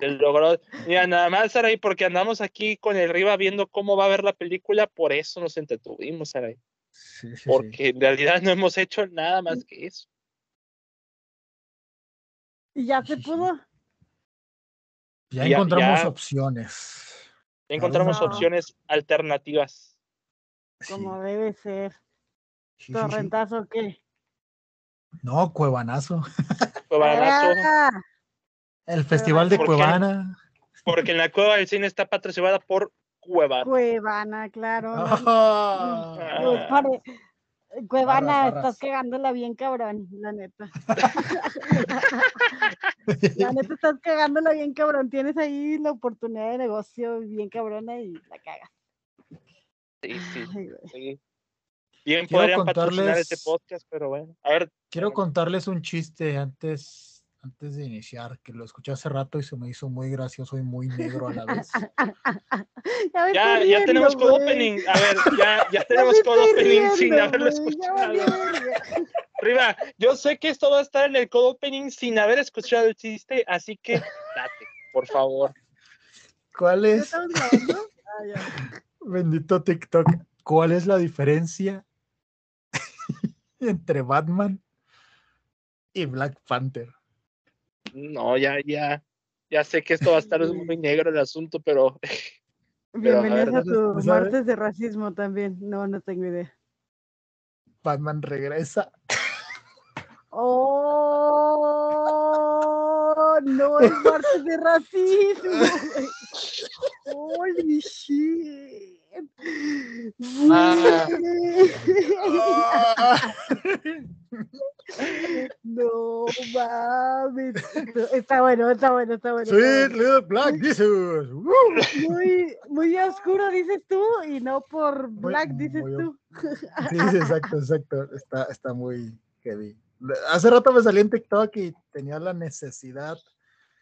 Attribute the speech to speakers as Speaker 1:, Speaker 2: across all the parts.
Speaker 1: del logro. Mira, nada más, Saray, porque andamos aquí con el Riva viendo cómo va a ver la película, por eso nos entretuvimos, Saray. Sí, sí, porque sí. en realidad no hemos hecho nada más que eso.
Speaker 2: ¿Y ya se pudo?
Speaker 3: Ya, ya encontramos ya, opciones.
Speaker 1: Ya encontramos no. opciones alternativas.
Speaker 2: Como debe ser. ¿Torrentazo qué?
Speaker 3: No, cuevanazo.
Speaker 1: Cuevanazo.
Speaker 2: Ah,
Speaker 3: El Festival de Cuevana.
Speaker 1: Porque en la cueva del cine está patrocinada por Cuevana.
Speaker 2: Cuevana, claro. Oh.
Speaker 3: Ah.
Speaker 1: Ah.
Speaker 2: Cuevana, barras, barras. estás cagándola bien cabrón, la neta. la neta, estás cagándola bien cabrón. Tienes ahí la oportunidad de negocio bien cabrona y la cagas.
Speaker 1: Sí, sí. Ay, sí. Bien, quiero podrían contarles... patrocinar este podcast, pero bueno. A ver.
Speaker 3: Quiero contarles un chiste antes antes de iniciar, que lo escuché hace rato y se me hizo muy gracioso y muy negro a la vez.
Speaker 1: ya, ya riendo, tenemos code opening. A ver, ya, ya tenemos code opening riendo, sin haberlo wey, escuchado. Riva, yo sé que esto va a estar en el code opening sin haber escuchado el chiste, así que date, por favor.
Speaker 3: ¿Cuál es? Ah, Bendito TikTok. ¿Cuál es la diferencia entre Batman y Black Panther?
Speaker 1: no, ya, ya, ya sé que esto va a estar muy negro el asunto, pero.
Speaker 2: pero Bienvenidos a, ver, a tu ¿sabes? martes de racismo también. No, no tengo idea.
Speaker 3: Batman regresa.
Speaker 2: ¡Oh! No es martes de racismo. ¡Holy shit! Ah.
Speaker 3: ¡Ah!
Speaker 2: No mames. Está bueno, está bueno, está bueno.
Speaker 3: Sweet Little Black Jesus.
Speaker 2: Muy, muy oscuro, dices tú, y no por Black, muy, dices muy, tú.
Speaker 3: Sí, exacto, exacto. Está, está muy heavy. Hace rato me salí en TikTok y tenía la necesidad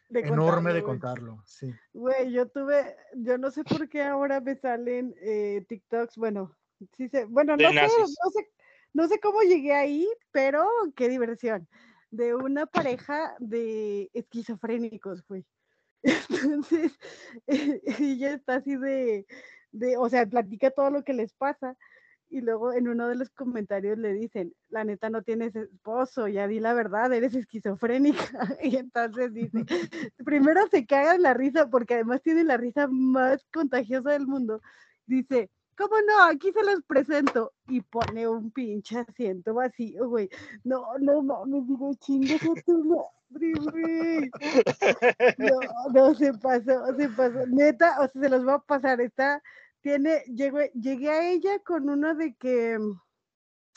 Speaker 3: de enorme contarlo, de contarlo, wey. sí.
Speaker 2: Güey, yo tuve, yo no sé por qué ahora me salen eh, TikToks, bueno, sí sé, bueno, no sé, no sé, no sé, cómo llegué ahí, pero qué diversión, de una pareja de esquizofrénicos, güey. Entonces, eh, ella está así de, de, o sea, platica todo lo que les pasa. Y luego en uno de los comentarios le dicen, la neta no tienes esposo, ya di la verdad, eres esquizofrénica. Y entonces dice, primero se caga la risa porque además tiene la risa más contagiosa del mundo. Dice, ¿cómo no? Aquí se los presento. Y pone un pinche asiento vacío, güey. No, no mames, digo, chingas a tu madre, güey. No, no, se pasó, se pasó. Neta, o sea, se los va a pasar, está tiene, llegué, llegué a ella con uno de que,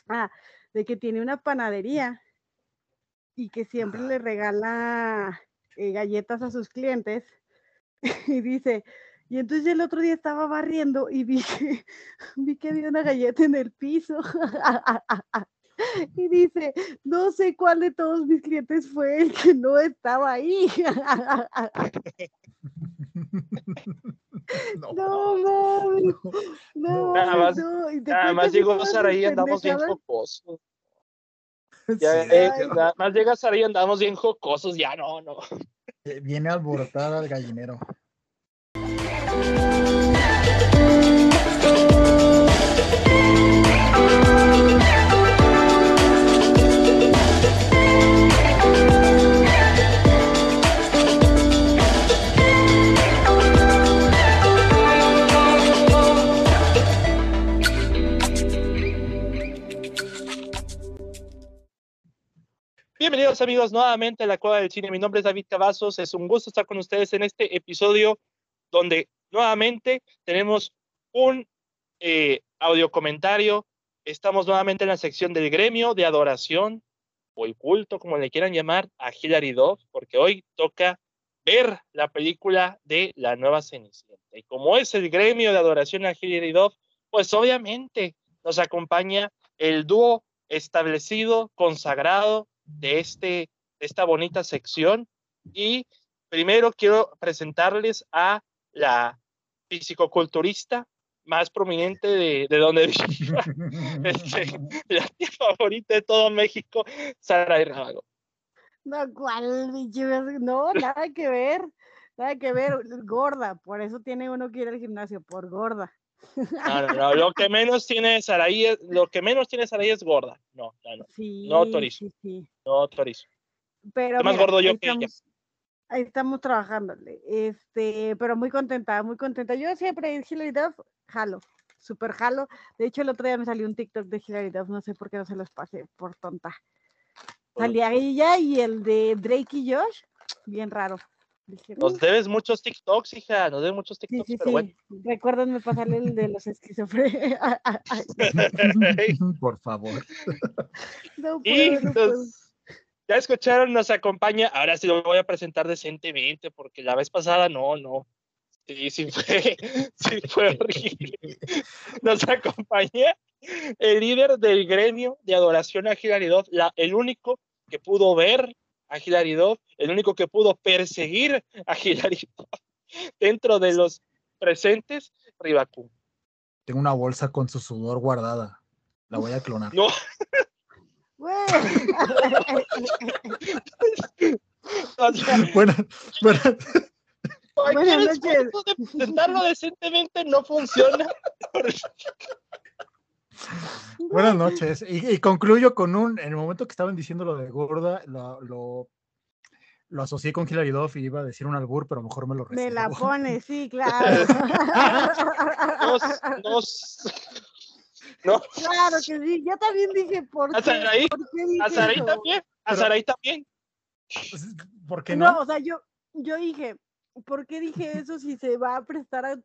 Speaker 2: ah, de que tiene una panadería y que siempre le regala eh, galletas a sus clientes. Y dice, y entonces el otro día estaba barriendo y vi que, vi que había una galleta en el piso. Y dice, no sé cuál de todos mis clientes fue el que no estaba ahí. No, no, mames. No,
Speaker 1: nada más, no. nada más llegó Saraí y andamos bien jocosos. Ya, sí, eh, nada más llega Saraí y andamos bien jocosos, ya no, no.
Speaker 3: Viene a alborotar al gallinero.
Speaker 1: Bienvenidos amigos nuevamente a la Cueva del Cine. Mi nombre es David Cavazos. Es un gusto estar con ustedes en este episodio donde nuevamente tenemos un eh, audio comentario. Estamos nuevamente en la sección del gremio de adoración o el culto, como le quieran llamar, a Hilary Duff, porque hoy toca ver la película de la nueva Cenicienta. Y como es el gremio de adoración a Hilary Duff, pues obviamente nos acompaña el dúo establecido, consagrado, de, este, de esta bonita sección. Y primero quiero presentarles a la fisicoculturista más prominente de, de donde viva, este, la tía favorita de todo México, Sara Rábago.
Speaker 2: No, cuál, no, nada que ver. Nada que ver, gorda, por eso tiene uno que ir al gimnasio, por gorda.
Speaker 1: No, no, no, lo que menos tiene Saraí es, lo que menos tiene Saraí es gorda. No, no, no.
Speaker 2: Sí,
Speaker 1: no autorizo.
Speaker 2: sí, sí.
Speaker 1: No autorizo.
Speaker 2: Pero
Speaker 1: Estoy más
Speaker 2: mira,
Speaker 1: gordo yo
Speaker 2: ahí
Speaker 1: que ella.
Speaker 2: estamos, ahí estamos trabajándole. Este, pero muy contenta, muy contenta. Yo siempre Hillary Duff, jalo, super jalo. De hecho, el otro día me salió un TikTok de Hillary Duff, no sé por qué no se los pasé, por tonta. Salía ella y el de Drake y Josh, bien raro. Dije, "Mm".
Speaker 1: Nos debes muchos TikToks, hija, nos debes muchos
Speaker 2: Sí,
Speaker 1: TikToks,
Speaker 2: sí,
Speaker 1: pero bueno.
Speaker 2: sí. Recuérdenme pasarle el de los esquizofrénicos.
Speaker 3: Por favor.
Speaker 2: No
Speaker 1: Y
Speaker 2: puedo, no
Speaker 1: nos-
Speaker 2: puedo.
Speaker 1: ya escucharon, nos acompaña. Ahora sí lo voy a presentar decentemente, porque la vez pasada no, no. Sí, sí fue, sí fue horrible. Nos acompaña el líder del gremio de adoración a Hilaridov, el único que pudo ver a Hilaridov, el único que pudo perseguir a Hilaridov dentro de los presentes, Ribaku.
Speaker 3: Tengo una bolsa con su sudor guardada. La voy a clonar.
Speaker 1: No,
Speaker 2: Güey.
Speaker 1: o sea,
Speaker 3: Buenas, buenas.
Speaker 1: Ay,
Speaker 2: Buenas
Speaker 1: ¿quieres
Speaker 2: noches.
Speaker 1: fotos de presentarlo decentemente no funciona.
Speaker 3: Buenas noches. Y, y concluyo con un, en el momento que estaban diciendo lo de gorda, lo, lo, lo asocié con Hilary Duff y iba a decir un albur, pero mejor me lo
Speaker 2: Me
Speaker 3: reservo.
Speaker 2: la pone, sí, claro.
Speaker 1: Nos, nos, no,
Speaker 2: Claro que sí, yo también dije, ¿por qué?
Speaker 1: ¿A Saraí?
Speaker 2: ¿Por qué dije
Speaker 1: a Saraí
Speaker 2: eso?
Speaker 1: también, a
Speaker 3: Pero-
Speaker 1: Saraí también.
Speaker 3: Pues, ¿Por qué
Speaker 2: no?
Speaker 3: no?
Speaker 2: o sea, yo, yo dije, ¿por qué dije eso si se va a prestar a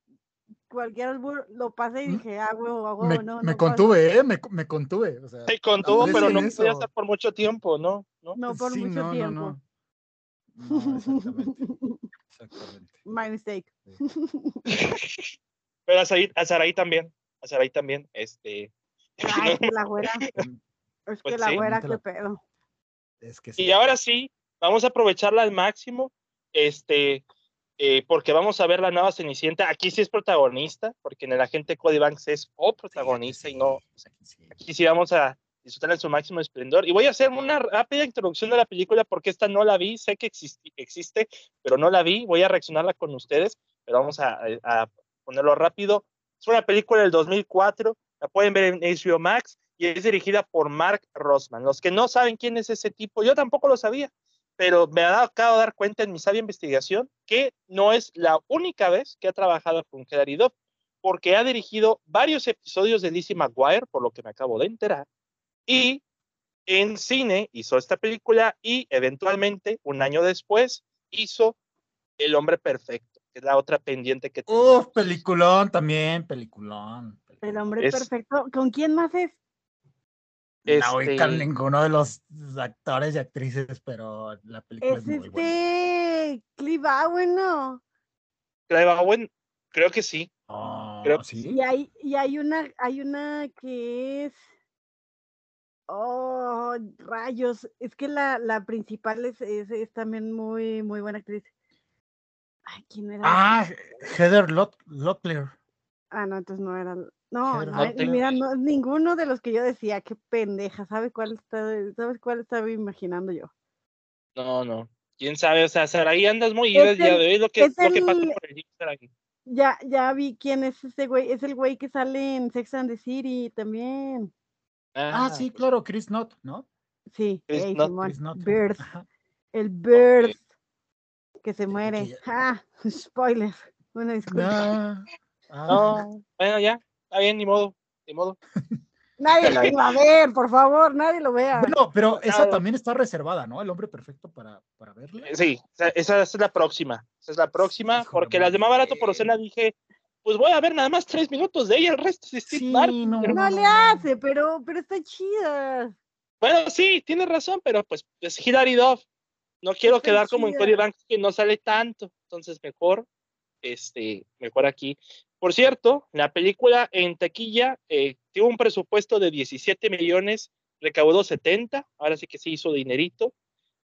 Speaker 2: cualquier albur? Lo pasé y
Speaker 3: Mm.
Speaker 2: dije, ah, huevo, ah, huevo,
Speaker 3: me
Speaker 2: no,
Speaker 3: me
Speaker 2: no pasa.
Speaker 3: contuve, ¿eh? Me, me contuve. O sea,
Speaker 1: Se contuvo,
Speaker 2: También
Speaker 1: pero
Speaker 2: dicen
Speaker 1: no
Speaker 3: eso.
Speaker 1: podía estar por mucho tiempo, ¿no? ¿No?
Speaker 2: No por
Speaker 3: sí,
Speaker 2: mucho
Speaker 3: no,
Speaker 2: tiempo.
Speaker 3: no, no. No, exactamente. exactamente.
Speaker 2: My mistake.
Speaker 1: Pero a Saraí, a Saraí también, a Saraí también, este.
Speaker 2: Ay, es que la güera. Es
Speaker 1: Pues
Speaker 2: que la
Speaker 1: sí.
Speaker 2: güera,
Speaker 3: Te
Speaker 2: qué
Speaker 3: la-
Speaker 2: pedo.
Speaker 3: Es que sí.
Speaker 1: Y ahora sí, vamos a aprovecharla al máximo, este, eh, porque vamos a ver la nueva Cenicienta. Aquí sí es protagonista, porque en el agente Cody Banks es o protagonista y no,
Speaker 3: Sí.
Speaker 1: aquí sí vamos a disfrutar en su máximo esplendor. Y voy a hacer una rápida introducción de la película porque esta no la vi, sé que existi- existe, pero no la vi. Voy a reaccionarla con ustedes, pero vamos a, a- a ponerlo rápido. Es una película del 2004, la pueden ver en HBO Max y es dirigida por Mark Rossman. Los que no saben quién es ese tipo, yo tampoco lo sabía, pero me ha dado- acabo de dar cuenta en mi sabia investigación que no es la única vez que ha trabajado con Hilary Duff porque ha dirigido varios episodios de Lizzie McGuire, por lo que me acabo de enterar, y en cine hizo esta película y eventualmente, un año después, hizo El hombre perfecto, que es la otra pendiente que tengo.
Speaker 3: Uf, peliculón también, peliculón.
Speaker 2: El hombre
Speaker 1: Es-
Speaker 2: perfecto. ¿Con quién más es?
Speaker 1: Este-
Speaker 3: No ubican ninguno de los actores y actrices, pero la película es,
Speaker 2: Es
Speaker 3: muy buena.
Speaker 2: este. Clive Owen, ¿no?
Speaker 1: Clive Owen, creo que sí.
Speaker 3: Ah,
Speaker 1: creo-
Speaker 3: ¿sí?
Speaker 2: Y hay, y hay una, hay una que es. Oh, rayos. Es que la, la principal es, es, es también muy, muy buena actriz. Ay, ¿quién era?
Speaker 3: Ah, Heather Lot Locklear.
Speaker 2: Ah, no, entonces no era. No,
Speaker 3: Pero
Speaker 2: no,
Speaker 1: no
Speaker 2: eh,
Speaker 1: te-
Speaker 2: mira, no, ninguno de los que yo decía, qué pendeja, ¿sabes cuál está, sabes cuál estaba imaginando yo?
Speaker 1: No, no. ¿Quién sabe? O sea, Saraí andas muy
Speaker 2: Es
Speaker 1: ida el día
Speaker 2: el-
Speaker 1: de hoy, lo que,
Speaker 2: es
Speaker 1: lo que pasa
Speaker 2: el-
Speaker 1: por el Saraí.
Speaker 2: Ya, ya vi quién es ese güey, es el güey que sale en Sex and the City también.
Speaker 3: Ah,
Speaker 1: pues,
Speaker 3: sí, claro, Chris Knott, ¿no?
Speaker 2: Sí,
Speaker 1: Chris
Speaker 2: ey,
Speaker 1: Knott,
Speaker 2: Simón,
Speaker 3: Chris Knott.
Speaker 2: Bird,
Speaker 3: Ajá.
Speaker 2: el Bird, que se
Speaker 3: ya-
Speaker 2: muere. Ah, spoiler, una disculpa.
Speaker 3: Ah, ah,
Speaker 1: No, bueno, ya, está bien, ni modo, ni modo.
Speaker 2: Nadie
Speaker 1: la
Speaker 2: lo iba a ver, por favor, nadie lo vea.
Speaker 3: Bueno, pero esa
Speaker 1: Claro.
Speaker 3: también está reservada, ¿no? El hombre perfecto para, para verla.
Speaker 1: Eh, Sí, o sea, esa es la próxima. Esa es la próxima,
Speaker 3: Híjole,
Speaker 1: porque las de
Speaker 3: muy
Speaker 1: más barato por
Speaker 3: bien.
Speaker 1: docena dije, pues voy a ver nada más tres minutos de ella, el resto es Steve
Speaker 3: Sí,
Speaker 1: Martin.
Speaker 3: no,
Speaker 1: pero-
Speaker 2: No le hace, pero, pero está chida.
Speaker 1: Bueno, sí, tienes razón, pero pues es Hilary Duff. No quiero
Speaker 2: Está
Speaker 1: quedar como en
Speaker 2: chida.
Speaker 1: Cody Banks que no sale tanto, entonces mejor, este, mejor aquí. Por cierto, la película en taquilla eh, tuvo un presupuesto de 17 millones, recaudó 70, ahora sí que sí hizo dinerito.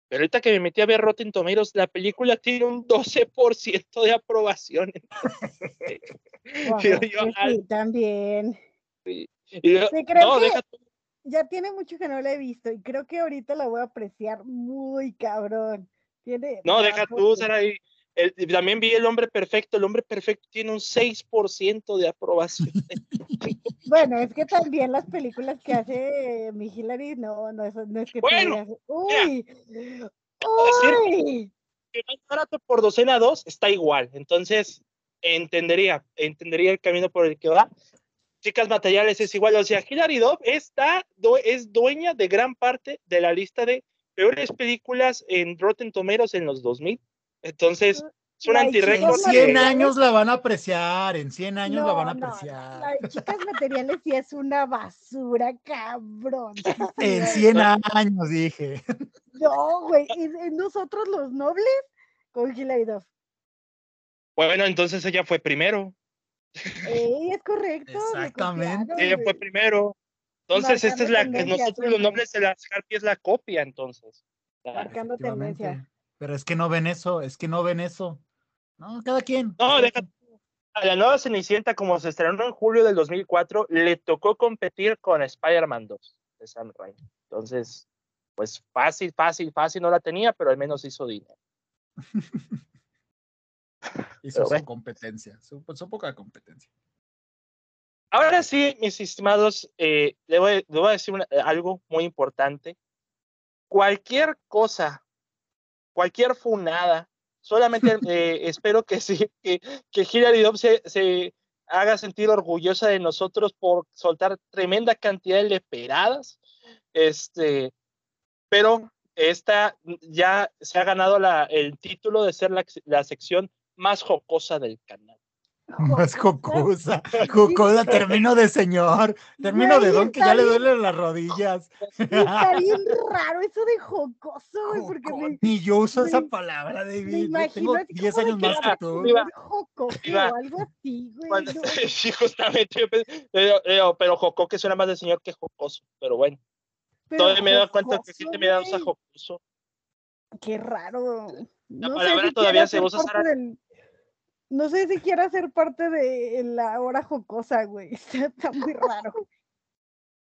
Speaker 1: Pero ahorita que me metí a ver Rotten Tomatoes, la película tiene un 12% de aprobación.
Speaker 2: Ojo,
Speaker 1: yo-
Speaker 2: que
Speaker 1: al-
Speaker 2: sí, también.
Speaker 1: Y yo,
Speaker 2: Sí, creo
Speaker 1: no,
Speaker 2: que-
Speaker 1: deja tú,
Speaker 2: ya tiene mucho que no la he visto y creo que ahorita la voy a apreciar muy cabrón. Tiene
Speaker 1: no, deja
Speaker 2: trabajo
Speaker 1: tú,
Speaker 2: que-
Speaker 1: Sara. y El, también vi El Hombre Perfecto. El Hombre Perfecto tiene un 6% de aprobación.
Speaker 2: bueno, es que también las películas que hace eh, mi Hillary, no, no, eso, no es que...
Speaker 1: Bueno,
Speaker 2: hace... ¡Uy!
Speaker 1: mira.
Speaker 2: ¡Uy!
Speaker 1: Que más barato por docena dos está igual. Entonces, entendería, entendería el camino por el que va. Chicas Materiales es igual. O sea, Hilary Duff está, du- es dueña de gran parte de la lista de peores películas en Rotten Tomatoes en los 2000. Entonces, es un
Speaker 2: Ay,
Speaker 3: En
Speaker 1: antirécord.
Speaker 2: chicos,
Speaker 1: de-
Speaker 3: 100 años la van a apreciar, en 100 años la
Speaker 2: No,
Speaker 3: van a
Speaker 2: no,
Speaker 3: apreciar.
Speaker 2: la de chicas materiales sí es una basura, cabrón.
Speaker 3: En 100 años, dije.
Speaker 2: No, güey, y, y nosotros los nobles con Hilary Duff.
Speaker 1: Bueno, entonces ella fue primero.
Speaker 2: Ey, es correcto. le copiaron,
Speaker 3: Exactamente.
Speaker 2: güey.
Speaker 1: Ella Eh, fue primero. Entonces, esta es la que
Speaker 2: Marcando
Speaker 1: nosotros
Speaker 2: tendencias,
Speaker 1: los
Speaker 2: sí.
Speaker 1: nombres de las Harpy es la copia, entonces.
Speaker 2: Marcando
Speaker 3: Efectivamente.
Speaker 2: tendencia.
Speaker 3: Pero es que no ven eso, es que no ven eso. No, cada quien.
Speaker 1: No, deja A la nueva Cenicienta, como se estrenó en julio del 2004, le tocó competir con Spider-Man 2 de Sam Raimi. Entonces, pues fácil, fácil, fácil no la tenía, pero al menos hizo dinero.
Speaker 3: Hizo
Speaker 1: pero
Speaker 3: su
Speaker 1: bueno.
Speaker 3: competencia, su, su poca competencia.
Speaker 1: Ahora sí, mis estimados, eh, le, voy, le voy a decir una- eh, algo muy importante. Cualquier cosa, cualquier funada, solamente eh, espero que sí, que, que Hilary Duff se, se haga sentir orgullosa de nosotros por soltar tremenda cantidad de leperadas. Este, pero esta ya se ha ganado la- el título de ser la, la sección más jocosa del canal.
Speaker 3: Más jocosa. Jocosa, termino de señor. Termino de
Speaker 2: Güey,
Speaker 3: don que
Speaker 2: está
Speaker 3: ya le
Speaker 2: bien-
Speaker 3: duelen las rodillas.
Speaker 2: Está bien raro eso de jocoso, güey, porque me,
Speaker 3: Ni yo uso esa
Speaker 2: me-
Speaker 3: palabra,
Speaker 2: me
Speaker 3: David. Yo
Speaker 2: imagino
Speaker 3: tengo
Speaker 2: así
Speaker 3: 10
Speaker 2: como de
Speaker 3: años más que
Speaker 1: que-
Speaker 3: tú.
Speaker 1: Viva.
Speaker 2: un jocoso
Speaker 1: Viva.
Speaker 2: o algo así, güey.
Speaker 1: Cuando-
Speaker 2: no.
Speaker 1: sí, justamente, yo pensé- pero, pero, pero Jocó que suena más de señor que Jocoso, pero bueno,
Speaker 2: Pero
Speaker 1: todavía me he dado cuenta que
Speaker 2: jocoso,
Speaker 1: sí te me da usa
Speaker 2: güey.
Speaker 1: Jocoso.
Speaker 2: Qué raro.
Speaker 1: La
Speaker 2: No sé
Speaker 1: palabra
Speaker 2: si
Speaker 1: todavía
Speaker 2: quiera
Speaker 1: se
Speaker 2: ser
Speaker 1: usa,
Speaker 2: parte
Speaker 1: Sara.
Speaker 2: del- No sé si quiera ser parte de la hora jocosa, güey. Está, está muy raro.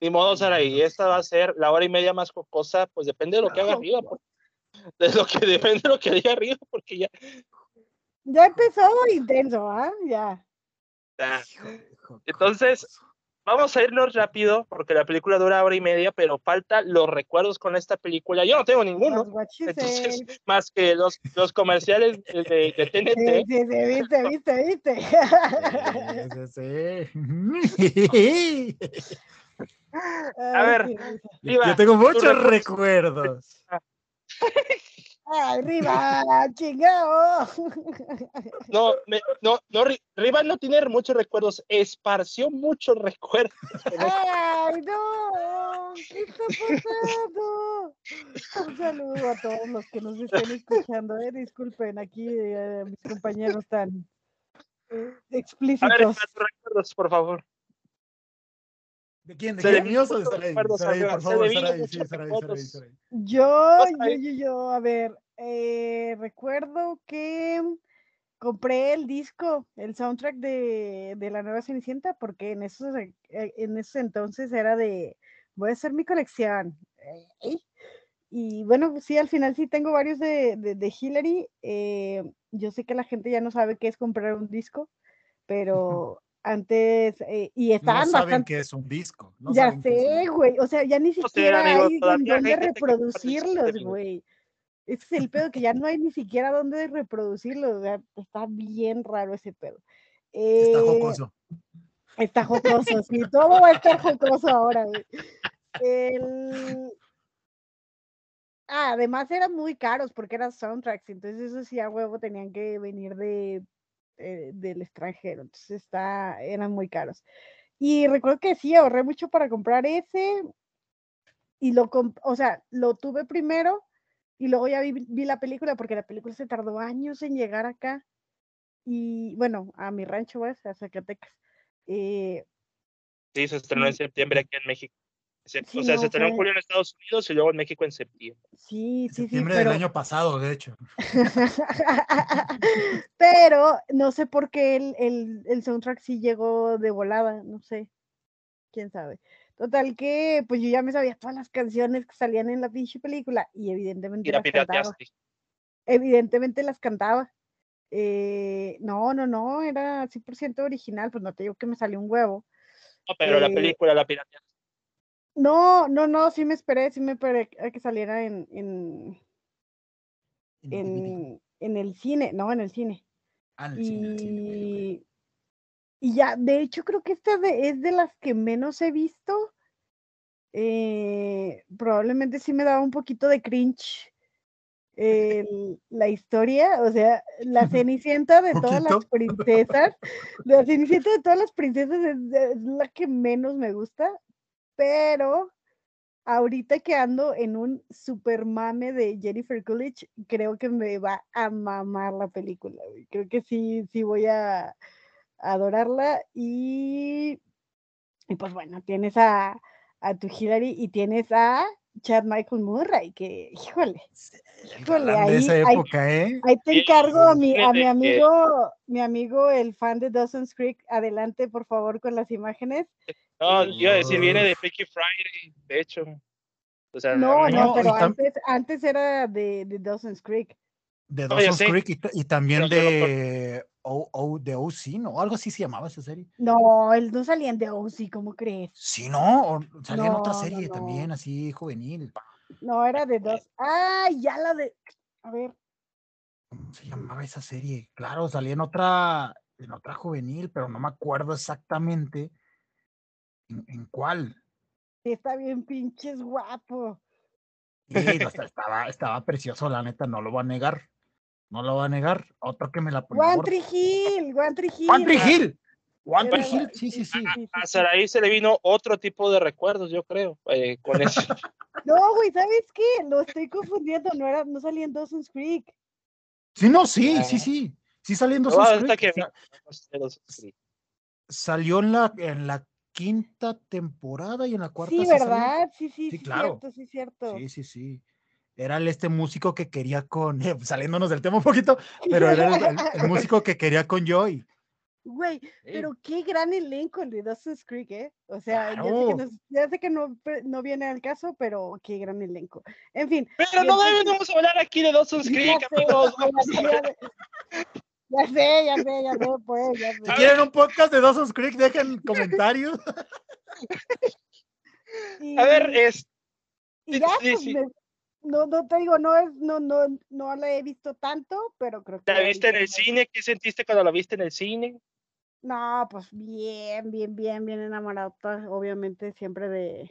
Speaker 1: Ni modo, Sara, y esta va a ser la hora y media más jocosa, pues depende de lo que haga arriba, porque- de lo que depende de lo que diga arriba, porque ya.
Speaker 2: Ya empezó intenso, ¿ah? Ya.
Speaker 1: Ah,
Speaker 3: Hijo, jocoso.
Speaker 1: Entonces, Vamos a irnos rápido, porque la película dura hora y media, pero falta los recuerdos con esta película. Yo no tengo ninguno,
Speaker 2: Los guachis,
Speaker 1: entonces,
Speaker 2: eh,
Speaker 1: más que los, los comerciales de, de- de
Speaker 2: Sí,
Speaker 1: TNT.
Speaker 2: sí, sí, viste, viste, viste.
Speaker 3: Sí, sí, sí.
Speaker 2: Ay,
Speaker 1: ver.
Speaker 2: qué risa.
Speaker 3: Yo
Speaker 1: Viva,
Speaker 3: tengo muchos
Speaker 1: recuerdos.
Speaker 3: recuerdos.
Speaker 2: Arriba, chingao.
Speaker 1: No, me- no, no, Ri- Rivas no tiene muchos recuerdos, esparció muchos recuerdos.
Speaker 2: Ay, no. ¿Qué está pasando? Un saludo a todos los que nos estén escuchando. eh, Disculpen, aquí eh, mis compañeros tan
Speaker 1: A
Speaker 2: eh,
Speaker 1: ver,
Speaker 2: explícitos.
Speaker 1: Rivas, tus recuerdos, por favor.
Speaker 3: ¿De quién? ¿De
Speaker 1: Se le
Speaker 3: quién?
Speaker 1: vino
Speaker 3: ¿Míos o de
Speaker 1: muchos
Speaker 3: Saray?
Speaker 1: recuerdos,
Speaker 3: Saray,
Speaker 1: Sara,
Speaker 3: por
Speaker 1: se
Speaker 3: favor,
Speaker 1: le vino
Speaker 3: Saray, sí,
Speaker 1: muchos
Speaker 3: Saray, Saray,
Speaker 1: recuerdos.
Speaker 3: Saray.
Speaker 2: Yo,
Speaker 1: Vas a
Speaker 2: yo, yo, yo, a ver, eh, recuerdo que compré el disco, el soundtrack de, de la nueva Cenicienta, porque en esos, e- e- en esos entonces era de, voy a hacer mi colección. eh, y- Y bueno, pues sí, al final sí tengo varios de, de, de Hillary. eh, yo sé que la gente ya no sabe qué es comprar un disco, pero antes, eh, y
Speaker 3: No
Speaker 2: estaban
Speaker 3: saben
Speaker 2: bastante...
Speaker 3: que es un disco. No
Speaker 2: Ya
Speaker 3: saben qué es un
Speaker 2: sé,
Speaker 3: disco.
Speaker 2: güey. O sea, ya ni
Speaker 1: sé,
Speaker 2: siquiera
Speaker 1: amigo,
Speaker 2: hay en
Speaker 1: todavía hay
Speaker 2: dónde
Speaker 1: gente que comparte el chiste,
Speaker 2: reproducirlos,
Speaker 1: amigo.
Speaker 2: güey. Ese es el pedo, que ya no hay ni siquiera dónde reproducirlos. O sea, está bien raro ese pedo.
Speaker 3: Está
Speaker 2: Eh,
Speaker 3: jocoso.
Speaker 2: Está jocoso, sí. Todo va a estar jocoso ahora, güey. El- Ah, además eran muy caros porque eran soundtracks, entonces eso sí a huevo tenían que venir de, eh, del extranjero, entonces está, eran muy caros. Y recuerdo que sí, ahorré mucho para comprar ese y lo, comp- o sea, lo tuve primero y luego ya vi, vi la película porque la película se tardó años en llegar acá y bueno, a mi rancho, pues, a Zacatecas. Eh,
Speaker 1: Sí, se estrenó en septiembre aquí en México. Se-
Speaker 2: Sí,
Speaker 1: o sea,
Speaker 2: no,
Speaker 1: se estrenó en
Speaker 2: fue-
Speaker 1: julio en Estados Unidos y luego en México en septiembre.
Speaker 2: sí,
Speaker 3: En
Speaker 2: sí, sí,
Speaker 3: septiembre
Speaker 2: pero...
Speaker 3: del año pasado, de hecho.
Speaker 2: Pero no sé por qué el, el, el soundtrack sí llegó de volada, no sé, quién sabe. Total que pues yo ya me sabía todas las canciones que salían en la pinche película y evidentemente
Speaker 1: Y la
Speaker 2: las cantaba.
Speaker 1: pirateaste.
Speaker 2: Evidentemente las cantaba. Eh, no, no, no, era 100% original, pues no te digo que me salió un huevo.
Speaker 1: No, pero eh, la película la pirateaste.
Speaker 2: No, no, no, sí me esperé, sí me esperé a que saliera en, en, en, en el cine, no, en el cine.
Speaker 3: Ah, en el y, cine, en el cine okay, okay.
Speaker 2: y ya, de hecho creo que esta de, es de las que menos he visto. Eh, probablemente sí me daba un poquito de cringe el, la historia, o sea, la cenicienta de todas las princesas, la cenicienta de todas las princesas es, es, la que menos me gusta, pero ahorita que ando en un super mame de Jennifer Coolidge, creo que me va a mamar la película, creo que sí, sí voy a, a adorarla y, y pues bueno, tienes a, a tu Hillary y tienes a Chad Michael Murray, que, híjole, híjole, ahí,
Speaker 3: de esa época, ahí, ¿eh?
Speaker 2: ahí te encargo a mi, a mi amigo, mi amigo, el fan de Dawson's Creek, adelante, por favor, con las imágenes.
Speaker 1: No, yo iba a decir, viene de Freaky Friday, de hecho.
Speaker 2: O sea, no, no, no,
Speaker 1: Ah,
Speaker 2: pero antes, antes era de, de, Dawson's Creek.
Speaker 3: De Dawson's Creek y, y también pero de, o, o, de OC, ¿no? Algo así se llamaba esa serie.
Speaker 2: No, él no salía en de OC, ¿cómo crees?
Speaker 3: Sí, no, o salía no, en otra serie no, no. también, así juvenil.
Speaker 2: No, era de dos. Ah, ya la de. A ver.
Speaker 3: ¿Cómo se llamaba esa serie? Claro, salía en otra, en otra juvenil, pero no me acuerdo exactamente en, en cuál.
Speaker 2: Está bien, pinches guapo.
Speaker 3: Sí, estaba, estaba precioso, la neta, no lo voy a negar. No lo va a negar. Otro que me la
Speaker 2: pone. One Tree Hill, One Tree Hill.
Speaker 3: One Tree Hill. One Tree Hill, sí, sí, sí.
Speaker 1: A, a Saraí se le vino otro tipo de recuerdos, yo creo, eh, con eso.
Speaker 2: no, güey, ¿sabes qué? Lo estoy confundiendo, no, era, no salía en Dawson's Creek.
Speaker 3: Sí, no, sí, ah. sí, sí. Sí salía
Speaker 1: Ah,
Speaker 3: en Dawson's no, Creek. Que... Salió en la, en la quinta temporada y en la cuarta.
Speaker 2: Sí, ¿verdad? Sí, sí, sí, sí, claro. cierto, sí, cierto.
Speaker 3: Sí, sí, sí era el, este músico que quería con, eh, saliéndonos del tema un poquito, pero era el, el, el músico que quería con Joy.
Speaker 2: Güey, sí. pero qué gran elenco el de Dawson's Creek, ¿eh? O sea, claro. ya sé que, nos, ya sé que no, no, viene al caso, pero qué gran elenco. En fin.
Speaker 1: Pero no debemos no hablar aquí de Dawson's Creek, amigos.
Speaker 2: Ya sé, ya sé, ya sé, pues. Ya sé.
Speaker 3: Si quieren un podcast de Dawson's Creek, dejen comentarios.
Speaker 1: y, a ver, eh, este, es.
Speaker 2: Y ya, sí, sí. Pues, no, no te digo, no es, no, no, no la he visto tanto, pero creo que.
Speaker 1: ¿La viste en el cine? ¿Qué sentiste cuando la viste en el cine?
Speaker 2: No, pues bien, bien, bien, bien enamorado, obviamente siempre de,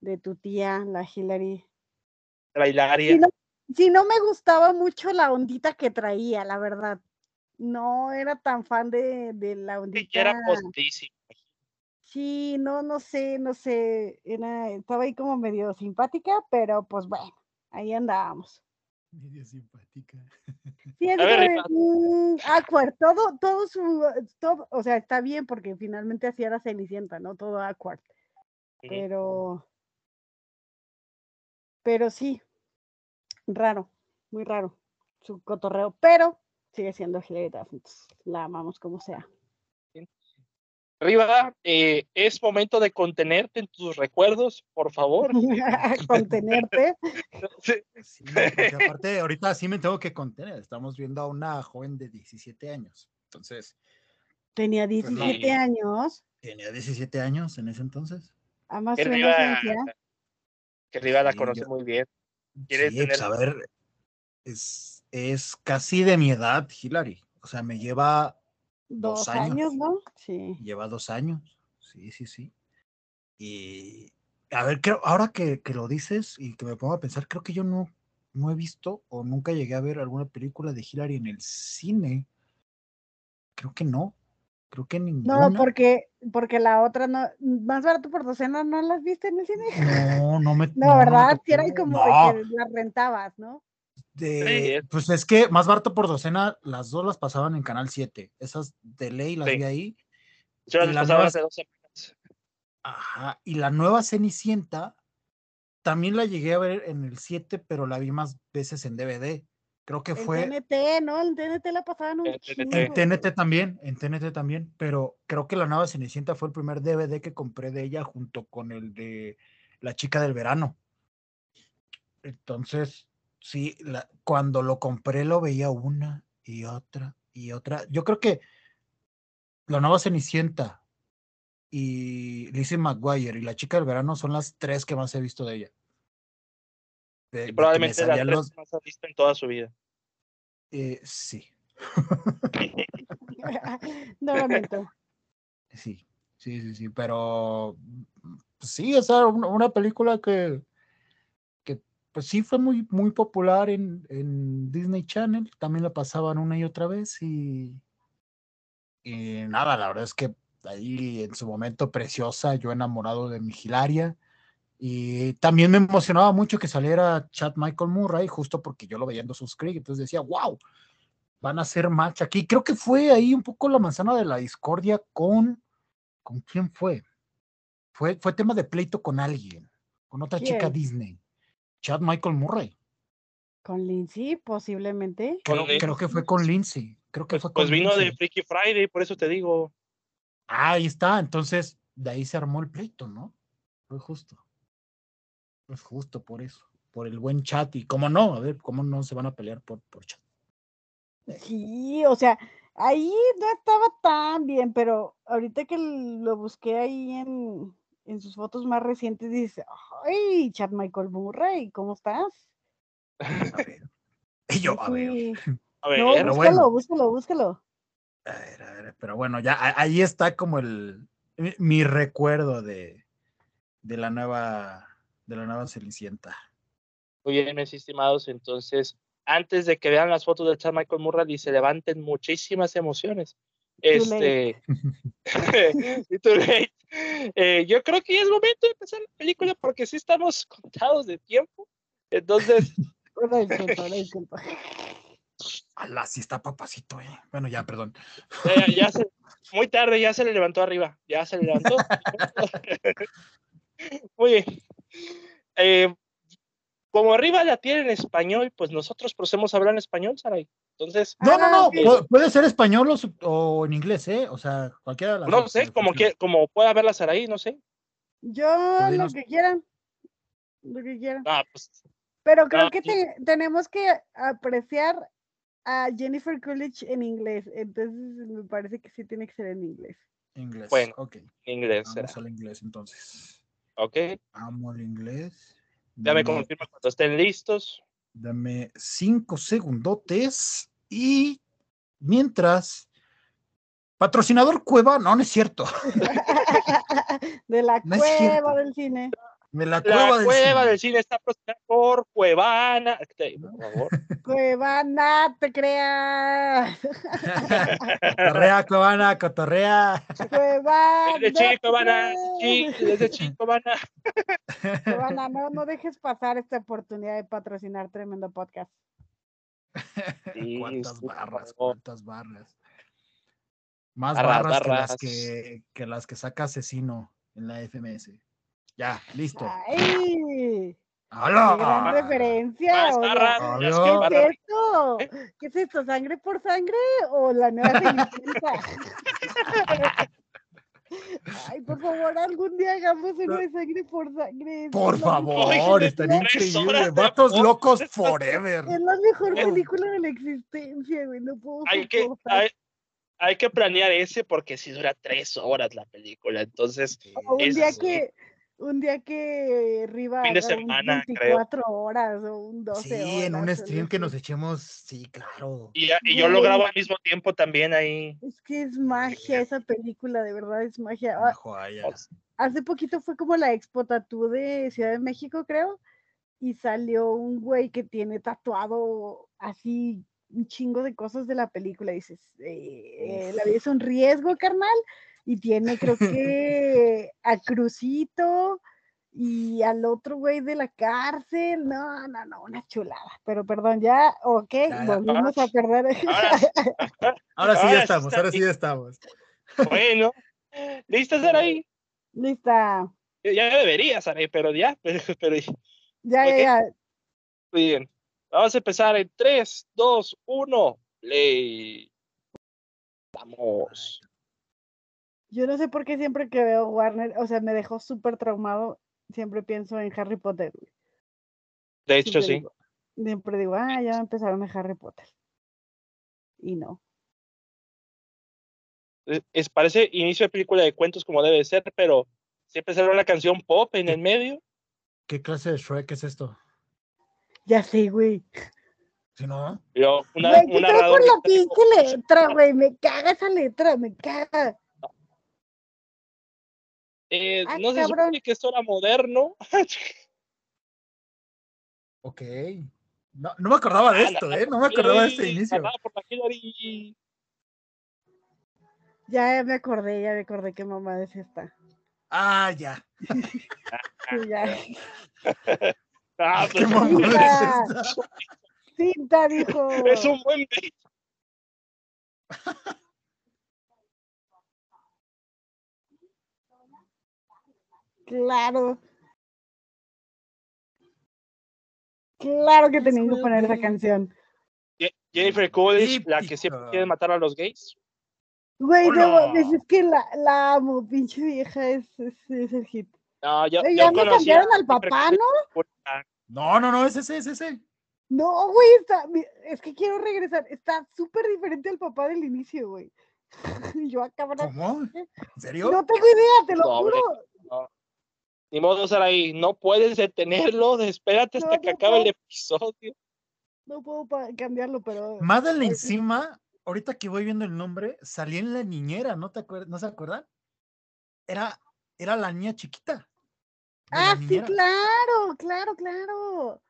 Speaker 2: de tu tía, la Hillary.
Speaker 1: La Hilaria. Si no,
Speaker 2: si no me gustaba mucho la ondita que traía, la verdad. No era tan fan de, de la ondita.
Speaker 1: Sí, era postísimo.
Speaker 2: Sí, no, no sé, no sé, era, estaba ahí como medio simpática, pero pues bueno, ahí andábamos.
Speaker 3: Medio simpática.
Speaker 2: Sí, es ver, como, awkward, todo, todo su, todo, o sea, está bien porque finalmente así era Cenicienta, ¿no? Todo awkward. Pero, pero sí, raro, muy raro su cotorreo, pero sigue siendo Hilary entonces la amamos como sea.
Speaker 1: Riva, eh, es momento de contenerte en tus recuerdos, por favor.
Speaker 2: contenerte.
Speaker 3: Sí, aparte, ahorita sí me tengo que contener. Estamos viendo a una joven de 17 años. Entonces.
Speaker 2: ¿Tenía 17 pues, años?
Speaker 3: Tenía 17 años en ese entonces.
Speaker 2: A más ¿eh? que Riva,
Speaker 1: que Riva la sí, conoce yo, muy bien.
Speaker 3: ¿Quieres sí, tener... pues, a ver, es, es casi de mi edad, Hillary. O sea, me lleva
Speaker 2: dos, dos años, años, ¿no? Sí.
Speaker 3: Lleva dos años, sí, sí, sí. Y a ver, creo, ahora que, que, lo dices y que me pongo a pensar, creo que yo no, no he visto o nunca llegué a ver alguna película de Hillary en el cine. Creo que no. Creo que ninguna.
Speaker 2: No, porque, porque la otra no, más barato por docena, ¿no las viste en el cine?
Speaker 3: No, no me.
Speaker 2: no, ¿verdad? No, si era como no. de que las rentabas, ¿no?
Speaker 3: De, pues es que más barato por docena, las dos las pasaban en Canal 7. Esas de ley las sí. vi ahí.
Speaker 1: Yo las pasaba hace
Speaker 3: eh,
Speaker 1: dos semanas.
Speaker 3: Ajá, y la nueva Cenicienta también la llegué a ver en el 7, pero la vi más veces en DVD. Creo que
Speaker 2: el
Speaker 3: fue.
Speaker 2: En TNT, ¿no? En TNT la pasaban un
Speaker 3: En TNT también, en TNT también, pero creo que la nueva Cenicienta fue el primer DVD que compré de ella junto con el de La chica del verano. Entonces, sí, la, cuando lo compré lo veía una y otra y otra. Yo creo que la nueva Cenicienta y Lizzie McGuire y la chica del verano son las tres que más he visto de ella.
Speaker 1: De, y probablemente las tres los... más has visto en toda su vida.
Speaker 3: Eh, sí.
Speaker 2: no lamento.
Speaker 3: Sí, sí, sí, sí, pero mm, pues sí, o sea, una, una película que, que pues sí fue muy, muy popular en, en, Disney Channel, también la pasaban una y otra vez y, y nada, la verdad es que ahí en su momento preciosa, yo enamorado de mi Hilaria. Y también me emocionaba mucho que saliera Chad Michael Murray, justo porque yo lo veía en Dawson's Creek, entonces decía, wow, van a hacer match aquí. Creo que fue ahí un poco la manzana de la discordia con, ¿con quién fue? Fue, fue tema de pleito con alguien, con otra ¿Quién? chica Disney, Chad Michael Murray.
Speaker 2: Con Lindsay, posiblemente.
Speaker 3: Creo, creo que fue con Lindsay. Creo que
Speaker 1: pues,
Speaker 3: fue
Speaker 1: pues
Speaker 3: con
Speaker 1: vino
Speaker 3: Lindsay.
Speaker 1: de Freaky Friday, por eso te digo.
Speaker 3: Ahí está, entonces de ahí se armó el pleito, ¿no? Fue justo. Pues justo por eso, por el buen chat. Y cómo no, a ver, cómo no se van a pelear por, por chat.
Speaker 2: Sí, o sea, ahí no estaba tan bien, pero ahorita que lo busqué ahí en, en sus fotos más recientes, dice, ¡ay, Chad Michael Murray! ¿Cómo estás?
Speaker 3: A ver. Y yo, a ver.
Speaker 1: A ver,
Speaker 2: No, búscalo,
Speaker 3: bueno.
Speaker 2: búscalo, búscalo.
Speaker 3: A ver, a ver, pero bueno, ya a- ahí está como el mi, mi recuerdo de, de la nueva de la nueva Cenicienta.
Speaker 1: Muy bien, mis estimados. Entonces, antes de que vean las fotos de Chad Michael Murray y se levanten muchísimas emociones.
Speaker 2: Too
Speaker 1: Este,
Speaker 2: late.
Speaker 1: Too late. Eh, yo creo que ya es momento de empezar la película porque sí estamos contados de tiempo. Entonces,
Speaker 2: Una disculpa, una disculpa.
Speaker 3: Ala, sí está papacito, eh. Bueno, ya, perdón.
Speaker 1: ya, eh, ya se- muy tarde ya se le levantó arriba, ya se le levantó. muy bien. Eh, como arriba la tiene en español, pues nosotros procedemos a hablar en español, Saray. Entonces,
Speaker 3: No, no,
Speaker 2: Ah,
Speaker 3: no.
Speaker 2: ok.
Speaker 3: pu- Puede ser español o, sub- o en inglés, ¿eh? O sea, cualquiera de las
Speaker 1: Pues no
Speaker 3: dos,
Speaker 1: sé,
Speaker 3: pero
Speaker 1: como,
Speaker 3: funciona.
Speaker 1: que, como pueda verla Saray, no sé.
Speaker 2: Yo lo
Speaker 3: Pues dinos.
Speaker 2: que quieran, lo que quieran.
Speaker 1: Ah, pues
Speaker 2: Pero creo
Speaker 1: Ah,
Speaker 2: que
Speaker 1: sí.
Speaker 2: te- tenemos que apreciar a Jennifer Coolidge en inglés. Entonces me parece que sí tiene que ser en inglés.
Speaker 3: Inglés.
Speaker 1: Bueno,
Speaker 3: ok.
Speaker 1: en inglés será.
Speaker 3: Vamos al inglés entonces.
Speaker 1: Ok,
Speaker 3: Amo el inglés.
Speaker 1: ya me
Speaker 3: Dame-
Speaker 1: confirma cuando estén listos.
Speaker 3: Dame cinco segundotes y mientras. Patrocinador Cueva, no, no es cierto.
Speaker 2: De la
Speaker 3: No es cierto.
Speaker 2: cueva del cine.
Speaker 3: De la
Speaker 1: La
Speaker 3: Cueva del
Speaker 1: cueva
Speaker 3: Cine.
Speaker 1: del cine está procedida por Cuevana. Este, Por favor.
Speaker 2: Cueva, no te creas.
Speaker 3: Cotorrea, Cuevana, Cotorrea.
Speaker 2: Cueva.
Speaker 1: Es de
Speaker 2: no te
Speaker 1: Chico, Habana. Sí,
Speaker 2: creas.
Speaker 1: es de Chico, Habana.
Speaker 2: Cuevana, no, no dejes pasar esta oportunidad de patrocinar tremendo podcast.
Speaker 1: Sí,
Speaker 3: cuántas
Speaker 1: sí, por
Speaker 3: barras,
Speaker 1: favor.
Speaker 3: cuántas barras. Más
Speaker 1: Barras,
Speaker 3: barras, que
Speaker 1: barras.
Speaker 3: las que, que las que saca Asesino en la FMS. Ya, listo.
Speaker 2: ¡Ay!
Speaker 3: ¡Hala!
Speaker 2: ¡Qué gran referencia!
Speaker 1: Ah, Más
Speaker 2: o sea,
Speaker 1: barras,
Speaker 3: Hola.
Speaker 1: las
Speaker 2: ¿Qué
Speaker 1: que
Speaker 3: No.
Speaker 1: barras.
Speaker 2: es esto?
Speaker 1: ¿eh?
Speaker 2: ¿Qué es esto? ¿Sangre por sangre o la nueva Cenicienta? Ay, por favor, algún día hagamos uno de sangre por sangre. Es
Speaker 3: Por
Speaker 2: la mejor
Speaker 3: favor,
Speaker 1: Oye,
Speaker 3: estaría
Speaker 2: película-
Speaker 1: tres
Speaker 3: increíble.
Speaker 1: horas de
Speaker 3: Vatos
Speaker 1: voz.
Speaker 3: locos forever.
Speaker 2: Es la mejor
Speaker 1: Eh.
Speaker 2: película de la existencia, güey. No puedo
Speaker 1: Hay que,
Speaker 2: soportar.
Speaker 1: hay, hay que planear ese porque si dura tres horas la película. Entonces,
Speaker 2: O un
Speaker 1: es-
Speaker 2: día que... Un día que Riva
Speaker 1: Fin de
Speaker 2: haga un
Speaker 1: semana, creo.
Speaker 2: 24 horas o un 12
Speaker 3: Sí,
Speaker 2: horas.
Speaker 3: en un
Speaker 2: algo
Speaker 3: stream que nos
Speaker 2: así.
Speaker 3: echemos, sí, claro.
Speaker 1: y, y yo lo
Speaker 2: Güey.
Speaker 1: grabo al mismo tiempo también ahí.
Speaker 2: Es que es magia esa película, de verdad es magia.
Speaker 3: Una
Speaker 2: Ah,
Speaker 3: joya.
Speaker 2: hace poquito fue como la Expo Tatú de Ciudad de México, creo, y salió un güey que tiene tatuado así un chingo de cosas de la película. y Dices, eh, eh, la vida es un riesgo, carnal, y tiene creo que a Crucito y al otro güey de la cárcel. No, no, no, una chulada. Pero perdón, ya, ok,
Speaker 3: ya.
Speaker 2: volvimos a perder.
Speaker 1: Ahora,
Speaker 3: Ahora sí
Speaker 1: Ahora sí
Speaker 3: ya estamos,
Speaker 1: está
Speaker 3: ahora sí
Speaker 1: bien.
Speaker 3: ya estamos.
Speaker 1: bueno, lista Saray.
Speaker 2: Lista.
Speaker 1: Eh, Ya debería, Saray, pero ya, pero, pero
Speaker 2: Ya, ya,
Speaker 1: Ok.
Speaker 2: ya.
Speaker 1: Muy bien. Vamos a empezar en 3, 2, 1. Play. Vamos.
Speaker 2: Yo no sé por qué siempre que veo Warner, o sea, me dejó súper traumado, siempre pienso en Harry Potter. güey.
Speaker 1: De hecho,
Speaker 2: Siempre
Speaker 1: sí.
Speaker 2: digo- siempre digo, ah, ya empezaron a Harry Potter. y no.
Speaker 1: Es, parece inicio de película de cuentos como debe ser, pero siempre sale una canción pop en el medio.
Speaker 3: ¿Qué clase de Shrek es esto?
Speaker 2: Ya sé, güey.
Speaker 3: Si no,
Speaker 1: Yo, una,
Speaker 2: Güey,
Speaker 1: un
Speaker 2: ¿qué trae por
Speaker 1: narrador
Speaker 2: la
Speaker 1: que está-
Speaker 2: pinche letra, güey? Me caga esa letra, me caga.
Speaker 1: Eh,
Speaker 2: Ah,
Speaker 1: no se
Speaker 2: cabrón.
Speaker 1: supone que esto era moderno.
Speaker 3: ok. No, no me acordaba de esto, ¿eh? No me acordaba de este
Speaker 1: Hillary,
Speaker 3: inicio.
Speaker 1: ganada por la Hillary.
Speaker 2: Ya me acordé, ya me acordé qué mamada es esta.
Speaker 3: Ah, ya.
Speaker 2: Sí, ya.
Speaker 1: Ah,
Speaker 3: ¿Qué
Speaker 1: pues,
Speaker 3: mamada
Speaker 2: mira.
Speaker 3: es esta?
Speaker 2: Cinta, dijo.
Speaker 1: es un buen beat.
Speaker 2: Claro. Claro que tenían que poner esa
Speaker 3: Suerte.
Speaker 2: canción.
Speaker 1: Je- Jennifer Coolidge, la que siempre
Speaker 3: Típica.
Speaker 1: quiere matar a los gays.
Speaker 2: Güey,
Speaker 1: Oh,
Speaker 2: no,
Speaker 3: Hola.
Speaker 2: mames, es que la, la amo, pinche vieja, es, es- es el hit.
Speaker 1: No, yo,
Speaker 2: Güey,
Speaker 1: yo
Speaker 2: ya me
Speaker 1: conocí a
Speaker 2: cambiaron al
Speaker 1: Jennifer
Speaker 2: papá, ¿no?
Speaker 1: Coolidge por la-
Speaker 3: No, no, no, es ese, es ese.
Speaker 2: No, güey, está, mi- es que quiero regresar. Está súper diferente al papá del inicio, güey. Y Yo acá,
Speaker 3: ¿Cómo? ¿En serio?
Speaker 2: No tengo idea, te lo
Speaker 1: Pobre.
Speaker 2: juro.
Speaker 1: Ni modo, Saraí, no puedes detenerlo. Espérate hasta
Speaker 2: No,
Speaker 1: que
Speaker 2: no
Speaker 1: acabe el
Speaker 2: puedo.
Speaker 1: episodio.
Speaker 2: No puedo pa- cambiarlo, pero.
Speaker 3: Madeline encima, ahorita que voy viendo el nombre, salía en la niñera, ¿no te acuerdas? ¿No se acuerdan? Era, era la niña chiquita. de la
Speaker 2: Ah, sí,
Speaker 3: niñera.
Speaker 2: claro, claro, claro.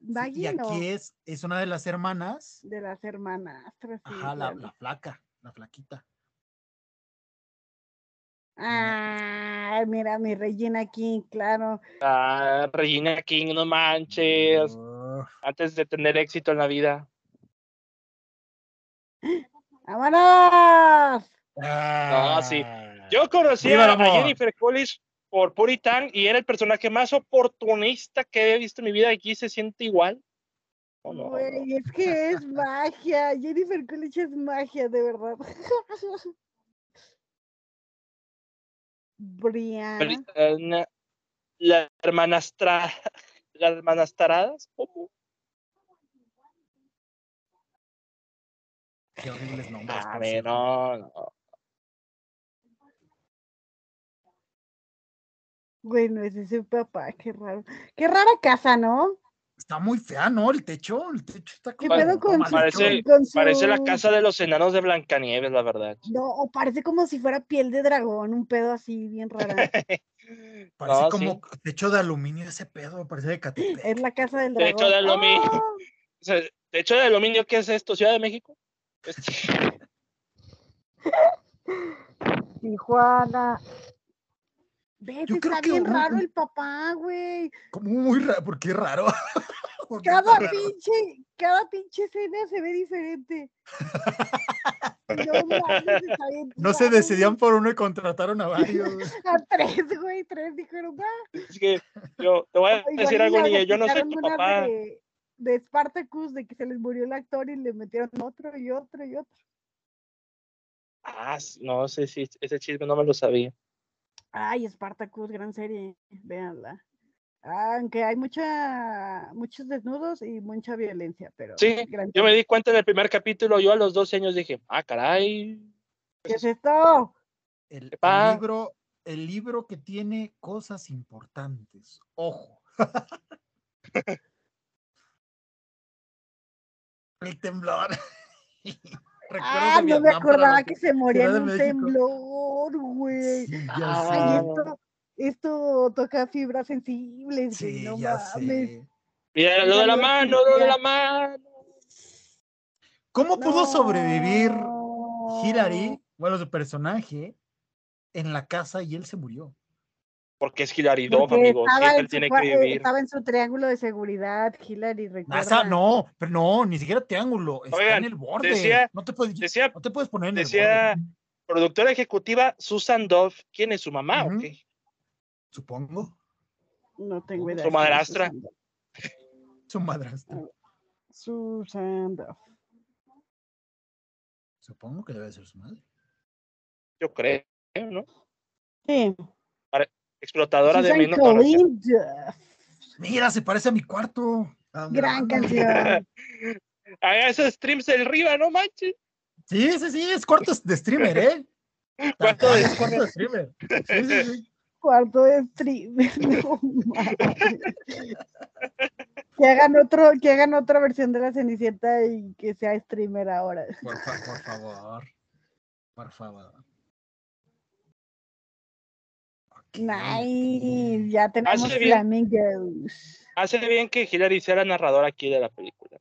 Speaker 3: Sí, Y
Speaker 2: Maggie no,
Speaker 3: aquí es, es una de las hermanas.
Speaker 2: de las hermanas.
Speaker 3: Ajá, la, la flaca, la flaquita.
Speaker 2: Ah, mira, mi rellena aquí, claro.
Speaker 1: Ah, Regina King, no manches.
Speaker 3: Uf,
Speaker 1: Antes de tener éxito en la vida.
Speaker 2: ¡Vámonos!
Speaker 1: No, sí.
Speaker 3: ah.
Speaker 1: Yo conocí
Speaker 3: Viva
Speaker 1: a,
Speaker 3: el
Speaker 1: a
Speaker 3: amor.
Speaker 1: Jennifer Coolidge por Puritan y era el personaje más oportunista que había visto en mi vida. y Aquí se siente igual. Oh, No, no, no.
Speaker 2: Güey, es que es magia. Jennifer Coolidge es magia, de verdad. Brian.
Speaker 1: Brianna, eh, la hermanastra, las hermanas taradas, ¿cómo?
Speaker 3: Qué horribles nombres.
Speaker 1: Ah, A
Speaker 3: por
Speaker 1: ver,
Speaker 3: cierto.
Speaker 1: no, no.
Speaker 2: Güey, no es ese papá, qué raro. Qué rara casa, ¿no?
Speaker 3: Está muy fea, ¿no? El techo, el techo está
Speaker 2: ¿Qué
Speaker 3: como
Speaker 2: pedo con
Speaker 3: mal
Speaker 2: su,
Speaker 1: parece-
Speaker 2: con su-
Speaker 1: Parece la casa de los enanos de Blancanieves, la verdad.
Speaker 2: No, o parece como si fuera piel de dragón, un pedo así bien rara.
Speaker 3: Parece
Speaker 1: No,
Speaker 3: como
Speaker 1: sí.
Speaker 3: techo de aluminio ese pedo, parece de Catepec.
Speaker 2: Es la casa del
Speaker 1: De hecho,
Speaker 2: dragón.
Speaker 1: da lo mismo.
Speaker 2: ¡Oh!
Speaker 1: O sea, de hecho, el aluminio, ¿qué es esto? ¿Ciudad de México? Este,
Speaker 2: Tijuana. Vete,
Speaker 3: Yo creo
Speaker 2: está
Speaker 3: que
Speaker 2: bien
Speaker 3: un-
Speaker 2: raro
Speaker 3: un-
Speaker 2: el papá, güey.
Speaker 3: Como muy raro, ¿por qué raro? ¿Por qué está
Speaker 2: Cada
Speaker 3: raro?
Speaker 2: pinche, cada pinche escena se ve diferente. No, mames, está bien
Speaker 3: No se
Speaker 2: raro,
Speaker 3: decidían por uno y contrataron a varios.
Speaker 2: güey. A tres, güey, tres dijeron, va.
Speaker 1: es que yo te voy a
Speaker 2: Igual
Speaker 1: decir
Speaker 2: y
Speaker 1: algo,
Speaker 2: la
Speaker 1: niña. Yo no soy
Speaker 2: aplicaron
Speaker 1: tu
Speaker 2: una
Speaker 1: papá.
Speaker 2: De, de Spartacus, de que se les murió el actor y le metieron otro y otro y otro.
Speaker 1: Ah, sí, no sé si ese chisme no me lo sabía.
Speaker 2: Ay, Spartacus, gran serie, véanla. Ah, Aunque hay mucha, muchos desnudos y mucha violencia, pero
Speaker 1: Sí,
Speaker 2: gran
Speaker 1: Yo me
Speaker 2: serie.
Speaker 1: di cuenta en el primer capítulo, yo a los 12 años dije, ah, caray.
Speaker 2: ¿Qué es esto?
Speaker 3: El, el
Speaker 2: Ah.
Speaker 1: Pa.
Speaker 3: libro, el libro que tiene cosas importantes. Ojo. el temblor. ¿Recuerdas
Speaker 2: Ah,
Speaker 3: de
Speaker 2: no me
Speaker 3: Vietnam para
Speaker 2: acordaba
Speaker 3: los
Speaker 2: que se moría
Speaker 3: Ciudad
Speaker 2: en
Speaker 3: de
Speaker 2: un
Speaker 3: México.
Speaker 2: temblor, güey.
Speaker 3: Sí, ya
Speaker 1: Ah,
Speaker 2: Ay,
Speaker 3: sé.
Speaker 2: esto, esto toca fibras sensibles, güey,
Speaker 3: Sí,
Speaker 2: no
Speaker 3: ya
Speaker 2: mames.
Speaker 3: sé.
Speaker 1: Mira, lo de la mano, lo de la mano.
Speaker 3: ¿Cómo pudo sobrevivir
Speaker 2: No.
Speaker 3: Hillary, bueno, su personaje, en la casa y él se murió?
Speaker 1: Porque es Hilary Duff,
Speaker 2: Porque
Speaker 1: amigo.
Speaker 2: estaba,
Speaker 1: Siempre
Speaker 2: en su,
Speaker 1: tiene
Speaker 2: cua-
Speaker 1: que
Speaker 2: eh,
Speaker 1: vivir.
Speaker 2: estaba en su triángulo de seguridad, Hillary,
Speaker 3: No,
Speaker 2: recuerda.
Speaker 3: esa- no, pero no, ni siquiera triángulo, está
Speaker 1: Oigan,
Speaker 3: en el borde.
Speaker 1: decía-
Speaker 3: no, te puedes,
Speaker 1: Decía
Speaker 3: no te puedes poner en el
Speaker 1: decía-
Speaker 3: borde,
Speaker 1: productora ejecutiva Susan Duff, ¿quién es su mamá
Speaker 3: Ujú.
Speaker 1: o qué?
Speaker 3: supongo.
Speaker 2: No tengo idea.
Speaker 1: Su
Speaker 2: quién es
Speaker 1: madrastra.
Speaker 2: Susan Duff.
Speaker 3: Su madrastra.
Speaker 2: Susan Duff.
Speaker 3: Supongo que debe ser su madre.
Speaker 1: Yo creo, ¿no?
Speaker 2: Sí.
Speaker 1: Explotadora de
Speaker 2: Susan
Speaker 1: menores.
Speaker 2: Colin Duff.
Speaker 3: Mira, se parece a mi cuarto. Ah, a mi
Speaker 2: Gran
Speaker 3: hermano.
Speaker 2: canción.
Speaker 1: Ah, Haga esos streams del Riva, no manches.
Speaker 3: Sí, sí, sí, es cuarto de streamer, ¿eh?
Speaker 1: Cuarto de-
Speaker 3: es cuarto de streamer. Sí, sí, sí.
Speaker 2: Cuarto de streamer. No, mames. que hagan otro, que hagan otra versión de la Cenicienta y que sea streamer ahora.
Speaker 3: Por, fa- por favor. Por favor. Ok,
Speaker 2: Nice,
Speaker 3: ok.
Speaker 2: ya tenemos
Speaker 1: Hace bien.
Speaker 2: flamingos.
Speaker 1: Hace bien que Hillary sea la narradora aquí de la película.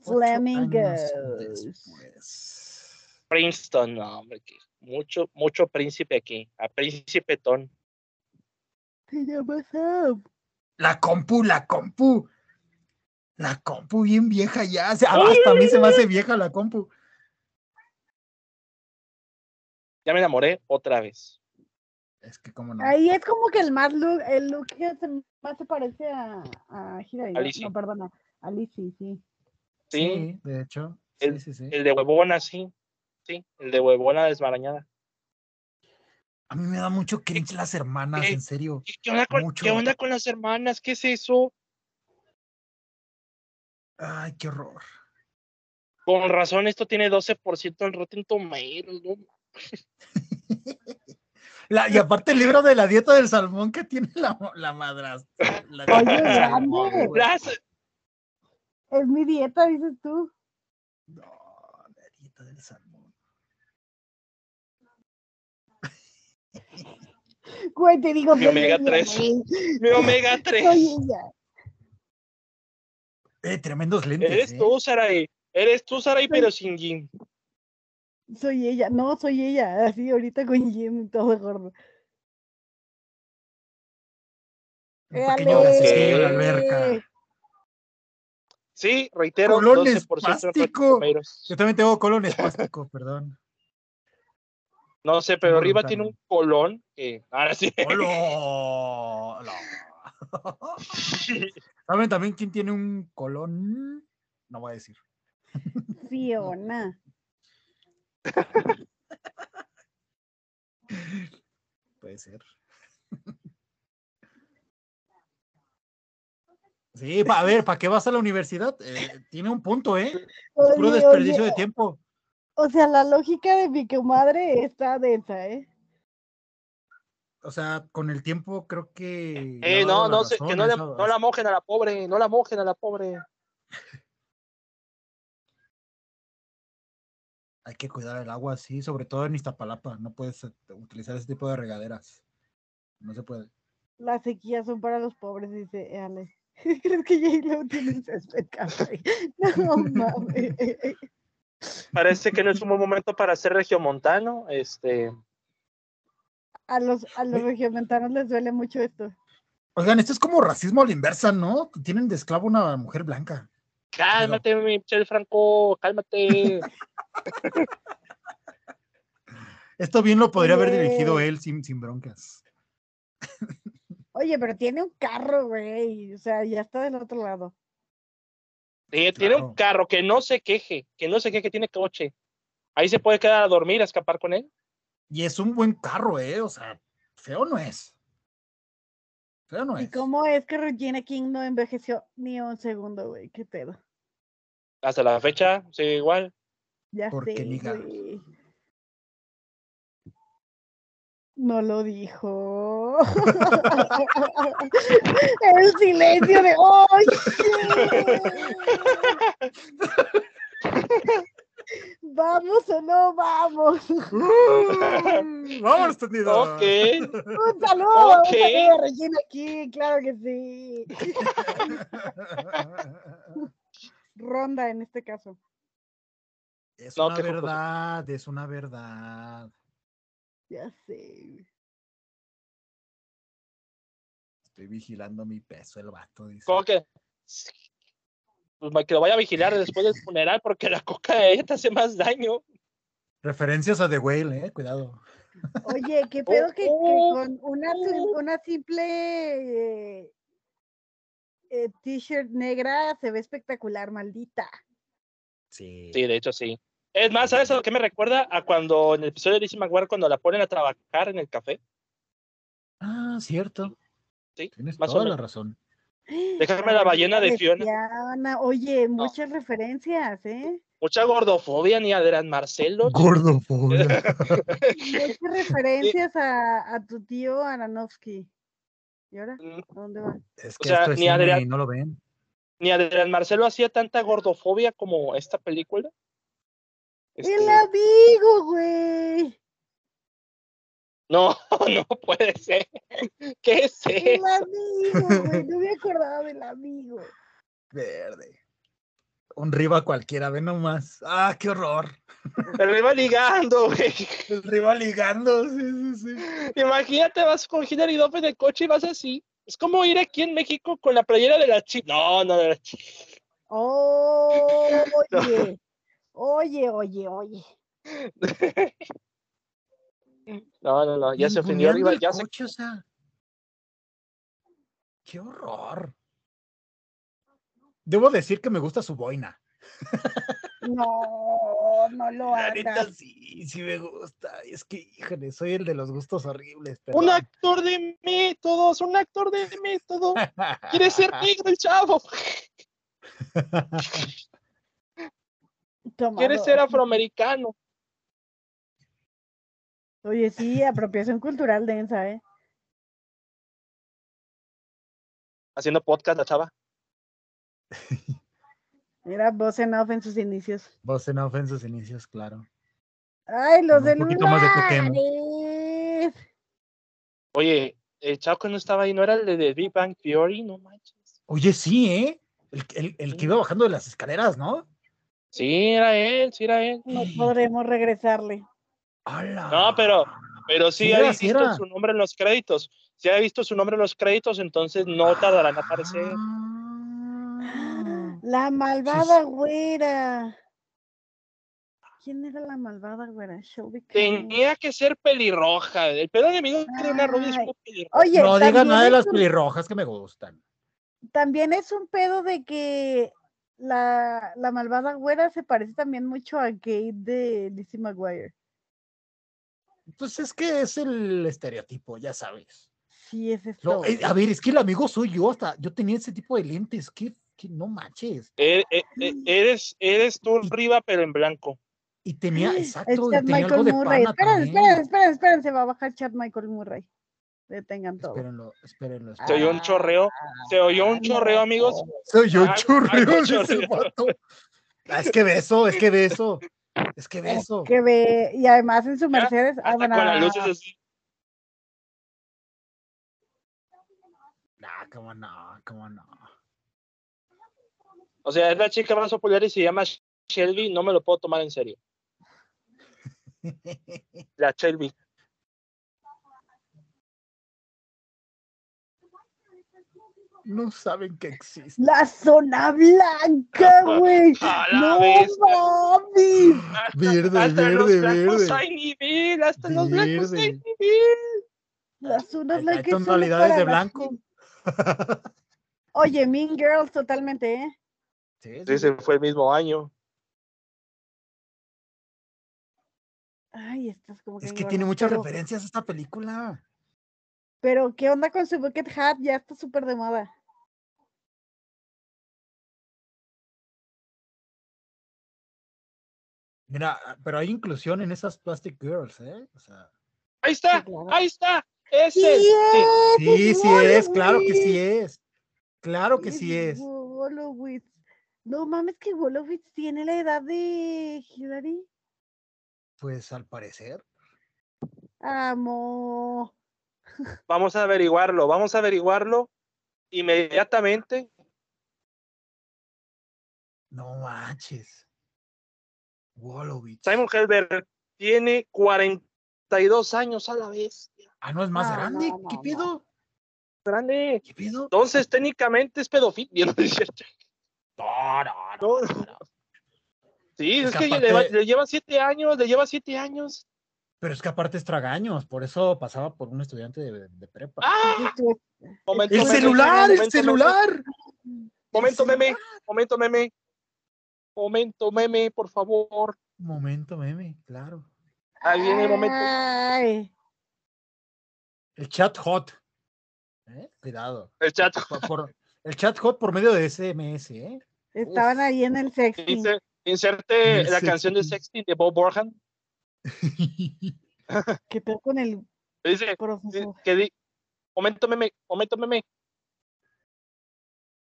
Speaker 3: Ocho
Speaker 2: Flamingos.
Speaker 3: años después.
Speaker 1: Princeton, no, hombre, que mucho, mucho príncipe aquí. A príncipe Ton.
Speaker 2: Te llamas Sam.
Speaker 3: La compu, la compu. La compu bien vieja ya. se- Hasta a mí se me hace vieja la compu.
Speaker 1: Ya me enamoré otra vez.
Speaker 3: Es que como no.
Speaker 2: Ahí es como que el más look, el look que se más se parece a, a Hillary, ¿no?
Speaker 1: Alicia.
Speaker 2: No, perdona, Alicia, sí.
Speaker 1: Sí,
Speaker 3: Sí, de hecho.
Speaker 1: El-
Speaker 3: sí, sí, sí.
Speaker 1: el de huevona, sí. Sí, el de huevona desmarañada.
Speaker 3: A mí me da mucho cringe las hermanas,
Speaker 1: eh,
Speaker 3: en serio.
Speaker 1: ¿Qué, qué onda con,
Speaker 3: Mucho.
Speaker 1: ¿Qué onda con las hermanas? ¿Qué es eso?
Speaker 3: Ay, qué horror.
Speaker 1: Con razón, esto tiene 12% en Rotten Tomatoes. ¿no?
Speaker 3: La- y aparte el libro de la dieta del salmón que tiene la, la madrastra. la dieta
Speaker 2: Oye,
Speaker 3: del
Speaker 2: grande.
Speaker 3: salmón, güey.
Speaker 1: Las-
Speaker 2: Es mi dieta, dices tú.
Speaker 3: No, la dieta del salmón.
Speaker 2: Güey, te digo.
Speaker 1: Mi
Speaker 2: soy
Speaker 1: omega
Speaker 2: ella,
Speaker 1: tres.
Speaker 2: güey,
Speaker 1: Mi omega 3.
Speaker 2: Soy ella.
Speaker 3: Eh, tremendos lentes.
Speaker 1: Eres
Speaker 3: eh.
Speaker 1: tú, Saray. Eres tú, Saray, pero sin Jim.
Speaker 2: Soy ella. No, soy ella. Así ahorita con Jim y todo gordo.
Speaker 3: Un pequeño
Speaker 1: Dale.
Speaker 3: Francisquillo en la alberca.
Speaker 1: Sí, reitero,
Speaker 3: Colón
Speaker 1: 12% en Rotten
Speaker 3: espástico.
Speaker 1: Tomatoes.
Speaker 3: Yo también tengo colon espástico, perdón.
Speaker 1: No sé, pero arriba
Speaker 3: voluntario.
Speaker 1: tiene un colón. que ahora sí.
Speaker 3: ¡Holo! ¡Holo! ¿Saben también quién tiene un colon? No voy a decir.
Speaker 2: Fiona.
Speaker 3: Puede ser. Sí, pa- a ver, ¿para qué vas a la universidad? Eh, tiene un punto, ¿eh?
Speaker 2: Oye,
Speaker 3: Puro
Speaker 2: oye,
Speaker 3: desperdicio de tiempo.
Speaker 2: O sea, la lógica de mi comadre está densa, ¿eh?
Speaker 3: O sea, con el tiempo creo que. le ha
Speaker 1: Eh,
Speaker 3: dado
Speaker 1: no,
Speaker 3: la
Speaker 1: no, sé, que
Speaker 3: razón
Speaker 1: no,
Speaker 3: a
Speaker 1: le-
Speaker 3: esa-
Speaker 1: no la mojen a la pobre, no la mojen a la pobre.
Speaker 3: Hay que cuidar el agua, sí, sobre todo en Iztapalapa. No puedes eh, utilizar ese tipo de regaderas. No se puede.
Speaker 2: Las sequías son para los pobres, dice Ale. ¿Crees que J. Lo tiene un césped café? No mames.
Speaker 1: Parece que no es un buen momento para ser regiomontano. Este,
Speaker 2: A los, a los regiomontanos les duele mucho esto.
Speaker 3: Oigan, esto es como racismo a la inversa, ¿no? Tienen de esclavo una mujer blanca.
Speaker 1: cálmate, mi Michel Franco, cálmate.
Speaker 3: Esto bien lo podría haber dirigido
Speaker 2: Oye.
Speaker 3: él sin, sin broncas.
Speaker 2: Oye, pero tiene un carro, güey. O sea, ya está del otro lado.
Speaker 1: Eh, tiene un
Speaker 3: Claro.
Speaker 1: carro que no se queje, que no se queje, tiene coche. Ahí se puede quedar a dormir, a escapar con él.
Speaker 3: Y es un buen carro, ¿eh? O sea, feo no es. Feo no
Speaker 2: ¿Y
Speaker 3: es.
Speaker 2: cómo es que Regina King no envejeció ni un segundo, güey? Qué pedo.
Speaker 1: Hasta la fecha, sigue igual.
Speaker 2: Ya
Speaker 3: Porque
Speaker 2: sé,
Speaker 3: liga.
Speaker 2: güey. No lo dijo. El silencio de ¡Oh, shit! ¿Vamos o no vamos?
Speaker 3: Uh, Vámonos, tendido.
Speaker 1: Ok.
Speaker 2: Un saludo,
Speaker 1: Ok.
Speaker 2: un saludo a Regina King, claro que sí. Ronda en este caso.
Speaker 3: Es
Speaker 1: No
Speaker 3: una
Speaker 1: te juzgo, sí.
Speaker 3: verdad, es una verdad.
Speaker 2: Ya sé. güey.
Speaker 3: Estoy vigilando mi peso, el vato dice.
Speaker 1: Como que. Pues ma- que lo vaya a vigilar después del funeral porque la coca de ella te hace más daño.
Speaker 3: Referencias a The Whale, eh, cuidado.
Speaker 2: Oye, qué pedo que, que
Speaker 1: oh,
Speaker 2: con una, sim-
Speaker 1: oh.
Speaker 2: una simple eh, eh, t-shirt negra se ve espectacular, maldita.
Speaker 3: Sí.
Speaker 1: Sí, de hecho sí. Es más, ¿sabes a lo que me recuerda? A cuando en el episodio de Lizzie McGuire, cuando la ponen a trabajar en el café.
Speaker 3: Ah, cierto.
Speaker 1: Sí,
Speaker 3: Tienes
Speaker 1: más o
Speaker 3: toda la
Speaker 1: menos.
Speaker 3: razón.
Speaker 1: Déjame la ballena de Fiona.
Speaker 2: Lesbiana. Oye, muchas referencias, ¿eh?
Speaker 1: Mucha gordofobia ni Adrián Marcelo.
Speaker 3: Gordofobia.
Speaker 2: Muchas referencias a, a tu tío Aranofsky. ¿Y ahora? ¿A dónde va?
Speaker 3: Es
Speaker 1: O
Speaker 3: que
Speaker 1: sea,
Speaker 3: esto es
Speaker 1: ni
Speaker 3: cine
Speaker 1: Adrián-
Speaker 3: y no lo ven.
Speaker 1: Ni Adrián Marcelo hacía tanta gordofobia como esta película. Este,
Speaker 2: El amigo, güey.
Speaker 1: No, no puede ser. ¿Qué es
Speaker 2: El
Speaker 1: eso?
Speaker 2: amigo, güey. No me acordaba del amigo.
Speaker 3: Verde. Un riba cualquiera, ve nomás. Ah, qué horror.
Speaker 1: Me iba ligando, güey.
Speaker 3: El riba ligando, sí, sí, sí.
Speaker 1: Imagínate, vas con Hillary Duff en el coche y vas así. Es como ir aquí en México con la playera de la chivas. No, no, de las Chivas.
Speaker 2: Oye. Oye, oye, oye.
Speaker 1: No, no, no. Ya se ofendió
Speaker 3: Ninguneando
Speaker 1: arriba. Ya
Speaker 3: el
Speaker 1: se...
Speaker 3: coche, o sea. Qué horror. Debo decir que me gusta su boina.
Speaker 2: No, no lo
Speaker 3: La neta,
Speaker 2: hagas.
Speaker 3: sí, sí me gusta. Es que, híjole, soy el de los gustos horribles.
Speaker 1: Un
Speaker 3: perdón.
Speaker 1: actor de métodos, un actor de método. Quiere ser negro el chavo. Quiere ser
Speaker 2: Tomador.
Speaker 1: afroamericano.
Speaker 2: Oye, sí, apropiación cultural densa, ¿eh?
Speaker 1: Haciendo podcast, la chava.
Speaker 2: Era voz en off en sus inicios.
Speaker 3: Vos en ofensos inicios, claro.
Speaker 2: Ay, los
Speaker 3: Con un poquito más de tu tema.
Speaker 2: celulares.
Speaker 1: Oye, el chavo que no estaba ahí no era el de The Big Bang Theory, no manches.
Speaker 3: Oye, sí, ¿eh? El, el- el que iba bajando de las escaleras, ¿no?
Speaker 1: Sí, era él, sí era él.
Speaker 2: No podremos regresarle.
Speaker 3: ¡Hala!
Speaker 1: No, pero- Pero sí,
Speaker 3: Sí
Speaker 1: había
Speaker 3: era, sí
Speaker 1: visto
Speaker 3: era.
Speaker 1: su nombre en los créditos. Si había visto su nombre en los créditos, entonces no tardará en aparecer.
Speaker 3: Ah.
Speaker 2: La malvada güera. ¿Quién era la malvada güera? Shelby Connor.
Speaker 1: Tenía que ser pelirroja. El peor enemigo que era una rubia es
Speaker 2: Ay.
Speaker 1: una pelirroja.
Speaker 2: Oye,
Speaker 3: No digan
Speaker 2: también,
Speaker 3: nada de
Speaker 2: es
Speaker 3: las
Speaker 2: un,
Speaker 3: pelirrojas que me gustan.
Speaker 2: también es un pedo de que la, la malvada güera se parece también mucho a Kate de Lizzie McGuire.
Speaker 3: Pues es que es el estereotipo, ya sabes.
Speaker 2: Sí, es esto.
Speaker 3: Lo- eh, a ver, es que el amigo soy yo, hasta yo tenía ese tipo de lentes, que, que no manches.
Speaker 1: E- e- e- Eres, eres tú arriba, pero en blanco.
Speaker 3: Y tenía,
Speaker 2: Es
Speaker 3: exacto, y
Speaker 2: Chad
Speaker 3: tenía
Speaker 2: este Michael
Speaker 3: algo de
Speaker 2: Murray.
Speaker 3: pana
Speaker 2: Esperen,
Speaker 3: también.
Speaker 2: esperen, esperen, esperen, se va a bajar Chad Michael Murray. Detengan todo.
Speaker 3: Espérenlo, espérenlo.
Speaker 2: Ah,
Speaker 1: Se oyó un chorreo. Se oyó un chorreo, amigos.
Speaker 3: Soy yo,
Speaker 1: algo- algo
Speaker 3: churrio, dice el
Speaker 1: chorreo.
Speaker 3: vato. Ah, es que beso, es que beso, es que
Speaker 2: Es
Speaker 3: beso.
Speaker 2: que ve, y además en su Mercedes, ah,
Speaker 1: Hasta con
Speaker 2: abra-
Speaker 1: las luces así.
Speaker 3: Nah, Ah, cómo no, cómo no.
Speaker 1: O sea, es la chica más popular y se llama Shelby. No me lo puedo tomar en serio. La Shelby.
Speaker 3: No saben que existe.
Speaker 2: La zona blanca, güey.
Speaker 1: A la
Speaker 2: No
Speaker 1: bestia.
Speaker 2: mames.
Speaker 3: Verde,
Speaker 1: hasta
Speaker 3: verde,
Speaker 1: los blancos
Speaker 3: verde.
Speaker 1: hay nivel. Hasta los blancos hay
Speaker 3: Verde.
Speaker 1: nivel.
Speaker 2: La zona
Speaker 3: Hay- hay
Speaker 2: blanca. es solo
Speaker 3: tonalidades
Speaker 2: para
Speaker 3: de
Speaker 2: la
Speaker 3: blanco.
Speaker 2: gente. Oye, Mean Girls, totalmente, ¿eh?
Speaker 3: Sí, sí,
Speaker 1: Sí, se fue el mismo año.
Speaker 2: Ay, estás como que.
Speaker 3: Es que tiene
Speaker 2: engordas,
Speaker 3: muchas
Speaker 2: pero-
Speaker 3: referencias esta película.
Speaker 2: Pero, ¿qué onda con su bucket hat? Ya está súper de moda.
Speaker 3: Mira, ah, pero hay inclusión en esas Plastic Girls, ¿eh? O sea,
Speaker 1: Ahí está,
Speaker 2: Sí, claro.
Speaker 1: ahí está. Es
Speaker 2: Sí,
Speaker 1: él. Sí.
Speaker 3: eh.
Speaker 2: es,
Speaker 3: sí, sí
Speaker 2: Wally,
Speaker 3: es, claro que
Speaker 2: güey.
Speaker 3: sí es. Claro que sí es.
Speaker 2: Wolowitz. No mames, que Wolowitz tiene la edad de Hillary.
Speaker 3: Pues al parecer.
Speaker 2: Amo.
Speaker 1: Vamos a averiguarlo, vamos a averiguarlo inmediatamente.
Speaker 3: No manches. Wolowitz.
Speaker 1: Simon Helberg tiene 42 años a la vez.
Speaker 3: Ah, no es más
Speaker 2: No, no,
Speaker 3: grande.
Speaker 2: no,
Speaker 3: ¿Qué
Speaker 2: no.
Speaker 3: pido?
Speaker 1: Grande.
Speaker 3: ¿Qué pido?
Speaker 1: Entonces, técnicamente es pedofilia. ¿no es cierto?
Speaker 3: No, no,
Speaker 1: No.
Speaker 3: no, no.
Speaker 1: Sí,
Speaker 3: Es
Speaker 1: es,
Speaker 3: que
Speaker 1: que, le, va-
Speaker 3: aparte-
Speaker 1: le lleva siete años, le lleva siete años.
Speaker 3: Pero es que aparte es tragaños, por eso pasaba por un estudiante de, de prepa.
Speaker 1: ¡Ah!
Speaker 2: Esto-
Speaker 1: Momento,
Speaker 3: ¡El
Speaker 1: momento,
Speaker 3: celular! ¡El
Speaker 1: momento,
Speaker 3: celular!
Speaker 1: Momento meme, momento meme. Momento meme, por favor.
Speaker 3: Momento, meme, claro.
Speaker 1: Ahí viene el momento.
Speaker 3: Ah.
Speaker 2: Ay,
Speaker 3: El chat hot. ¿Eh? Cuidado.
Speaker 1: El chat.
Speaker 3: Por, por- El chat hot por medio de SMS, ¿eh?
Speaker 2: Estaban
Speaker 3: Uf.
Speaker 2: ahí en el sexting.
Speaker 1: Inse- Inserte
Speaker 3: El
Speaker 1: la canción de Sexting de Bob Borhan.
Speaker 2: Que peor con el
Speaker 1: Dice, di-
Speaker 2: profesor.
Speaker 1: que di, momento meme, momento meme.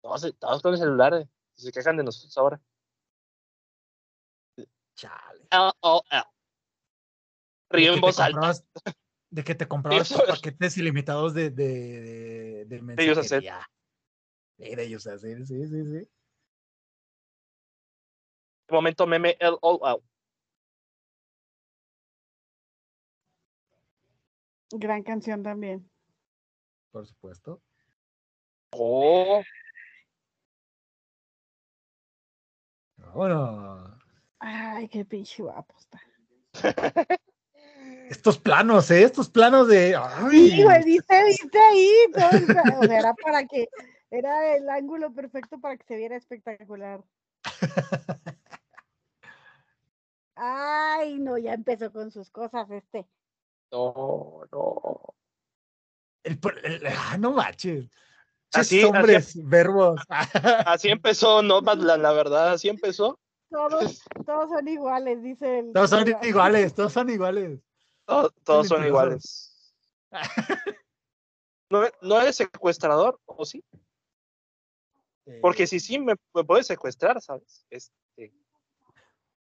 Speaker 1: Todos, todos con el celular, eh, se quejan de nosotros ahora.
Speaker 3: Chale.
Speaker 1: LOL. Río
Speaker 3: De
Speaker 1: en
Speaker 3: que te
Speaker 1: voz alta.
Speaker 3: comprabas- De que te comprabas
Speaker 1: Eso es.
Speaker 3: paquetes ilimitados de, de, de, de
Speaker 1: ellos hacer.
Speaker 3: mensajería. Sí, de ellos hacer, sí, sí, sí.
Speaker 1: Momento meme, LOL.
Speaker 2: Gran canción también.
Speaker 3: Por supuesto.
Speaker 1: Oh,
Speaker 3: Vámonos.
Speaker 2: Ay, qué pinche guapo está.
Speaker 3: Estos planos, ¿eh? Estos planos de. ¡Ay!
Speaker 2: Sí, güey, viste, viste ahí. todo está- o sea, era para que, era el ángulo perfecto para que se viera espectacular. Ay, no, ya empezó con sus cosas este.
Speaker 1: no, no.
Speaker 3: El pr- el- ah, no manches.
Speaker 1: Así-
Speaker 3: Así,
Speaker 1: así-
Speaker 3: hombres, verbos.
Speaker 1: Así empezó, ¿no, Badlan? La verdad, así empezó.
Speaker 2: Todos, todos son iguales, dice el.
Speaker 3: todos son
Speaker 2: Seba.
Speaker 3: iguales, todos son iguales.
Speaker 1: To- todos son
Speaker 3: mentiroso.
Speaker 1: iguales. ¿No, ¿No eres secuestrador? ¿O sí? Porque
Speaker 3: Eh,
Speaker 1: si sí, me, me puedes secuestrar, ¿sabes? Es-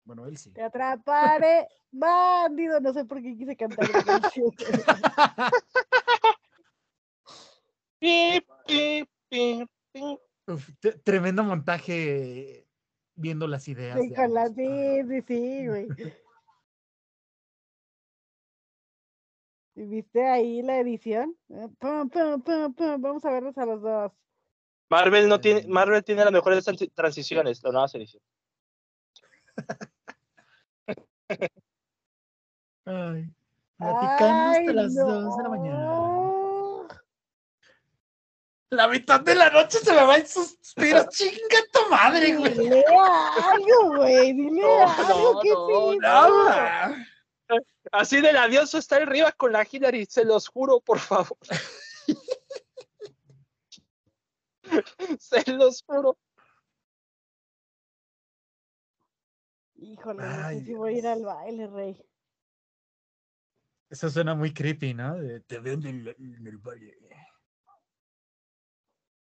Speaker 3: Bueno, él sí.
Speaker 2: Te atraparé, bandido. No sé por qué quise cantar. esa canción.
Speaker 1: Pi, pi, pi, pi.
Speaker 3: Uf, t- tremendo montaje viendo las ideas.
Speaker 2: Sí,
Speaker 3: de
Speaker 2: con la
Speaker 3: ambos.
Speaker 2: sí, sí, sí, güey. ¿Y ¿Viste ahí la edición? Eh, pum, pum, pum, pum, Vamos a verlos a los dos.
Speaker 1: Marvel, no tiene,
Speaker 3: Eh.
Speaker 1: Marvel tiene las mejores transi- transiciones, la nueva serie.
Speaker 3: Ay, platicando
Speaker 2: Ay,
Speaker 3: hasta las
Speaker 2: no.
Speaker 3: 2 de la mañana. La mitad de la noche se me va en suspiros. Chinga tu madre, güey.
Speaker 2: Dile algo, güey. Dile
Speaker 1: No,
Speaker 2: algo.
Speaker 1: no,
Speaker 2: ¿Qué
Speaker 1: no,
Speaker 2: te
Speaker 1: no,
Speaker 2: hizo?
Speaker 3: No, ma.
Speaker 1: Así del adioso está arriba con la Hillary, se los juro, por favor. se los juro.
Speaker 2: Híjole, no
Speaker 3: Ay,
Speaker 2: sé si voy a ir
Speaker 3: Dios.
Speaker 2: al baile, rey.
Speaker 3: Eso suena muy creepy, ¿no? De, te veo en el, en el valle.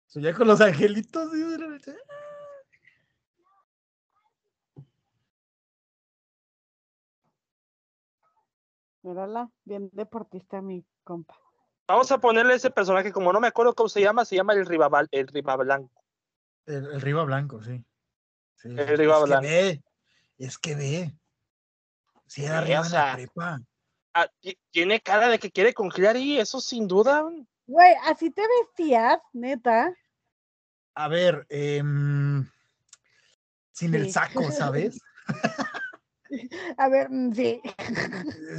Speaker 3: So, ya con los angelitos. sí, de repente, ah.
Speaker 2: Mírala, bien deportista mi compa.
Speaker 1: Vamos a ponerle ese personaje, como no me acuerdo cómo se llama, se llama el Ribabal, el Ribablanco.
Speaker 3: El, el Riva Blanco, sí. Sí, sí, sí.
Speaker 1: Riva
Speaker 3: es
Speaker 1: Blanco.
Speaker 3: Que ve, es que ve. Si era
Speaker 1: Sí,
Speaker 3: Riva
Speaker 1: o
Speaker 3: en la
Speaker 1: sea,
Speaker 3: prepa.
Speaker 1: Ah, ti- tiene cara de que quiere con Hillary, eso sin duda.
Speaker 2: Güey, así te vestías, neta.
Speaker 3: A ver, em, sin el
Speaker 2: Sí.
Speaker 3: saco, ¿sabes?
Speaker 2: A ver, mm, sí.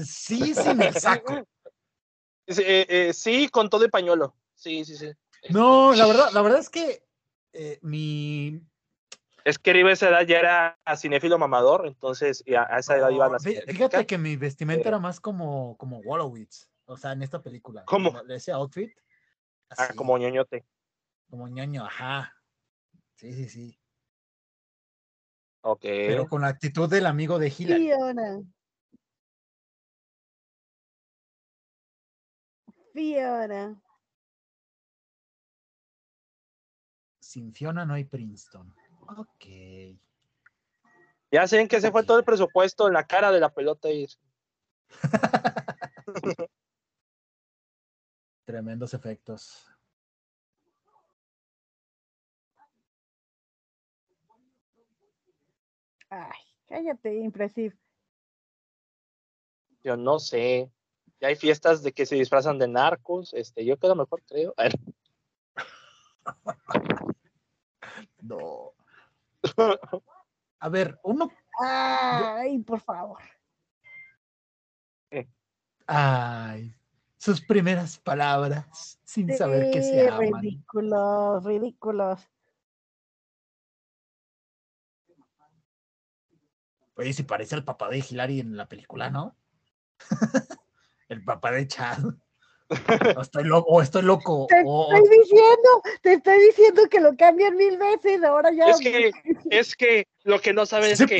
Speaker 3: Sí, sin el saco.
Speaker 1: Dice, eh, eh, Mm, sí, con todo el pañuelo. Sí, Este, sí, sí.
Speaker 3: No, la verdad, la verdad es que eh, mi.
Speaker 1: Es que Riva a esa edad ya era cinéfilo mamador, entonces y a, a esa edad iba a la
Speaker 3: no, fí-
Speaker 1: cineteca.
Speaker 3: Fíjate que mi vestimenta
Speaker 1: eh,
Speaker 3: era más como, como Wolowitz. O sea, en esta película.
Speaker 1: ¿Cómo?
Speaker 3: como Ese outfit.
Speaker 1: Ah,
Speaker 3: así,
Speaker 1: como ñoñote.
Speaker 3: como ñoño, ajá. Sí, sí, sí.
Speaker 1: Ok.
Speaker 3: Pero con la actitud del amigo de Hillary.
Speaker 2: Sí, Fiona. Fiona.
Speaker 3: Sin Fiona no hay Princeton. Ok.
Speaker 1: Ya saben que se fue todo el presupuesto en la cara de la pelota y
Speaker 3: Tremendos efectos.
Speaker 2: Ay, cállate, impresivo.
Speaker 1: yo no sé. Ya hay fiestas de que se disfrazan de narcos. Este, yo quedo mejor, creo. A ver,
Speaker 3: No. A ver, uno.
Speaker 2: Ay, por favor.
Speaker 3: Ay. Sus primeras palabras sin saber que
Speaker 2: Sí,
Speaker 3: se aman.
Speaker 2: ridículos, ridículos.
Speaker 3: Oye, si parece el papá de Hillary en la película, ¿no? el papá de Chad. O estoy loco, o estoy loco.
Speaker 2: Te
Speaker 3: o-
Speaker 2: estoy diciendo, te estoy diciendo que lo cambian mil veces, ahora ya.
Speaker 1: Es que, es que lo que no saben
Speaker 3: Se
Speaker 1: es que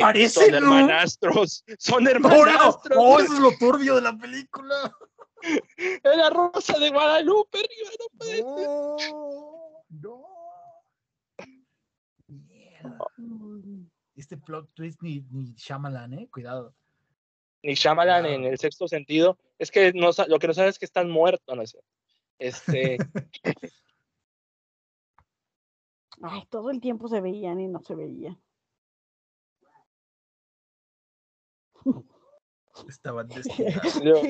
Speaker 1: son
Speaker 3: parecen, ¿no?
Speaker 1: hermanastros. Son
Speaker 3: ¡No, no!
Speaker 1: hermanastros.
Speaker 3: ¡Oh, eso es lo turbio de la película!
Speaker 1: Era Rosa de Guadalupe, Rivera, no puede ser.
Speaker 3: ¡No! ¡No! Mierda.
Speaker 2: Mm,
Speaker 3: Este plot twist ni, ni Shyamalan, ¿eh? Cuidado.
Speaker 1: ni Shyamalan
Speaker 3: Wow.
Speaker 1: en el sexto sentido. Es que no, sa- lo que no saben es que están muertos, no es cierto. Este,
Speaker 2: Ay, todo el tiempo se veían y no se veían.
Speaker 3: Estaban destinados.
Speaker 1: yo-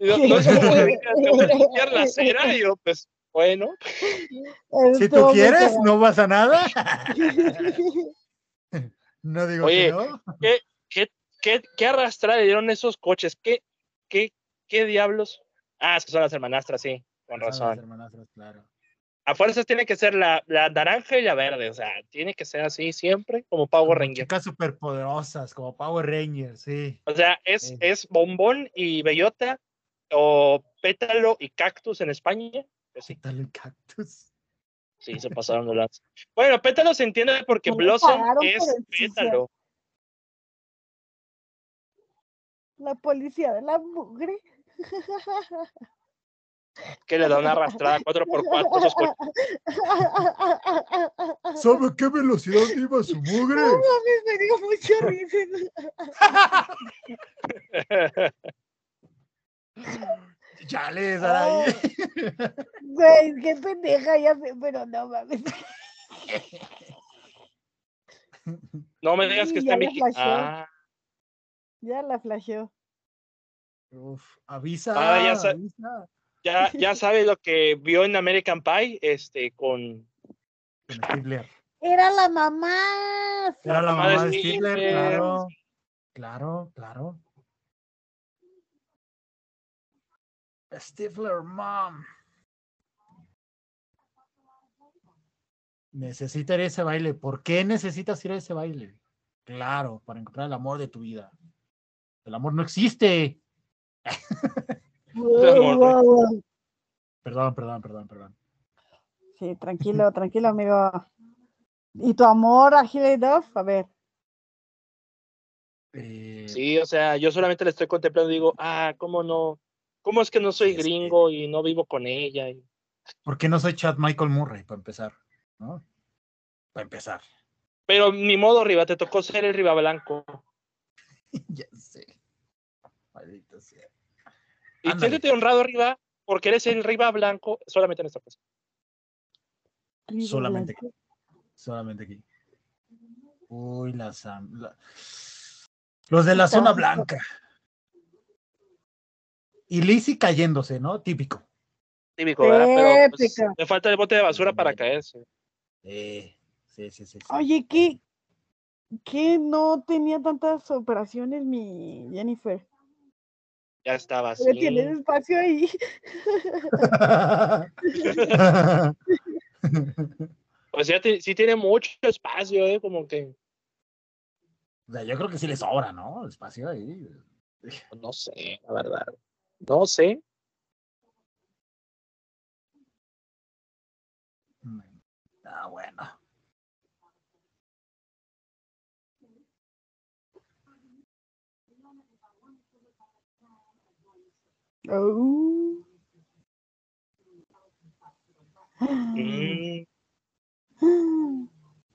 Speaker 1: yo- no sé cómo se veía, te voy a limpiar la cera. Y yo, pues, bueno,
Speaker 3: Si tú quieres, no pasa nada. No digo
Speaker 1: Oye,
Speaker 3: que no.
Speaker 1: ¿qué, qué arrastra le dieron esos coches? ¿Qué, qué, qué diablos? Ah, es que son las hermanastras, sí, con
Speaker 3: Son las
Speaker 1: razón.
Speaker 3: hermanastras, claro.
Speaker 1: A fuerzas tiene que ser la, la naranja y la verde, o sea, tiene que ser así siempre, como Power
Speaker 3: Como
Speaker 1: Ranger.
Speaker 3: Chicas superpoderosas, como Power Rangers, sí.
Speaker 1: O sea, es,
Speaker 3: Sí.
Speaker 1: es bombón y bellota, o pétalo y cactus en España. Pues sí.
Speaker 3: Dale el cactus.
Speaker 1: Sí, se pasaron de lanza. Bueno, pétalo se entiende porque
Speaker 2: No le
Speaker 1: Blossom
Speaker 2: pagaron
Speaker 1: es
Speaker 2: por ensuciar.
Speaker 1: pétalo.
Speaker 2: La policía de la mugre.
Speaker 1: Que le da una arrastrada 4x4 esos coches.
Speaker 3: ¿Sabe qué velocidad iba su
Speaker 2: No
Speaker 3: mugre?
Speaker 2: mames, me dio mucha risa.
Speaker 3: Chale, Saraí.
Speaker 2: Güey, qué pendeja, ya sé, pero no mames.
Speaker 1: No me digas
Speaker 2: Sí,
Speaker 1: que
Speaker 2: ya
Speaker 1: está
Speaker 2: le
Speaker 1: Mickey.
Speaker 2: flasheó.
Speaker 1: Ah,
Speaker 2: Ya la flasheó.
Speaker 3: Uf, avisa.
Speaker 1: Oh. Ah, ya sa-
Speaker 3: avisa.
Speaker 1: ya, ya sabe lo que vio en American Pie, este, con
Speaker 3: Con Stifler.
Speaker 2: Era la mamá. sí.
Speaker 3: Era la
Speaker 1: mamá de
Speaker 3: mamá de Stifler,
Speaker 1: Stifler.
Speaker 3: claro. Claro, claro. Stifler, mom. Necesita ir a ese baile. ¿Por qué necesitas ir a ese baile? Claro, para encontrar el amor de tu vida. El amor no existe.
Speaker 2: Wow,
Speaker 1: amor, güey.
Speaker 2: wow, wow.
Speaker 3: Perdón, perdón, perdón, perdón.
Speaker 2: Sí, tranquilo, tranquilo, amigo. ¿Y tu amor a Hilary Duff? A ver.
Speaker 3: Eh,
Speaker 1: Sí, o sea, yo solamente le estoy contemplando y digo, ah, ¿cómo no? ¿Cómo es que no soy
Speaker 3: Es que-
Speaker 1: gringo y no vivo con ella? Y-
Speaker 3: ¿Por qué no soy Chad Michael Murray? Para empezar, ¿no? Para empezar.
Speaker 1: Pero ni modo, Riva, te tocó ser el Riva Blanco.
Speaker 3: ya sé. Maldita sea.
Speaker 1: Y
Speaker 3: Ándale.
Speaker 1: siéntete honrado, Riva, porque eres el Riva Blanco solamente en esta cosa.
Speaker 2: Riva
Speaker 3: Solamente.
Speaker 2: Blanco.
Speaker 3: Solamente aquí. Uy, la, sam- la- Los de la
Speaker 2: Está
Speaker 3: zona
Speaker 2: rico.
Speaker 3: blanca. Y Lizzie cayéndose, ¿no? Típico.
Speaker 1: Típico, ¿verdad? Pero pues,
Speaker 2: Épica.
Speaker 1: le falta el bote de basura para
Speaker 3: Ándale.
Speaker 1: caerse.
Speaker 3: Eh, sí, sí, sí. sí.
Speaker 2: Oye, ¿qué? ¿Qué no tenía tantas operaciones mi Jennifer?
Speaker 1: Ya estaba así.
Speaker 2: Pero tiene espacio ahí.
Speaker 1: O sea, Pues ti- sí tiene mucho espacio, ¿eh? Como que,
Speaker 3: O sea, yo creo que sí le sobra, ¿no? Espacio ahí.
Speaker 1: pues, no sé, la verdad. No sé.
Speaker 3: Ah, bueno.
Speaker 2: Oh.
Speaker 1: Mm,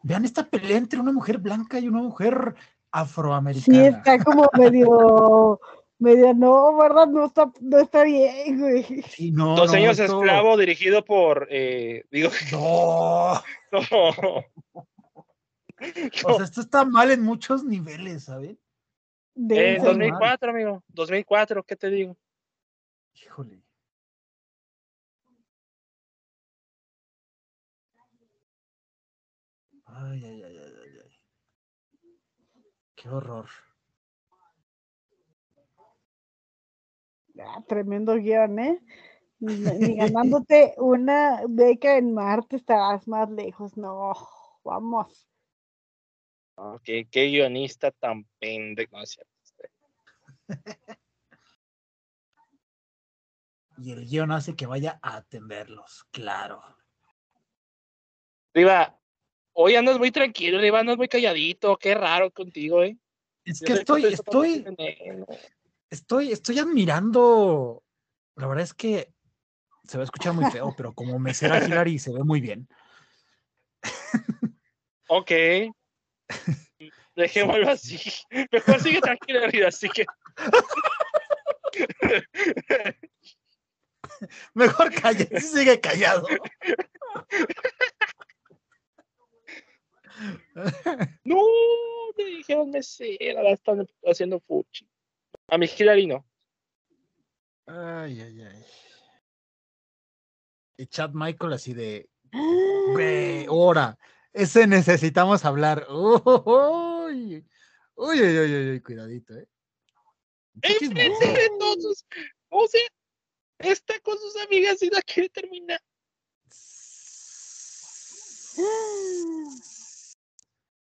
Speaker 3: Vean esta pelea entre una mujer blanca y una mujer
Speaker 2: Sí,
Speaker 3: afroamericana.
Speaker 2: está como medio, medio, no, ¿verdad? No está, no está bien, güey.
Speaker 3: Sí, no,
Speaker 1: Dos
Speaker 3: no,
Speaker 1: años
Speaker 3: esto-
Speaker 1: esclavo dirigido por, eh, digo,
Speaker 3: No.
Speaker 1: no.
Speaker 3: O sea, esto está mal en muchos niveles, ¿sabes?
Speaker 1: Eh,
Speaker 2: Denso,
Speaker 3: dos
Speaker 2: ¿no?
Speaker 3: mil-
Speaker 1: 2004, amigo. 2004, ¿qué te digo?
Speaker 3: Híjole. Ay, ay, ay, ay, ay, ay. Qué horror.
Speaker 2: Ah, tremendo guión, ¿eh? Ni ni ganándote una beca en Marte estarás más lejos, no, vamos.
Speaker 1: Ah, ¿Qué, qué guionista tan pendejo. No, es cierto.
Speaker 3: y el guión hace que vaya a atenderlos, claro.
Speaker 1: Riva, hoy andas muy tranquilo, Riva, andas muy calladito, qué raro contigo, ¿eh?
Speaker 3: Es que estoy, estoy, estoy, estoy admirando. La verdad es que se va a escuchar muy feo, pero como mesera Hillary se ve muy bien.
Speaker 1: Ok. Dejémoslo así. Mejor sigue tranquilo, Riva, así que.
Speaker 3: Mejor cállate, sigue callado.
Speaker 1: No, me dijeron mesera, la están haciendo fuchi. A mi Hillary no.
Speaker 3: Ay, ay, ay. Y Chad Michael así de... Güey, ¡Hora! Ese necesitamos hablar. Uy, uy, uy, uy, uy, cuidadito, ¿eh?
Speaker 1: ¡Eh, Enfrente Este de todos. O sea, está con sus amigas y la quiere terminar.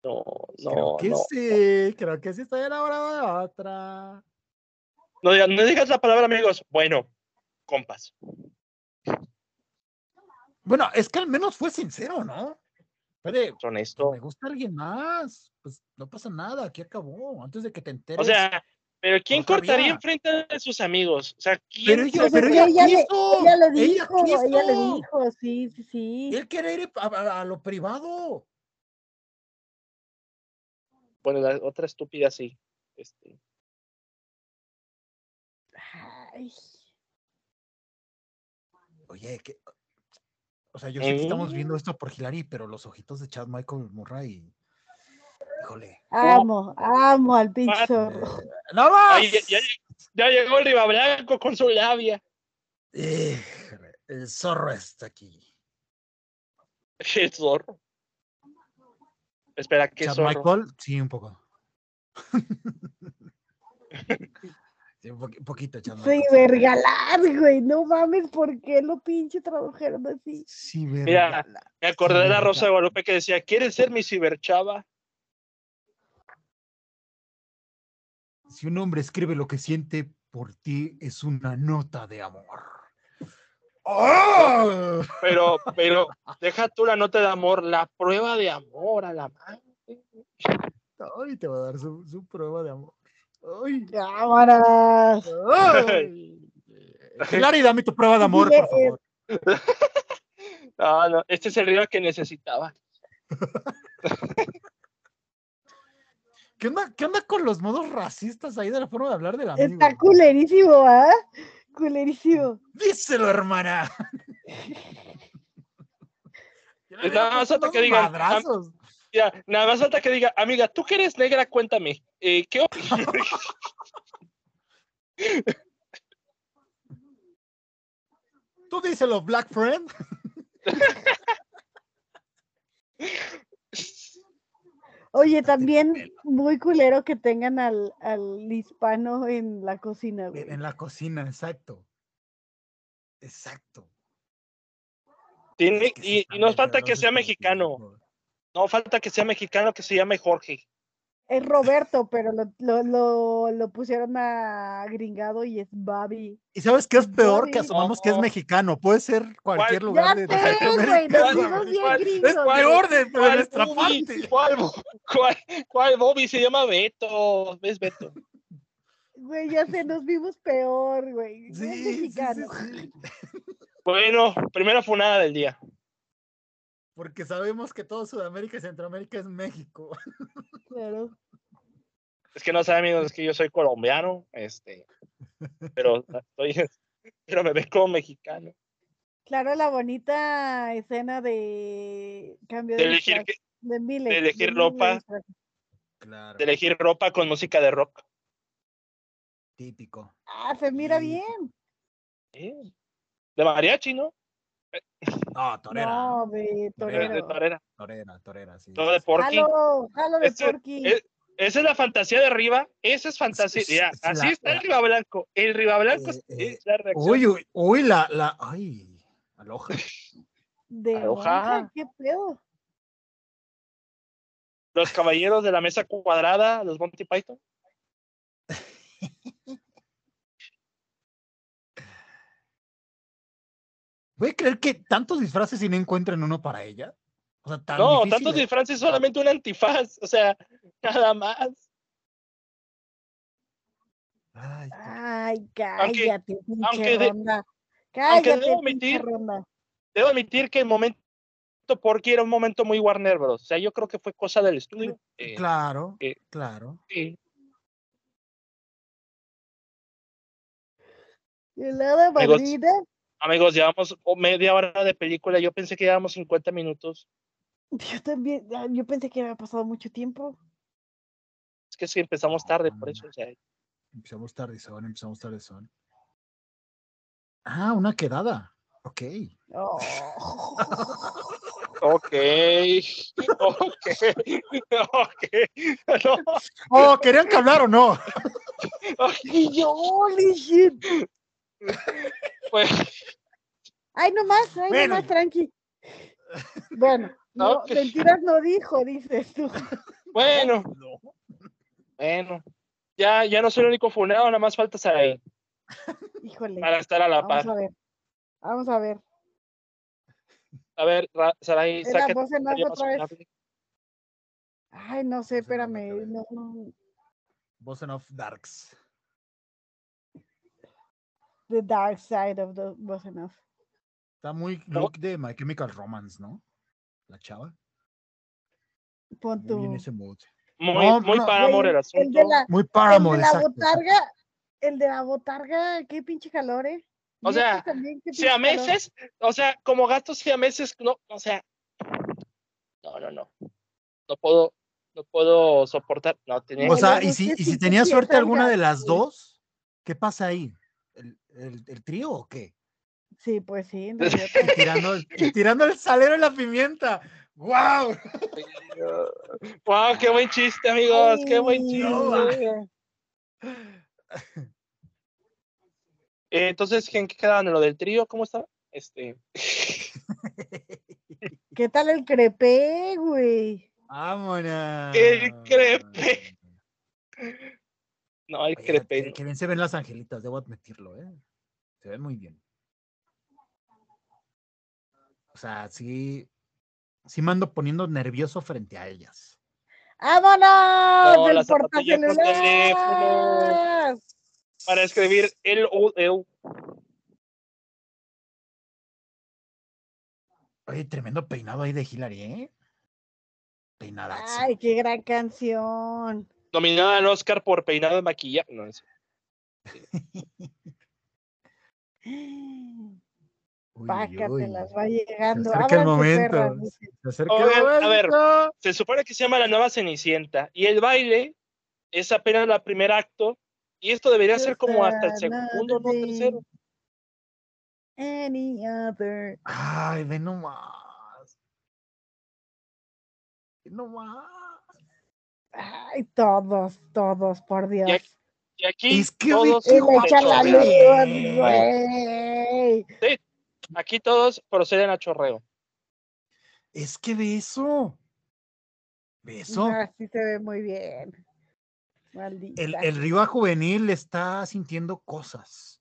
Speaker 1: No, no,
Speaker 3: creo que
Speaker 1: no.
Speaker 3: sí, creo que sí estoy enamorado de otra.
Speaker 1: No, digas- no digas la palabra amigos. Bueno, compas.
Speaker 3: Bueno, es que al menos fue sincero, ¿no? Fue de,
Speaker 1: Son esto.
Speaker 3: me gusta alguien más, pues no pasa nada, aquí acabó, antes de que te enteres.
Speaker 1: O sea, pero ¿quién
Speaker 3: no
Speaker 1: cortaría
Speaker 3: sabía.
Speaker 1: enfrente de sus amigos? O sea, ¿quién
Speaker 3: pero
Speaker 1: se
Speaker 3: ella,
Speaker 2: Pues
Speaker 1: hace-
Speaker 3: pero
Speaker 2: es que
Speaker 3: ella,
Speaker 2: ella le-
Speaker 3: quiso,
Speaker 2: Ella le
Speaker 3: ella
Speaker 2: dijo, ella, le
Speaker 3: quiso.
Speaker 2: dijo, sí, sí, sí.
Speaker 3: Él quiere ir a, a- a lo privado.
Speaker 1: Bueno, la otra estúpida sí. Este,
Speaker 2: Ay,
Speaker 3: Oye, que, o sea, yo sé que estamos
Speaker 1: Mm.
Speaker 3: viendo esto por Hilary, pero los ojitos de Chad Michael Murray, híjole.
Speaker 2: amo, amo al pinche
Speaker 1: Pat-
Speaker 2: zorro.
Speaker 3: ¡No más!
Speaker 1: Ay, ya, ya- ya llegó el Riva Blanco con su labia.
Speaker 3: Híjole, el zorro está aquí.
Speaker 1: El zorro. Espera, ¿qué
Speaker 3: Chad
Speaker 1: zorro?
Speaker 3: Michael, sí, un poco. Sí, un poqui- poquito, Chad
Speaker 2: Sí,
Speaker 3: Michael.
Speaker 2: vergalar, güey. No mames, ¿por qué lo pinche tradujeron así?
Speaker 3: Sí, verga.
Speaker 1: Mira, Me acordé de la
Speaker 3: verga.
Speaker 1: Rosa de Guadalupe que decía, ¿quieres ser mi ciberchava?
Speaker 3: Si un hombre escribe lo que siente por ti, es una nota de amor. ¡Oh!
Speaker 1: Pero, pero, deja tú la nota de amor, la prueba de amor a la mano.
Speaker 3: Ay, te va a dar su, su prueba de amor. Ay,
Speaker 2: Cámaras.
Speaker 3: ay. Hilary, dame tu prueba de amor,
Speaker 2: eh,
Speaker 3: por favor.
Speaker 1: No, no, este es el río que necesitaba.
Speaker 3: ¿Qué onda, ¿Qué onda con los modos racistas ahí de la forma de hablar del amigo?
Speaker 2: Está culerísimo, ¿ah? Culerísimo.
Speaker 3: Díselo, hermana.
Speaker 1: Es nada más hasta que digan, am-
Speaker 3: Madrazos.
Speaker 1: Ya, nada más falta que diga, amiga, tú que eres negra, cuéntame, eh, ¿qué opinas?
Speaker 3: Tú díselo, Black Friend.
Speaker 2: Oye, también muy culero que tengan al, al hispano en la cocina, güey.
Speaker 3: En, en la cocina, exacto. Exacto.
Speaker 1: Tiene-
Speaker 3: Es que sí
Speaker 1: y,
Speaker 3: están
Speaker 1: y nos
Speaker 3: bien
Speaker 1: falta que
Speaker 3: raros
Speaker 1: sea
Speaker 3: estos
Speaker 1: mexicano,
Speaker 3: tipos.
Speaker 1: no falta que sea mexicano, que se llame Jorge.
Speaker 2: Es Roberto, pero lo, lo, lo, lo pusieron a gringado y es Babi.
Speaker 3: ¿Y sabes qué es peor? Que
Speaker 2: Bobby.
Speaker 3: asumamos que es
Speaker 1: No.
Speaker 3: mexicano. Puede ser cualquier
Speaker 2: Ya
Speaker 3: lugar de
Speaker 2: sé, güey,
Speaker 3: Latinoamérica,
Speaker 2: nos
Speaker 1: ¿cuál-
Speaker 2: vimos
Speaker 3: güey.
Speaker 2: bien
Speaker 1: cuál-
Speaker 2: gringos.
Speaker 3: Es
Speaker 2: güey.
Speaker 3: peor de, de
Speaker 1: ¿Cuál
Speaker 3: nuestra
Speaker 1: Bobby?
Speaker 3: parte.
Speaker 1: ¿Cuál, Bo- cuál, cuál Bobby? Se llama Beto, ¿ves Beto?
Speaker 2: Güey, ya sé, nos vimos peor, güey.
Speaker 3: Sí,
Speaker 2: Es
Speaker 3: sí, sí,
Speaker 2: mexicano.
Speaker 3: sí.
Speaker 1: Bueno, primera funada del día.
Speaker 3: Porque sabemos que todo Sudamérica y Centroamérica es México.
Speaker 2: Claro.
Speaker 1: Es que no saben, amigos, es que yo soy colombiano, este, pero estoy- pero me ves como mexicano.
Speaker 2: Claro, la bonita escena de cambio
Speaker 1: De
Speaker 2: de,
Speaker 1: elegir,
Speaker 2: disfraz, de Miller,
Speaker 1: elegir
Speaker 2: Miller
Speaker 1: ropa.
Speaker 2: disfraz.
Speaker 3: Claro.
Speaker 1: de elegir ropa con música de rock.
Speaker 3: Típico.
Speaker 2: Ah, se mira
Speaker 3: Sí.
Speaker 2: bien.
Speaker 1: ¿eh? De mariachi, ¿no?
Speaker 3: No, torera.
Speaker 2: No, de
Speaker 1: De- de
Speaker 2: torero.
Speaker 1: torera.
Speaker 3: Torera, torera, sí.
Speaker 1: Todo
Speaker 3: sí,
Speaker 1: de
Speaker 3: sí.
Speaker 1: porky.
Speaker 2: Jalo, jalo de
Speaker 1: Este-
Speaker 2: Porky.
Speaker 1: eh, Esa es la fantasía de Riva. Esa es fantasía.
Speaker 3: es-
Speaker 1: ya,
Speaker 3: es
Speaker 1: así
Speaker 3: la-
Speaker 1: está el
Speaker 3: la-
Speaker 1: Riva Blanco. El Riva Blanco es-
Speaker 3: Eh, eh,
Speaker 1: es la reacción.
Speaker 3: Uy, uy, uy, la, la, ay, aloja.
Speaker 2: De
Speaker 1: aloja.
Speaker 2: monja, qué pedo.
Speaker 1: Los caballeros de la mesa cuadrada, los Monty Python.
Speaker 3: puede creer que tantos disfraces y no encuentren uno para ella? O sea, tan
Speaker 1: no,
Speaker 3: difícil eh.
Speaker 1: tantos
Speaker 3: de-
Speaker 1: disfraces, solamente un antifaz, o sea, nada más.
Speaker 3: Ay,
Speaker 2: Ay, cállate, pinche
Speaker 1: aunque de-
Speaker 2: ronda.
Speaker 1: aunque
Speaker 2: Cállate,
Speaker 1: debo
Speaker 2: pinche
Speaker 1: admitir-
Speaker 2: ronda.
Speaker 1: Debo admitir que el momento porque era un momento muy Warner Bros. O sea, yo creo que fue cosa del estudio. eh,
Speaker 3: claro,
Speaker 1: eh,
Speaker 3: claro.
Speaker 1: sí.
Speaker 2: Y luego
Speaker 1: Amigos.
Speaker 2: Madrid, ¿eh?
Speaker 1: Amigos, llevamos o- media hora de película. Yo pensé que llevábamos 50 minutos.
Speaker 2: yo también, ah, yo pensé que había pasado mucho tiempo.
Speaker 1: Es que sí, empezamos tarde, por eso. o sea,
Speaker 3: Empezamos tardezón, empezamos tardezón. Ah, una quedada. Ok.
Speaker 2: Oh.
Speaker 1: Ok, ok, ok. No,
Speaker 3: Oh, ¿querían que hablar o no?
Speaker 2: y yo, holy shit.
Speaker 1: pues,
Speaker 2: Ay, nomás, ay,
Speaker 3: Bueno.
Speaker 2: nomás, tranqui. Bueno,
Speaker 1: No,
Speaker 2: no,
Speaker 1: que-
Speaker 2: mentiras no dijo, dices tú.
Speaker 1: bueno,
Speaker 3: No.
Speaker 1: bueno. Ya, ya no soy el único funado, nada más faltas ahí
Speaker 2: Híjole,
Speaker 1: para estar a la
Speaker 2: vamos
Speaker 1: par.
Speaker 2: a ver. Vamos a ver.
Speaker 1: A ver, Ra- Sarai,
Speaker 2: Es la
Speaker 1: saca. tu
Speaker 2: voz en off
Speaker 1: comentario más
Speaker 2: otra vez.
Speaker 1: funable.
Speaker 2: Ay,
Speaker 3: No
Speaker 2: no sé,
Speaker 3: sé, no me
Speaker 2: espérame.
Speaker 3: acabé.
Speaker 2: No, no,
Speaker 3: Boss and Off Darks.
Speaker 2: the dark side of the was enough.
Speaker 3: Está muy
Speaker 1: No.
Speaker 3: look de My Chemical Romance, ¿no? La chava.
Speaker 2: Pon
Speaker 3: Muy en
Speaker 2: tu-
Speaker 3: ese mood.
Speaker 1: Muy,
Speaker 3: No,
Speaker 1: muy
Speaker 3: no.
Speaker 1: para amor
Speaker 2: Güey,
Speaker 1: el asunto.
Speaker 2: de la,
Speaker 3: Muy
Speaker 2: el
Speaker 3: páramo,
Speaker 2: de la
Speaker 3: exacto, exacto.
Speaker 2: botarga, el de la botarga, qué pinche calor, ¿eh?
Speaker 1: O
Speaker 2: Y este
Speaker 1: sea,
Speaker 2: también, qué pinche
Speaker 1: Si a
Speaker 2: calor.
Speaker 1: meses, o sea, como gato si a meses, no, o sea, no, no, no. No puedo, no puedo soportar. No, tenía
Speaker 3: O
Speaker 2: Bueno,
Speaker 3: sea, y
Speaker 2: pues,
Speaker 3: si,
Speaker 2: sí,
Speaker 3: y
Speaker 2: sí,
Speaker 3: si
Speaker 2: sí,
Speaker 3: tenía
Speaker 2: sí,
Speaker 3: suerte
Speaker 2: está
Speaker 3: alguna de
Speaker 2: gato,
Speaker 3: las
Speaker 2: sí.
Speaker 3: dos, ¿qué pasa ahí? ¿El, el- el trío o qué?
Speaker 2: Sí, pues sí. en realidad, pues,
Speaker 3: Tirando, el- tirando el salero y la pimienta. ¡Wow!
Speaker 1: Wow, qué buen chiste, amigos, qué buen
Speaker 2: Ay,
Speaker 1: chiste. Eh, entonces, ¿en qué quedaban? ¿En lo del trío? ¿Cómo está? Este,
Speaker 2: ¿Qué tal el crepé, güey?
Speaker 3: vámonos.
Speaker 1: crepe. no, el
Speaker 3: Oye, que-
Speaker 1: crepe. no.
Speaker 3: que bien se ven las angelitas, debo admitirlo, ¿eh? Se ven muy bien. O sea, sí, sí me ando poniendo nervioso frente a ellas.
Speaker 1: No,
Speaker 2: ¡Vámonos!
Speaker 1: la
Speaker 2: ¡El
Speaker 1: zapatilla con
Speaker 2: portacelular!
Speaker 1: Para escribir el o el-
Speaker 3: Oye, tremendo peinado ahí de Hillary, ¿eh? Peinadazo.
Speaker 2: ¡Ay, qué gran canción!
Speaker 1: nominada al Oscar por peinado de maquillaje. No, es-
Speaker 3: Uy, uy, uy.
Speaker 2: Pácatelas, va llegando.
Speaker 3: Se acerca el
Speaker 2: Ábranse,
Speaker 3: momento.
Speaker 2: perras, dice.
Speaker 3: Se acerca
Speaker 1: Oigan,
Speaker 3: el
Speaker 1: a ver.
Speaker 3: momento.
Speaker 1: se supone que se llama La Nueva Cenicienta y el baile es apenas el primer acto y esto debería ser como hasta el
Speaker 2: Just another
Speaker 1: segundo, no
Speaker 2: day,
Speaker 1: tercero.
Speaker 2: Any other.
Speaker 3: Ay, ve nomás. Ve nomás.
Speaker 2: Ay, todos, todos, por Dios.
Speaker 1: Y aquí
Speaker 3: Es que ve
Speaker 1: todos,
Speaker 3: qué
Speaker 2: Y
Speaker 1: de
Speaker 2: le echa la
Speaker 1: chorreo.
Speaker 2: luz,
Speaker 3: chorrearon.
Speaker 2: güey.
Speaker 1: aquí todos proceden a chorreo.
Speaker 3: Es que ve eso. Ve eso.
Speaker 2: Así se ve muy bien. Maldita.
Speaker 3: El, el Riva juvenil está sintiendo cosas.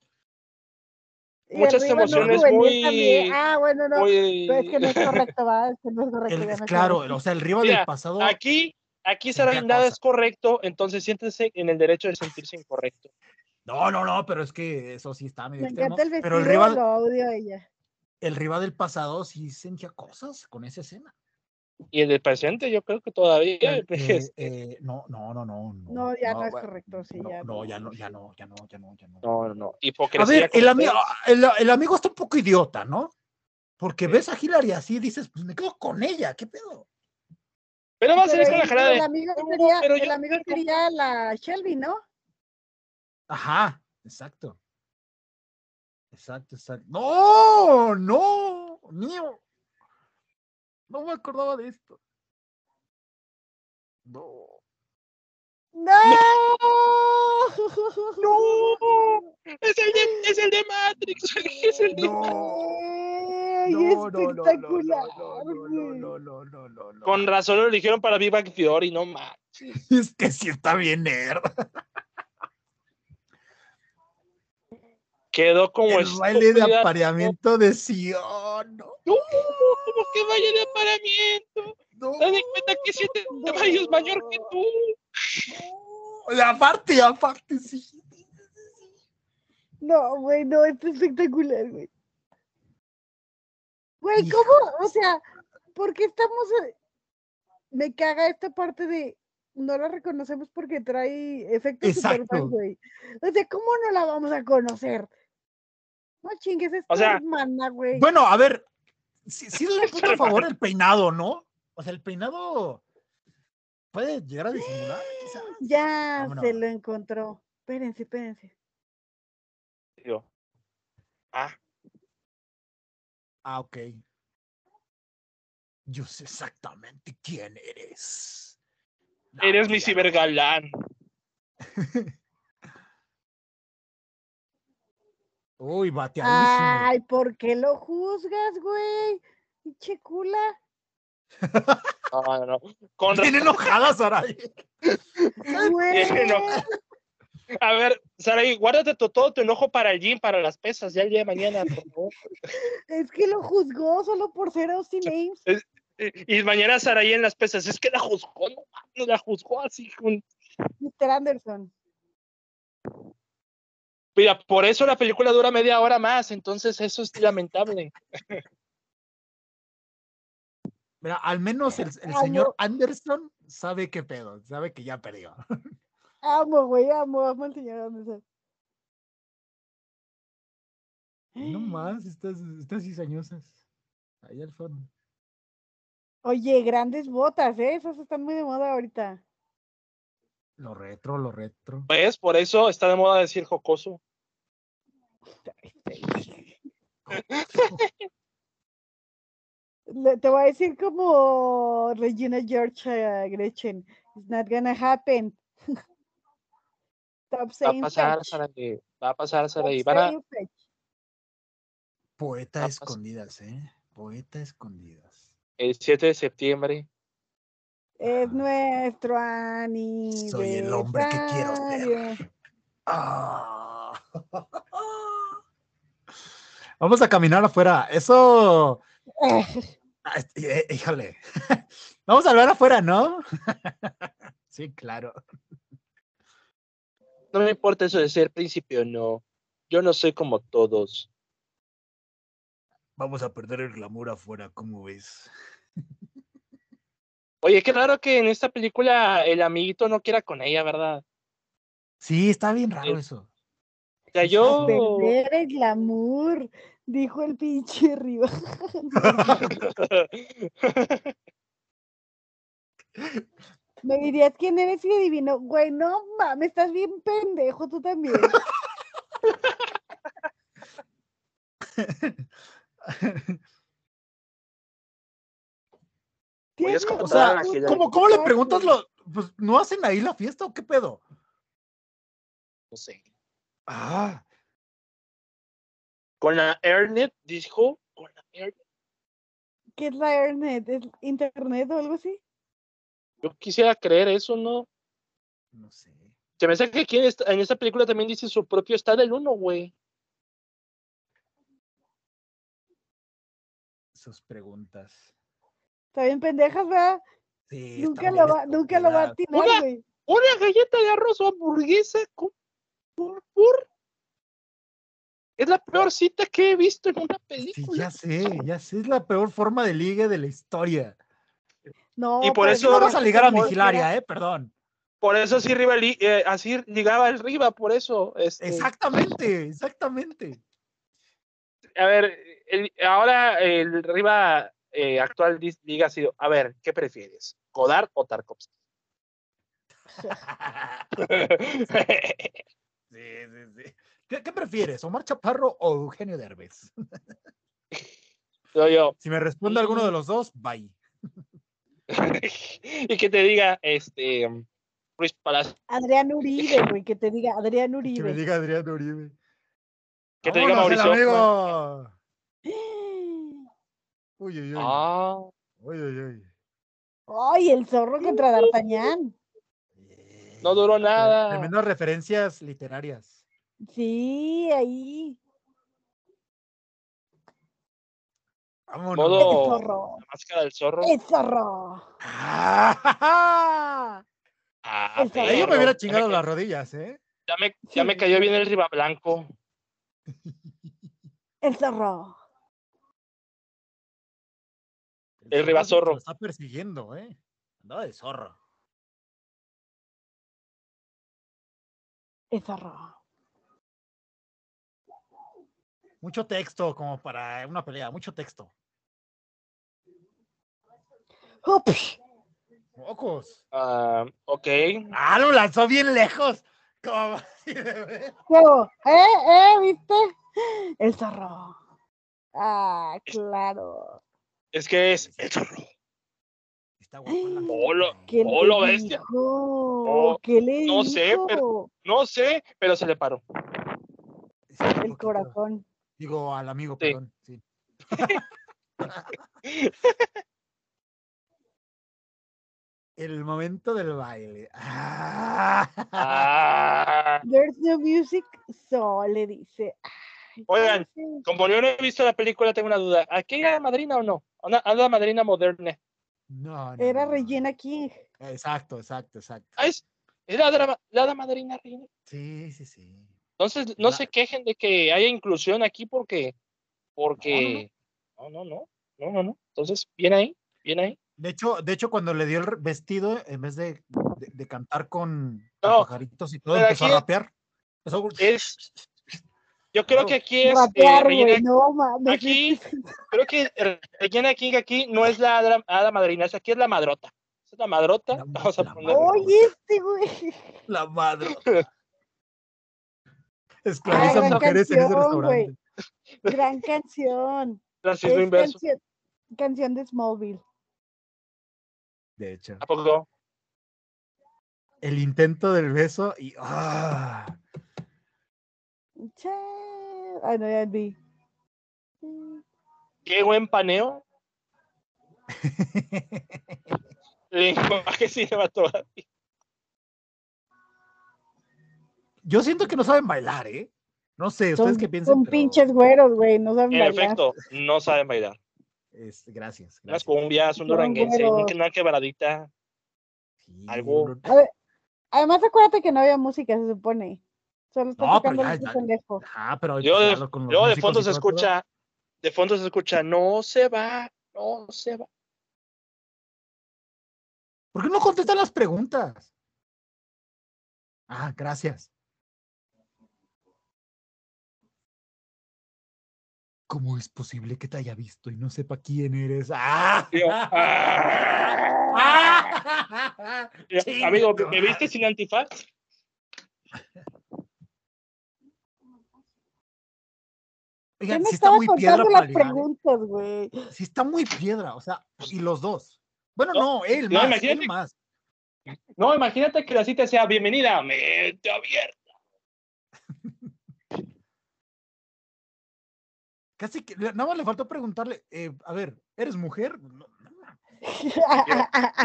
Speaker 2: Y
Speaker 1: muchas
Speaker 2: arriba no
Speaker 1: emociones
Speaker 2: juvenil
Speaker 1: muy-
Speaker 2: también. Ah, bueno, no.
Speaker 1: Oye, eh,
Speaker 2: Pero es que no es correcto, va. Es Pues que no es correcto.
Speaker 3: El-
Speaker 2: ya me
Speaker 3: claro,
Speaker 2: acordé.
Speaker 3: o sea, el Riva
Speaker 1: Mira,
Speaker 3: del pasado.
Speaker 1: aquí, aquí
Speaker 3: Sentía
Speaker 1: Sarai, nada
Speaker 3: cosa.
Speaker 1: es correcto, entonces siéntese en el derecho de sentirse incorrecto.
Speaker 3: No, no, no, pero es que eso sí está medio
Speaker 2: Me
Speaker 3: extremo.
Speaker 2: encanta el vestido.
Speaker 3: pero el Riva,
Speaker 2: Lo odio a ella.
Speaker 3: el Riva del pasado sí sentía cosas con esa escena.
Speaker 1: Y el del presente, yo creo que todavía.
Speaker 3: El- eh,
Speaker 1: este,
Speaker 3: eh, no, no, no, no. No,
Speaker 2: No, ya no, es
Speaker 3: bueno,
Speaker 2: correcto. Sí,
Speaker 3: no,
Speaker 2: ya.
Speaker 3: no, ya no, ya no, ya no, ya no, ya no.
Speaker 1: no, no, no.
Speaker 3: A
Speaker 1: Hipocresía.
Speaker 3: ver, el,
Speaker 1: como
Speaker 3: ami-
Speaker 1: todos.
Speaker 3: el, el amigo está un poco idiota, ¿no? Porque
Speaker 1: Sí.
Speaker 3: ves a Hillary así y dices, pues me quedo con ella, ¿qué pedo?
Speaker 1: Pero vamos a ir
Speaker 2: Pero
Speaker 1: con la
Speaker 2: el-
Speaker 1: jalada de.
Speaker 2: el amigo
Speaker 1: "No,
Speaker 2: quería,
Speaker 1: pero
Speaker 2: el
Speaker 1: yo
Speaker 2: amigo
Speaker 1: quiero".
Speaker 2: quería la Shelby, ¿no?
Speaker 3: Ajá, exacto. Exacto, exacto. No, no, mío. No me acordaba de esto. No.
Speaker 2: ¡No!
Speaker 1: ¡No! ¡Es el de, es el de Matrix! ¡Es el de
Speaker 3: No. No,
Speaker 2: ¡Ey,
Speaker 3: no, no, no, no,
Speaker 2: espectacular!
Speaker 3: no, no,
Speaker 2: güey!
Speaker 3: no, no, no, no, no, no.
Speaker 1: Con razón lo eligieron para Big Bang Theory, no más.
Speaker 3: Es que sí está bien nerd.
Speaker 1: Quedó como
Speaker 3: El baile de
Speaker 1: estúpida.
Speaker 3: apareamiento de Sion.
Speaker 1: de mayo de aparamiento.
Speaker 3: No,
Speaker 1: Date cuenta que siete de mayo es mayor que tú.
Speaker 3: la aparte, aparte, sí.
Speaker 2: No, güey, no, es espectacular, güey. Güey,
Speaker 3: Hijo.
Speaker 2: ¿cómo? O sea, ¿por qué estamos... eh, Me caga esta parte de... No la reconocemos porque trae efectos Superman,
Speaker 3: Exacto.
Speaker 2: güey. O sea, ¿cómo no la vamos a conocer? No chingues, es
Speaker 1: O sea,
Speaker 2: hermana, güey.
Speaker 3: Bueno, a ver, sí, sí doy un punto a favor el peinado, ¿no? O sea, el peinado puede llegar a disimular, quizás.
Speaker 2: ya
Speaker 3: vámonos.
Speaker 2: se lo encontró. Espérense, espérense.
Speaker 1: Yo, ah,
Speaker 3: Ah, ok. Yo sé exactamente quién eres. La
Speaker 1: eres mi
Speaker 3: mafia.
Speaker 1: cibergalán.
Speaker 3: Uy, bateadísimo.
Speaker 2: Ay, ¿por qué lo juzgas, güey? Pinche cula.
Speaker 1: No, no, no. Con
Speaker 3: Bien enojada, Saray.
Speaker 2: Güey.
Speaker 1: no. A ver, Saray, guárdate tu- todo tu enojo para el gym, para las pesas, ya el día de mañana, por favor.
Speaker 2: Es que lo juzgó solo por ser Austin Ames.
Speaker 1: Y y mañana Saray en las pesas, es que la juzgó, no, mames, la juzgó así. con-
Speaker 2: Mr. Anderson.
Speaker 1: Mira, por eso la película dura media hora más, entonces eso es lamentable.
Speaker 3: Mira, al menos el, el
Speaker 2: Amo.
Speaker 3: señor Anderson sabe qué pedo, sabe que ya perdió.
Speaker 2: Amo, güey, amo, amo al señor Anderson.
Speaker 3: No más, estas, estas cizañosas. Ahí al fondo.
Speaker 2: Oye, grandes botas, ¿eh? Esas están muy de moda ahorita.
Speaker 3: Lo retro, lo retro.
Speaker 1: Pues por eso está de moda decir jocoso.
Speaker 2: Le- te voy a decir como Regina George a Gretchen. It's not gonna happen.
Speaker 1: Va
Speaker 2: Stop
Speaker 1: a
Speaker 2: saying
Speaker 1: pasar,
Speaker 2: fetch.
Speaker 1: Saray, va a pasar,
Speaker 2: Stop
Speaker 1: Saray. Van a,
Speaker 2: saying fetch.
Speaker 3: Poeta
Speaker 1: Ah, pues.
Speaker 3: escondidas, ¿eh? Poeta escondidas.
Speaker 1: el 7 de septiembre.
Speaker 2: Es
Speaker 3: Ajá.
Speaker 2: nuestro aniversario.
Speaker 3: Soy el hombre que quiero ser. Ah. Vamos a caminar afuera. Eso. Ah, es- eh, Híjole. Vamos a hablar afuera, ¿no? Sí, claro.
Speaker 1: No me importa eso de ser príncipe o no. Yo no soy como todos.
Speaker 3: Vamos a perder el glamour afuera, ¿cómo ves?
Speaker 1: Oye, qué raro que en esta película el amiguito no quiera con ella, ¿verdad?
Speaker 3: Sí, está bien raro eso.
Speaker 1: O sea,
Speaker 2: A
Speaker 1: yo.
Speaker 2: Perder el glamour, dijo el pinche Riva. Me dirías quién eres y adivino. Güey, no mames, estás bien pendejo tú también.
Speaker 1: Güey, es
Speaker 2: Tienes
Speaker 1: como
Speaker 3: O sea,
Speaker 1: Ah, que ya-
Speaker 3: ¿cómo, cómo le preguntas lo? Pues, ¿no hacen ahí la fiesta o qué pedo?
Speaker 1: no sé.
Speaker 3: Ah,
Speaker 1: Con la Ernest, dijo. Con la Ernest.
Speaker 2: ¿Qué es la internet? ¿Es internet o algo así?
Speaker 1: Yo quisiera creer eso, ¿no?
Speaker 3: no sé.
Speaker 1: Se me hace que aquí en esta, en esta película también dice su propio está del uno, güey.
Speaker 3: Sus preguntas.
Speaker 2: Está bien pendejas, ¿verdad?
Speaker 3: Sí,
Speaker 2: Nunca
Speaker 3: están
Speaker 2: lo,
Speaker 3: bien
Speaker 2: va, nunca lo va a
Speaker 3: estúpidas.
Speaker 2: atinar,
Speaker 1: Una-
Speaker 2: güey.
Speaker 1: Una galleta de arroz o hamburguesa con purpur. Es la peor cita que he visto en una
Speaker 3: Sí,
Speaker 1: película.
Speaker 3: ya sé, ya sé, es la peor forma de ligue de la historia.
Speaker 2: No,
Speaker 1: Y por
Speaker 2: pero
Speaker 1: eso
Speaker 2: no
Speaker 3: No vas
Speaker 2: vas
Speaker 3: a ligar a
Speaker 2: tener-
Speaker 3: Vigilaria, ¿eh? Perdón.
Speaker 1: Por eso sí Riva li- eh, así ligaba el Riva, por eso. este,
Speaker 3: Exactamente, exactamente.
Speaker 1: A ver, el- ahora el Riva eh, actual dis- liga ha sido, a ver, ¿qué prefieres? ¿Godard o Tarkovsky?
Speaker 3: Sí, sí, sí. ¿Qué, qué prefieres, Omar Chaparro o Eugenio Derbez?
Speaker 1: Yo, yo,
Speaker 3: Si me responde alguno de los dos, bye.
Speaker 1: y que te diga, este, Luis Palacio,
Speaker 2: Adrián Uribe, güey, que te diga Adrián
Speaker 3: Que me
Speaker 2: Uribe.
Speaker 3: diga Adrián Uribe.
Speaker 1: que te diga
Speaker 3: ¡Vámonos, el
Speaker 1: Mauricio. Ockman.
Speaker 3: amigo! Uy, uy, uy.
Speaker 1: Ah,
Speaker 3: Uy, uy, uy.
Speaker 2: Ay, el zorro contra D'Artagnan.
Speaker 1: No duró
Speaker 3: Tre-
Speaker 1: nada.
Speaker 3: Tremendas referencias literarias.
Speaker 2: Sí, ahí.
Speaker 3: Vámonos.
Speaker 2: El
Speaker 1: Modo
Speaker 2: zorro.
Speaker 1: la máscara del zorro.
Speaker 2: El zorro.
Speaker 3: Ah,
Speaker 1: Ah,
Speaker 2: el zorro.
Speaker 1: perro.
Speaker 3: Ahí yo me hubiera
Speaker 1: Ya
Speaker 3: chingado
Speaker 1: ca-
Speaker 3: las rodillas, ¿eh?
Speaker 1: Ya me, ya me
Speaker 2: Sí.
Speaker 1: cayó bien el Ribablanco.
Speaker 2: El zorro.
Speaker 1: El
Speaker 3: zorro
Speaker 1: ribazorro.
Speaker 3: se lo Está persiguiendo, ¿eh? Andaba de zorro.
Speaker 2: El zorro.
Speaker 3: Mucho texto como para una pelea, mucho texto.
Speaker 2: ¡Ups!
Speaker 3: Pocos.
Speaker 1: Ah, ok.
Speaker 3: Ah, lo lanzó bien lejos. Como así de ver.
Speaker 2: Luego, ¿Eh? ¿Eh? ¿Viste? El zorro. Ah, claro.
Speaker 1: Es que es el zorro.
Speaker 3: Está guapa la
Speaker 1: Hola.
Speaker 3: gente.
Speaker 2: ¿Qué
Speaker 1: Oh, lo
Speaker 2: le
Speaker 1: bestia.
Speaker 2: dijo?
Speaker 1: No,
Speaker 2: ¿Qué le
Speaker 1: no sé, pero-
Speaker 2: dijo?
Speaker 1: No sé, pero se le paró.
Speaker 3: Sí, un
Speaker 2: El
Speaker 3: poquito.
Speaker 2: corazón.
Speaker 3: Digo, al amigo,
Speaker 1: Sí.
Speaker 3: perdón. Sí. El momento del baile. Ah.
Speaker 1: Ah.
Speaker 2: There's no music, so le dice. Ay,
Speaker 1: Oigan,
Speaker 2: ¿qué
Speaker 1: Como yo no he visto la película, tengo una duda. ¿Aquí era madrina o no? Una, una madrina moderna.
Speaker 3: No, no,
Speaker 2: hace? Era
Speaker 3: no, no.
Speaker 2: rellena King.
Speaker 3: Exacto, exacto, exacto.
Speaker 1: Ah, es, es la, dra- la hada madrina reina.
Speaker 3: Sí, sí, sí.
Speaker 1: Entonces, no
Speaker 3: La-
Speaker 1: se quejen de que haya inclusión aquí porque. Porque. No, no, no. No, no, no. Entonces, bien ahí. Bien ahí.
Speaker 3: De hecho, de hecho, cuando le dio el re- vestido, en vez de, de- de cantar con, con
Speaker 1: No,
Speaker 3: pajaritos y todo,
Speaker 1: pero
Speaker 3: empezó a
Speaker 1: aquí es-
Speaker 3: rapear. Empezó-
Speaker 1: Es- Yo creo
Speaker 3: Claro.
Speaker 1: que aquí es. eh,
Speaker 2: Rapear, güey,
Speaker 1: rellena-
Speaker 2: no mames.
Speaker 1: aquí-
Speaker 2: ¿viste?
Speaker 1: creo que eh, Regina King aquí no es la hada, hada madrina, es aquí es la madrota. Es la madrota.
Speaker 3: La-
Speaker 1: Vamos a
Speaker 3: la
Speaker 1: poner.
Speaker 3: madrota.
Speaker 2: Oye, este güey.
Speaker 3: La madre.
Speaker 1: Ay,
Speaker 3: Esclaviza
Speaker 1: gran
Speaker 3: mujeres en ese
Speaker 2: canción, güey.
Speaker 3: restaurante.
Speaker 2: Gran canción.
Speaker 1: Francisco
Speaker 2: Es
Speaker 1: Inverso.
Speaker 2: canción, canción de Smallville.
Speaker 3: De hecho.
Speaker 1: ¿A poco?
Speaker 3: El intento del beso y. ¡ah!
Speaker 2: Cha- Ah, no, ya vi.
Speaker 1: Qué buen paneo. Lenguaje cinematográfico.
Speaker 3: Yo siento que no saben bailar, ¿eh? No sé, ustedes
Speaker 2: Son,
Speaker 3: qué piensan.
Speaker 2: son pinches güeros, güey. No saben
Speaker 1: En
Speaker 2: bailar.
Speaker 1: efecto, no saben bailar.
Speaker 3: gracias.
Speaker 1: Unas
Speaker 3: gracias.
Speaker 1: cumbias, un
Speaker 2: Son
Speaker 1: duranguense, un-
Speaker 2: güeros.
Speaker 1: una quebradita.
Speaker 3: Sí,
Speaker 1: algo-
Speaker 3: no-
Speaker 2: A ver, además acuérdate que no había música, se supone. Solo está
Speaker 3: No, pero
Speaker 2: tocando
Speaker 3: ya-
Speaker 2: el
Speaker 3: ya-
Speaker 2: pendejo.
Speaker 3: Ajá, pero
Speaker 1: Yo
Speaker 3: pues,
Speaker 1: de-
Speaker 3: ya lo- con los
Speaker 1: Luego de
Speaker 3: músicos
Speaker 1: fondo
Speaker 3: y
Speaker 1: se
Speaker 3: todo el pedo,
Speaker 1: escucha, de fondo se escucha, no se va, no se va.
Speaker 3: ¿Por qué no contestan las preguntas? Ah, gracias. ¿Cómo es posible que te haya visto y no sepa quién eres? ¡Ah!
Speaker 1: Yo,
Speaker 3: ¡Ah!
Speaker 1: Yo,
Speaker 3: Chinga
Speaker 1: Amigo,
Speaker 3: tu
Speaker 1: ¿me me viste sin antifaz?
Speaker 2: Yo
Speaker 3: Oigan,
Speaker 2: me
Speaker 3: sí está
Speaker 2: estaba
Speaker 3: muy piedra
Speaker 2: contando
Speaker 3: para
Speaker 2: las
Speaker 3: ligar. ¿eh?
Speaker 2: preguntas, güey.
Speaker 3: Sí está muy piedra, o sea, y los dos. Bueno,
Speaker 1: No,
Speaker 3: no, él
Speaker 1: no,
Speaker 3: más, él
Speaker 1: imagínate.
Speaker 3: más.
Speaker 1: No, imagínate que la cita sea bienvenida, mente abierta.
Speaker 3: Casi que, le- nada más le faltó preguntarle, eh, a ver, ¿eres mujer? No, no,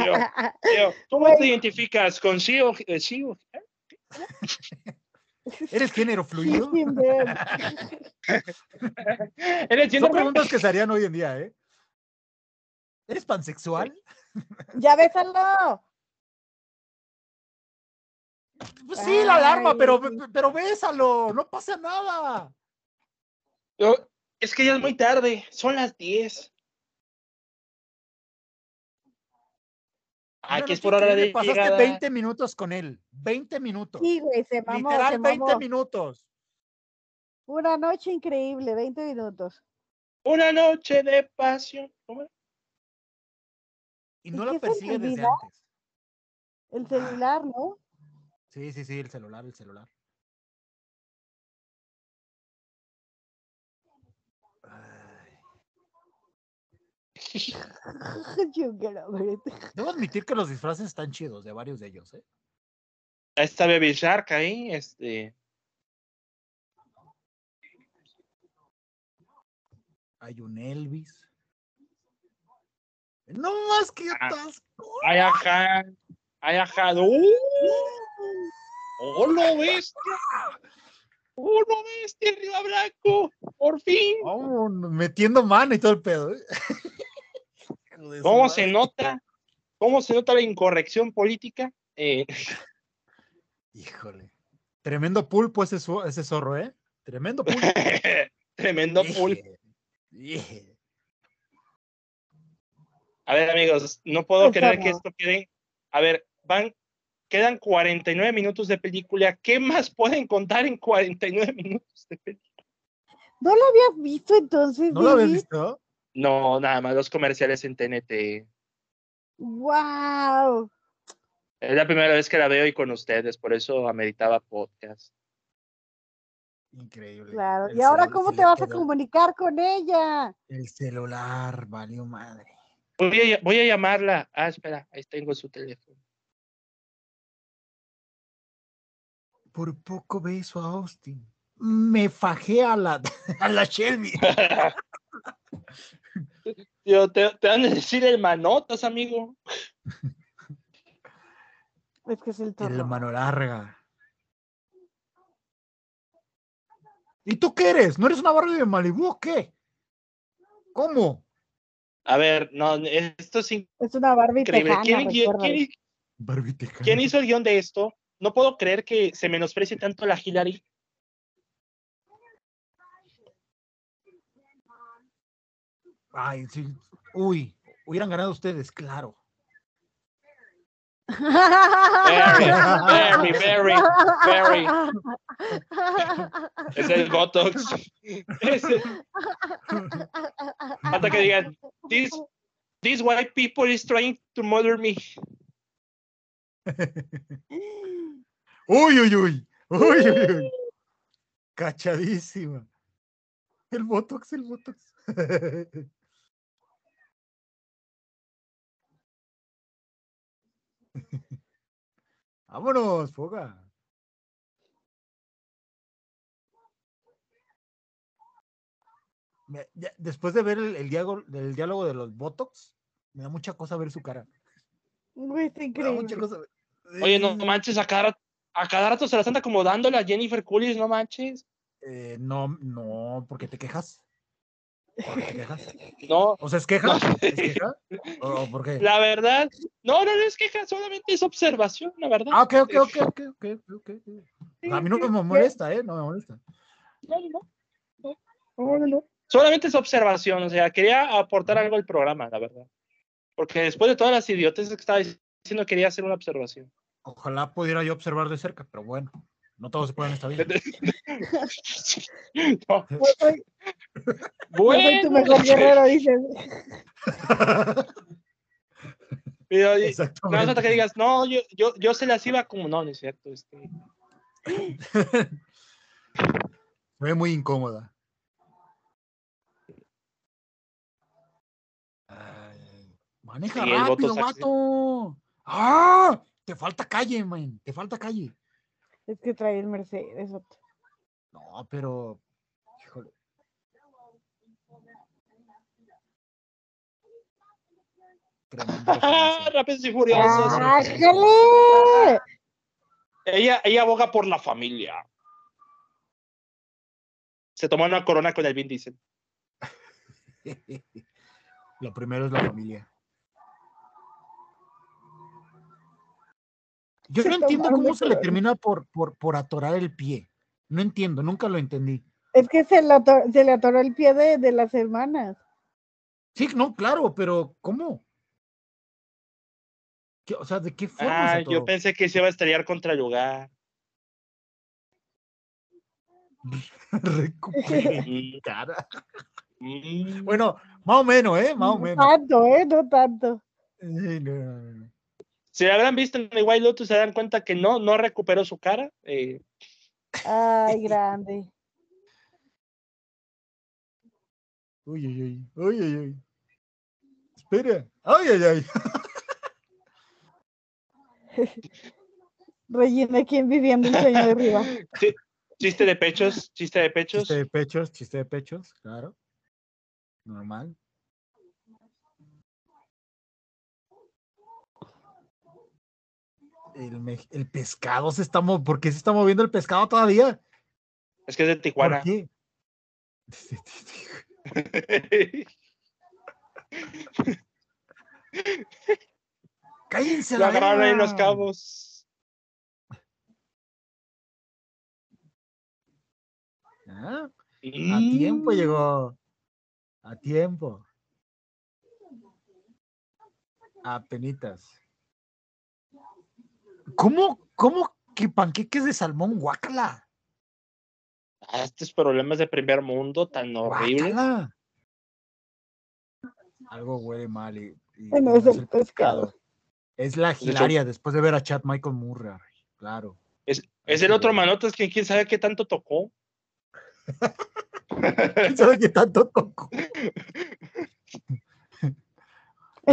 Speaker 1: Yo, ¿Cómo te identificas con sí o eh, sí o-
Speaker 3: ¿Eres género fluido?
Speaker 2: Sin ver.
Speaker 1: ¿Eres
Speaker 3: Son
Speaker 1: gender-
Speaker 3: preguntas que se harían hoy en día, ¿eh? ¿Eres pansexual?
Speaker 2: ya bésalo.
Speaker 3: Pues sí, la alarma, pero, pe-
Speaker 2: Ay.
Speaker 3: pero bésalo, no pasa nada.
Speaker 1: Yo, es que ya es muy tarde, son las 10.
Speaker 3: Una
Speaker 1: Aquí Ah, es
Speaker 3: noche
Speaker 1: por hora
Speaker 3: increíble,
Speaker 1: de
Speaker 3: Pasaste
Speaker 1: llegada.
Speaker 3: 20 minutos con él, 20 minutos.
Speaker 2: Sí, güey, se mamó, se
Speaker 3: Literal, 20
Speaker 2: mamó.
Speaker 3: minutos.
Speaker 2: Una noche increíble, 20 minutos.
Speaker 1: Una noche de pasión. ¿Cómo era?
Speaker 3: Y
Speaker 2: ¿Y
Speaker 3: no
Speaker 2: qué
Speaker 3: la
Speaker 2: se
Speaker 3: persigue desde
Speaker 2: olvida?
Speaker 3: antes.
Speaker 2: El celular, ¿no?
Speaker 3: Sí, sí, sí, el celular, el celular. Ay,
Speaker 2: Yo quiero ver.
Speaker 3: Debo admitir que los disfraces están chidos de varios de ellos, ¿eh?
Speaker 1: Ahí está Baby Shark ahí, este.
Speaker 3: Hay un Elvis. No más que
Speaker 1: Ah.
Speaker 3: atasco.
Speaker 1: Ay, ajá. Ay, ajá. ¡Uh! ¡Oh, lo bestia! ¡Oh, lo bestia, Riva Blanco! Por fin.
Speaker 3: Oh, metiendo mano y todo el pedo. ¿eh?
Speaker 1: ¿Cómo se nota? ¿Cómo se nota la incorrección política? Eh,
Speaker 3: Híjole. Tremendo pulpo ese, zo- ese zorro, ¿eh? Tremendo pulpo.
Speaker 1: tremendo pool.
Speaker 3: Yeah.
Speaker 1: A ver, amigos, no puedo
Speaker 2: Está
Speaker 1: creer que
Speaker 2: mal.
Speaker 1: esto quede. A ver, van, quedan 49 minutos de película. ¿Qué más pueden contar en 49 minutos de película?
Speaker 2: No lo habías visto entonces,
Speaker 3: ¿No lo habías
Speaker 2: David?
Speaker 3: visto?
Speaker 1: No, nada más los comerciales en TNT.
Speaker 2: ¡Wow!
Speaker 1: Es la primera vez que la veo y con ustedes, por eso ameritaba podcast.
Speaker 3: Increíble.
Speaker 2: Claro.
Speaker 3: El
Speaker 2: ¿Y ahora
Speaker 3: celu-
Speaker 2: cómo
Speaker 3: se
Speaker 2: te
Speaker 3: le
Speaker 2: vas a
Speaker 3: quedó.
Speaker 2: comunicar con ella?
Speaker 3: El celular, valió madre.
Speaker 1: Voy a, ll- voy a llamarla. Ah, espera, ahí tengo su teléfono.
Speaker 3: Por poco beso a Austin. Me fajé a la, a la Shelby.
Speaker 1: Tío, te, te van a decir el manotas, amigo.
Speaker 2: Es que es el
Speaker 3: El
Speaker 2: toro.
Speaker 3: mano larga. ¿Y tú qué eres? ¿No eres una barra de Malibú o qué? ¿Cómo?
Speaker 1: A ver, no, esto es
Speaker 2: Es una Barbie
Speaker 1: increíble.
Speaker 2: tejana,
Speaker 1: ¿Quién, quién-
Speaker 2: recuérdalo.
Speaker 1: quién-
Speaker 3: Barbie tejana.
Speaker 1: ¿Quién hizo el guión de esto? No puedo creer que se menosprecie tanto a la Hillary.
Speaker 3: Ay, sí. Uy, hubieran ganado ustedes, claro.
Speaker 1: Very, very, very, very. Es el Botox. Es el- hasta que digan, this, this white people is trying to murder me.
Speaker 3: Uy, uy, uy. Uy, uy, uy. Cachadísima. El Botox, el Botox. Vámonos, Foga. Me- ya- Después de ver el, el diálogo, el diálogo de los Botox, me da mucha cosa ver su cara.
Speaker 2: Güey, está
Speaker 3: Me da mucha
Speaker 2: increíble.
Speaker 3: cosa ver-
Speaker 1: Oye, no
Speaker 3: Sí,
Speaker 1: manches, a cada, rat- a cada rato se la están acomodando la Jennifer Coolidge, no manches.
Speaker 3: Eh, no, no, porque te quejas. ¿Por qué te quejas?
Speaker 1: No,
Speaker 3: O sea, ¿es queja?
Speaker 1: No.
Speaker 3: ¿Es queja? ¿O por qué?
Speaker 1: la verdad, no, no, no es queja, solamente es observación, la verdad.
Speaker 3: Ah, ok, ok, ok, ok, ok, ok, ok. A mí no me molesta, ¿eh? No me molesta.
Speaker 1: No, no, no. No, no, no, no. Solamente es observación, o sea, quería aportar algo al programa, la verdad. Porque después de todas las idioteces que estaba diciendo, quería hacer una observación.
Speaker 3: Ojalá pudiera yo observar de cerca, pero bueno, no todos se pueden estar bien.
Speaker 1: No,
Speaker 2: Yo pues, soy, yo soy tu
Speaker 1: Bueno,
Speaker 2: mejor guerrero, dices.
Speaker 1: pero, y- no, hasta que
Speaker 3: Exactamente.
Speaker 1: digas, no, yo, yo, yo se las iba como, no, no es cierto. este,
Speaker 3: Me ve muy incómoda. Ay, Maneja
Speaker 1: Sí, el voto
Speaker 3: rápido,
Speaker 1: sax-
Speaker 3: mato. ¡Ah! Te falta calle, man. Te falta calle.
Speaker 2: Es que trae el Mercedes. vato.
Speaker 3: No, pero. Híjole. Tremenda
Speaker 1: ¡Ah,
Speaker 3: referencia.
Speaker 1: rápidos y furiosos.
Speaker 3: Ah.
Speaker 1: Ah,
Speaker 2: ¡Ájale!
Speaker 1: Ella, ella aboga por la familia. Se tomó una corona con el Vin Diesel.
Speaker 3: Lo primero es la familia. Yo
Speaker 2: Se
Speaker 3: no entiendo
Speaker 2: tomaron de
Speaker 3: cómo se le
Speaker 2: color.
Speaker 3: termina por, por, por atorar el pie. No entiendo, nunca lo entendí.
Speaker 2: Es que se le, ator- se le atoró el pie de, de las hermanas.
Speaker 3: Sí, no, claro, pero ¿cómo? ¿Qué- o sea, ¿de qué forma se
Speaker 1: Ah, yo
Speaker 3: atoró?
Speaker 1: pensé que se iba a estrellar contra el lugar.
Speaker 3: Recuperé
Speaker 1: Mm,
Speaker 3: cara.
Speaker 1: mm.
Speaker 3: Bueno, más o menos, ¿eh? Más o
Speaker 2: no
Speaker 3: menos.
Speaker 2: tanto, ¿eh? No tanto.
Speaker 3: Sí, no, no, no, no.
Speaker 1: Si la habrán visto en The White Lotus, se dan cuenta que no, no recuperó su cara. eh,
Speaker 2: Ay, grande.
Speaker 3: Uy, uy, uy, uy, uy, uy. Espera. Ay, ay, ay.
Speaker 2: Regina, ¿quién viviendo el sueño de arriba?
Speaker 1: sí, chiste de pechos, chiste de pechos.
Speaker 3: Chiste de pechos, chiste de pechos, claro. Normal. El, mej- el pescado se está moviendo. ¿Por qué se está moviendo el pescado todavía?
Speaker 1: Es que es de
Speaker 3: ¿Por
Speaker 1: Tijuana.
Speaker 3: qué? Cállense
Speaker 1: Lo
Speaker 3: la
Speaker 1: agarraron ahí en
Speaker 3: verga.
Speaker 1: los cabos.
Speaker 3: Ah, A
Speaker 1: Mm.
Speaker 3: tiempo llegó. A tiempo. A penitas. ¿Cómo, cómo que panqueques de salmón? Guácala.
Speaker 1: Ah, Estos problemas de primer mundo tan horribles.
Speaker 3: Guácala. Algo huele mal y, y
Speaker 2: Bueno,
Speaker 3: no
Speaker 2: es el pescado.
Speaker 3: Es la
Speaker 1: hecho-
Speaker 3: Hilaria después de ver a Chad Michael Murray. Claro.
Speaker 1: Es, es el otro manotas que quién sabe qué tanto tocó.
Speaker 3: ¿Quién sabe qué tanto tocó? Le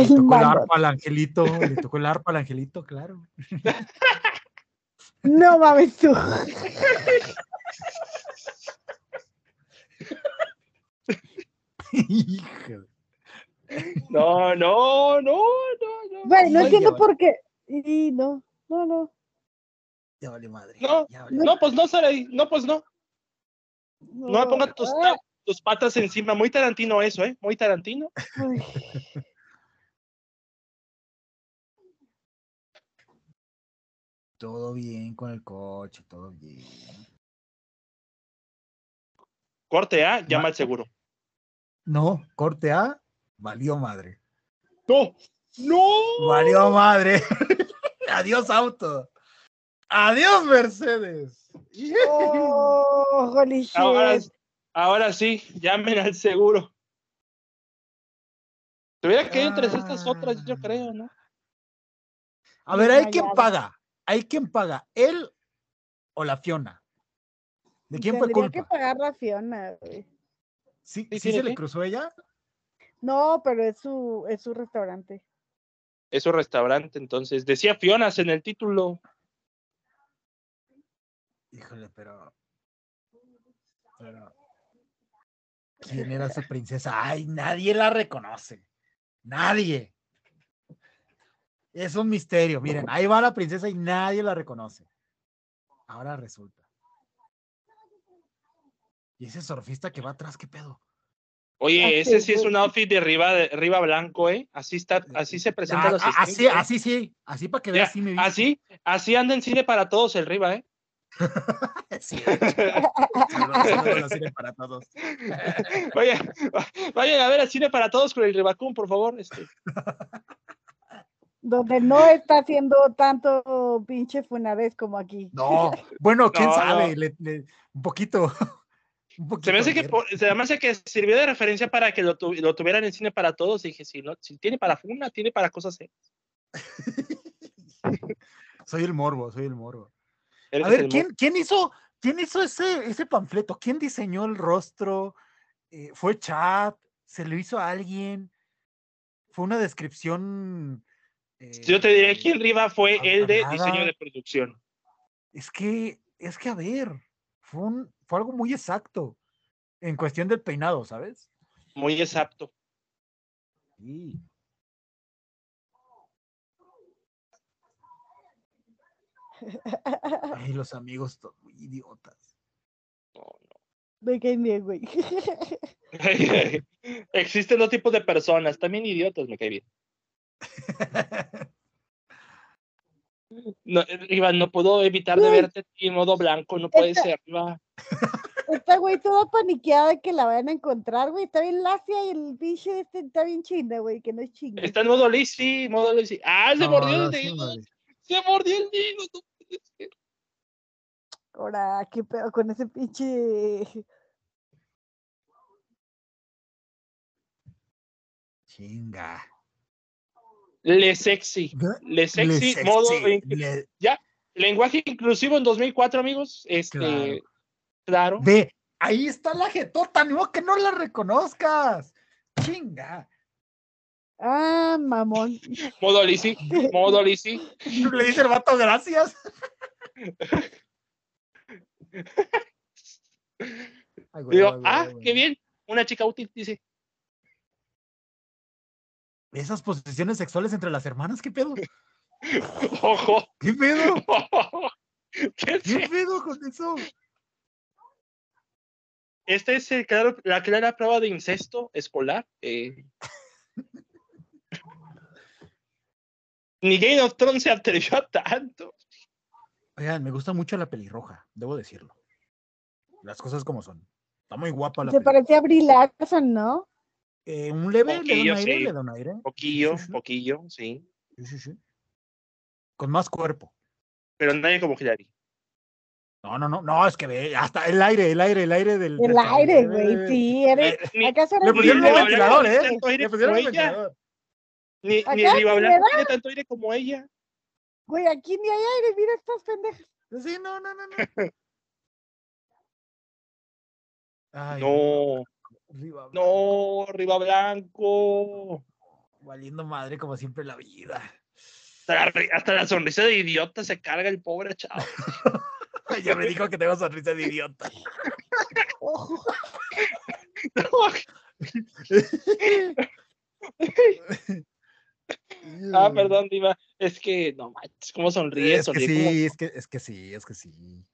Speaker 2: Es
Speaker 3: tocó el
Speaker 2: malo.
Speaker 3: arpa al angelito. Le tocó el arpa al angelito, claro.
Speaker 2: No mames tú.
Speaker 3: Híjole.
Speaker 1: No, no, no, no, no.
Speaker 2: Bueno, no
Speaker 3: Ay,
Speaker 2: entiendo
Speaker 3: ya
Speaker 2: por qué. Y no, no, no.
Speaker 3: Ya vale madre.
Speaker 1: No,
Speaker 3: ya vale
Speaker 1: No, pues no, Saray. No, pues no. No me pongas tus,
Speaker 2: Ah,
Speaker 1: ta- tus patas encima. Muy tarantino eso, ¿eh? Muy tarantino.
Speaker 2: ay.
Speaker 3: Todo bien con el coche, todo bien.
Speaker 1: Corte A, llama
Speaker 3: Ma-
Speaker 1: al seguro.
Speaker 3: No, corte A, valió madre.
Speaker 1: No, no.
Speaker 3: Valió madre. Adiós, auto. Adiós, Mercedes.
Speaker 2: Oh, holy shit.
Speaker 1: Ahora, ahora sí, llamen al seguro. Tuviera que ir entre estas otras, yo creo, ¿no?
Speaker 3: A ver, ¿hay
Speaker 2: Bien
Speaker 3: quien
Speaker 2: hallado.
Speaker 3: paga? ¿Hay quien paga? ¿Él o la Fiona? ¿De quién fue
Speaker 2: Tendría que
Speaker 3: culpa?
Speaker 2: pagar la Fiona, güey.
Speaker 3: ¿Sí,
Speaker 1: Sí,
Speaker 3: sí
Speaker 1: tiene
Speaker 3: se le
Speaker 1: que.
Speaker 3: cruzó ella?
Speaker 2: No, pero es su, es su restaurante.
Speaker 1: Es un restaurante, entonces. Decía Fionas en el título.
Speaker 3: Híjole, pero. pero ¿Quién era esa princesa? Ay, nadie la reconoce. Nadie. Es un misterio. Miren, ahí va la princesa y nadie la reconoce. Ahora resulta. Y ese surfista que va atrás, ¿qué pedo?
Speaker 1: Oye,
Speaker 2: Ah,
Speaker 1: ese
Speaker 2: sí,
Speaker 1: sí es
Speaker 2: sí.
Speaker 1: un outfit de riba, de riba blanco, ¿eh? Así está, así se presentan
Speaker 3: Ah,
Speaker 1: los
Speaker 3: ah, así,
Speaker 1: skins, ¿eh?
Speaker 3: así sí, así para que
Speaker 1: Ya,
Speaker 3: veas sí me vi.
Speaker 1: Así, así anda en cine para todos el riba, ¿eh?
Speaker 3: Sí, saludos, saludos, así de para todos.
Speaker 1: Oye, vayan a ver al cine para todos con el ribacún, por favor. este.
Speaker 2: Donde no está haciendo tanto pinche funades como aquí.
Speaker 3: No, bueno, quién
Speaker 1: No,
Speaker 3: sabe,
Speaker 1: no.
Speaker 3: le- le- un poquito. un poquito
Speaker 1: Se me hace
Speaker 3: de
Speaker 1: que
Speaker 3: ver.
Speaker 1: por- se me hace que sirvió de referencia para que lo, tu- lo tuvieran en cine para todos. Y dije, si no, si tiene para funa, tiene para cosas. ¿eh?
Speaker 3: Soy el morbo, soy el morbo.
Speaker 1: Eres
Speaker 3: A ver,
Speaker 1: el
Speaker 3: ¿quién, quién hizo, quién hizo ese, ese panfleto? ¿Quién diseñó el rostro? Eh, ¿Fue chat? ¿Se lo hizo a alguien? ¿Fue una descripción?
Speaker 1: mo- Yo te diré
Speaker 3: eh,
Speaker 1: quién Riva fue
Speaker 3: Al-
Speaker 1: el de
Speaker 3: Almada.
Speaker 1: diseño de producción.
Speaker 3: Es que, es que, a ver, fue, un- fue algo muy exacto en cuestión del peinado, ¿sabes?
Speaker 1: Muy exacto.
Speaker 3: Sí. Ay, los amigos, to- muy idiotas.
Speaker 2: Me caen bien, güey.
Speaker 1: Existen dos tipos de personas, también idiotas, me cae bien. No, eh, Riva, no puedo evitar de
Speaker 2: Güey.
Speaker 1: verte a ti en modo blanco, no puede ser, Riva.
Speaker 2: Está güey toda paniqueada de que la vayan a encontrar, güey. Está bien lacia y el pinche este está bien chinga, güey, que no es chinga.
Speaker 1: Está en modo Lizzy, modo Lizzy. ¡Ah, se
Speaker 3: No,
Speaker 1: mordió
Speaker 3: no,
Speaker 1: el
Speaker 3: sí,
Speaker 1: dedo!
Speaker 3: vale.
Speaker 1: ¡Se mordió el dedo! no puede ser.
Speaker 2: Ahora, qué pedo con ese pinche.
Speaker 3: Chinga.
Speaker 1: Le sexy.
Speaker 3: Ve-
Speaker 1: Le
Speaker 3: Le
Speaker 1: sexy, modo...
Speaker 3: sexy,
Speaker 1: in-
Speaker 3: le-
Speaker 1: Lenguaje inclusivo en 2004, amigos. Este,
Speaker 3: Claro.
Speaker 1: claro.
Speaker 3: Ve, ahí está la jetota, ni modo que no la reconozcas. Chinga.
Speaker 2: Ah, mamón.
Speaker 1: Modo Lizzy, modo Lizzy.
Speaker 3: Le dice el vato, gracias. Ay, güey,
Speaker 1: Digo,
Speaker 3: ay, güey,
Speaker 1: ah,
Speaker 3: ay, güey.
Speaker 1: qué bien. Una chica útil, dice.
Speaker 3: Esas posiciones sexuales entre las hermanas, ¿qué pedo?
Speaker 1: Ojo.
Speaker 3: ¿Qué pedo?
Speaker 1: ¿Qué
Speaker 3: ¿Qué
Speaker 1: se-
Speaker 3: pedo con eso?
Speaker 1: Esta Este es el claro- la clara prueba de incesto escolar. eh. Ni Game of Thrones se atrevió a tanto.
Speaker 3: Oigan, me gusta mucho la pelirroja, debo decirlo. Las cosas como son. Está muy guapa la
Speaker 2: Se
Speaker 3: pelirroja.
Speaker 2: parecía a Brie Larson, ¿no?
Speaker 3: Eh, un leve, le da un
Speaker 1: Poquillo,
Speaker 3: aire,
Speaker 1: sí.
Speaker 3: le da un aire.
Speaker 1: Poquillo,
Speaker 3: Sí, sí, sí.
Speaker 1: poquillo, sí.
Speaker 3: Sí, sí, sí. Con más cuerpo.
Speaker 1: Pero nadie como Hillary.
Speaker 3: No, no, no, no, es que ve, hasta el aire, el aire, el aire del.
Speaker 2: El
Speaker 3: del
Speaker 2: aire,
Speaker 3: cabello,
Speaker 2: güey,
Speaker 3: eh,
Speaker 2: sí, eres...
Speaker 1: Ni-
Speaker 2: ¿Acaso
Speaker 3: Le
Speaker 2: eres
Speaker 3: pusieron
Speaker 2: Brie
Speaker 3: un
Speaker 1: Hillary,
Speaker 3: ventilador,
Speaker 1: Hillary,
Speaker 3: ¿eh?
Speaker 1: tanto aire
Speaker 3: Le pusieron un
Speaker 1: como ella.
Speaker 3: ventilador.
Speaker 1: Ni,
Speaker 2: Acá
Speaker 1: ni Riva
Speaker 2: ni le
Speaker 1: Blanco tiene tanto aire como ella.
Speaker 2: Güey, aquí ni hay aire, mira estas pendejas.
Speaker 3: Sí, no, no, no, no. Ay,
Speaker 1: No,
Speaker 3: Riva Blanco,
Speaker 1: no, Riva Blanco.
Speaker 3: Valiendo madre como siempre la vida.
Speaker 1: Hasta la, ri- hasta la sonrisa de idiota se carga el pobre chavo.
Speaker 3: ya me dijo que tengo sonrisa de idiota.
Speaker 2: Ojo,
Speaker 1: No, ah, perdón, Diva. Es que no manches, cómo sonríe,
Speaker 3: es que
Speaker 1: sonríe
Speaker 3: sí,
Speaker 1: como-
Speaker 3: es que, es que sí, es que sí.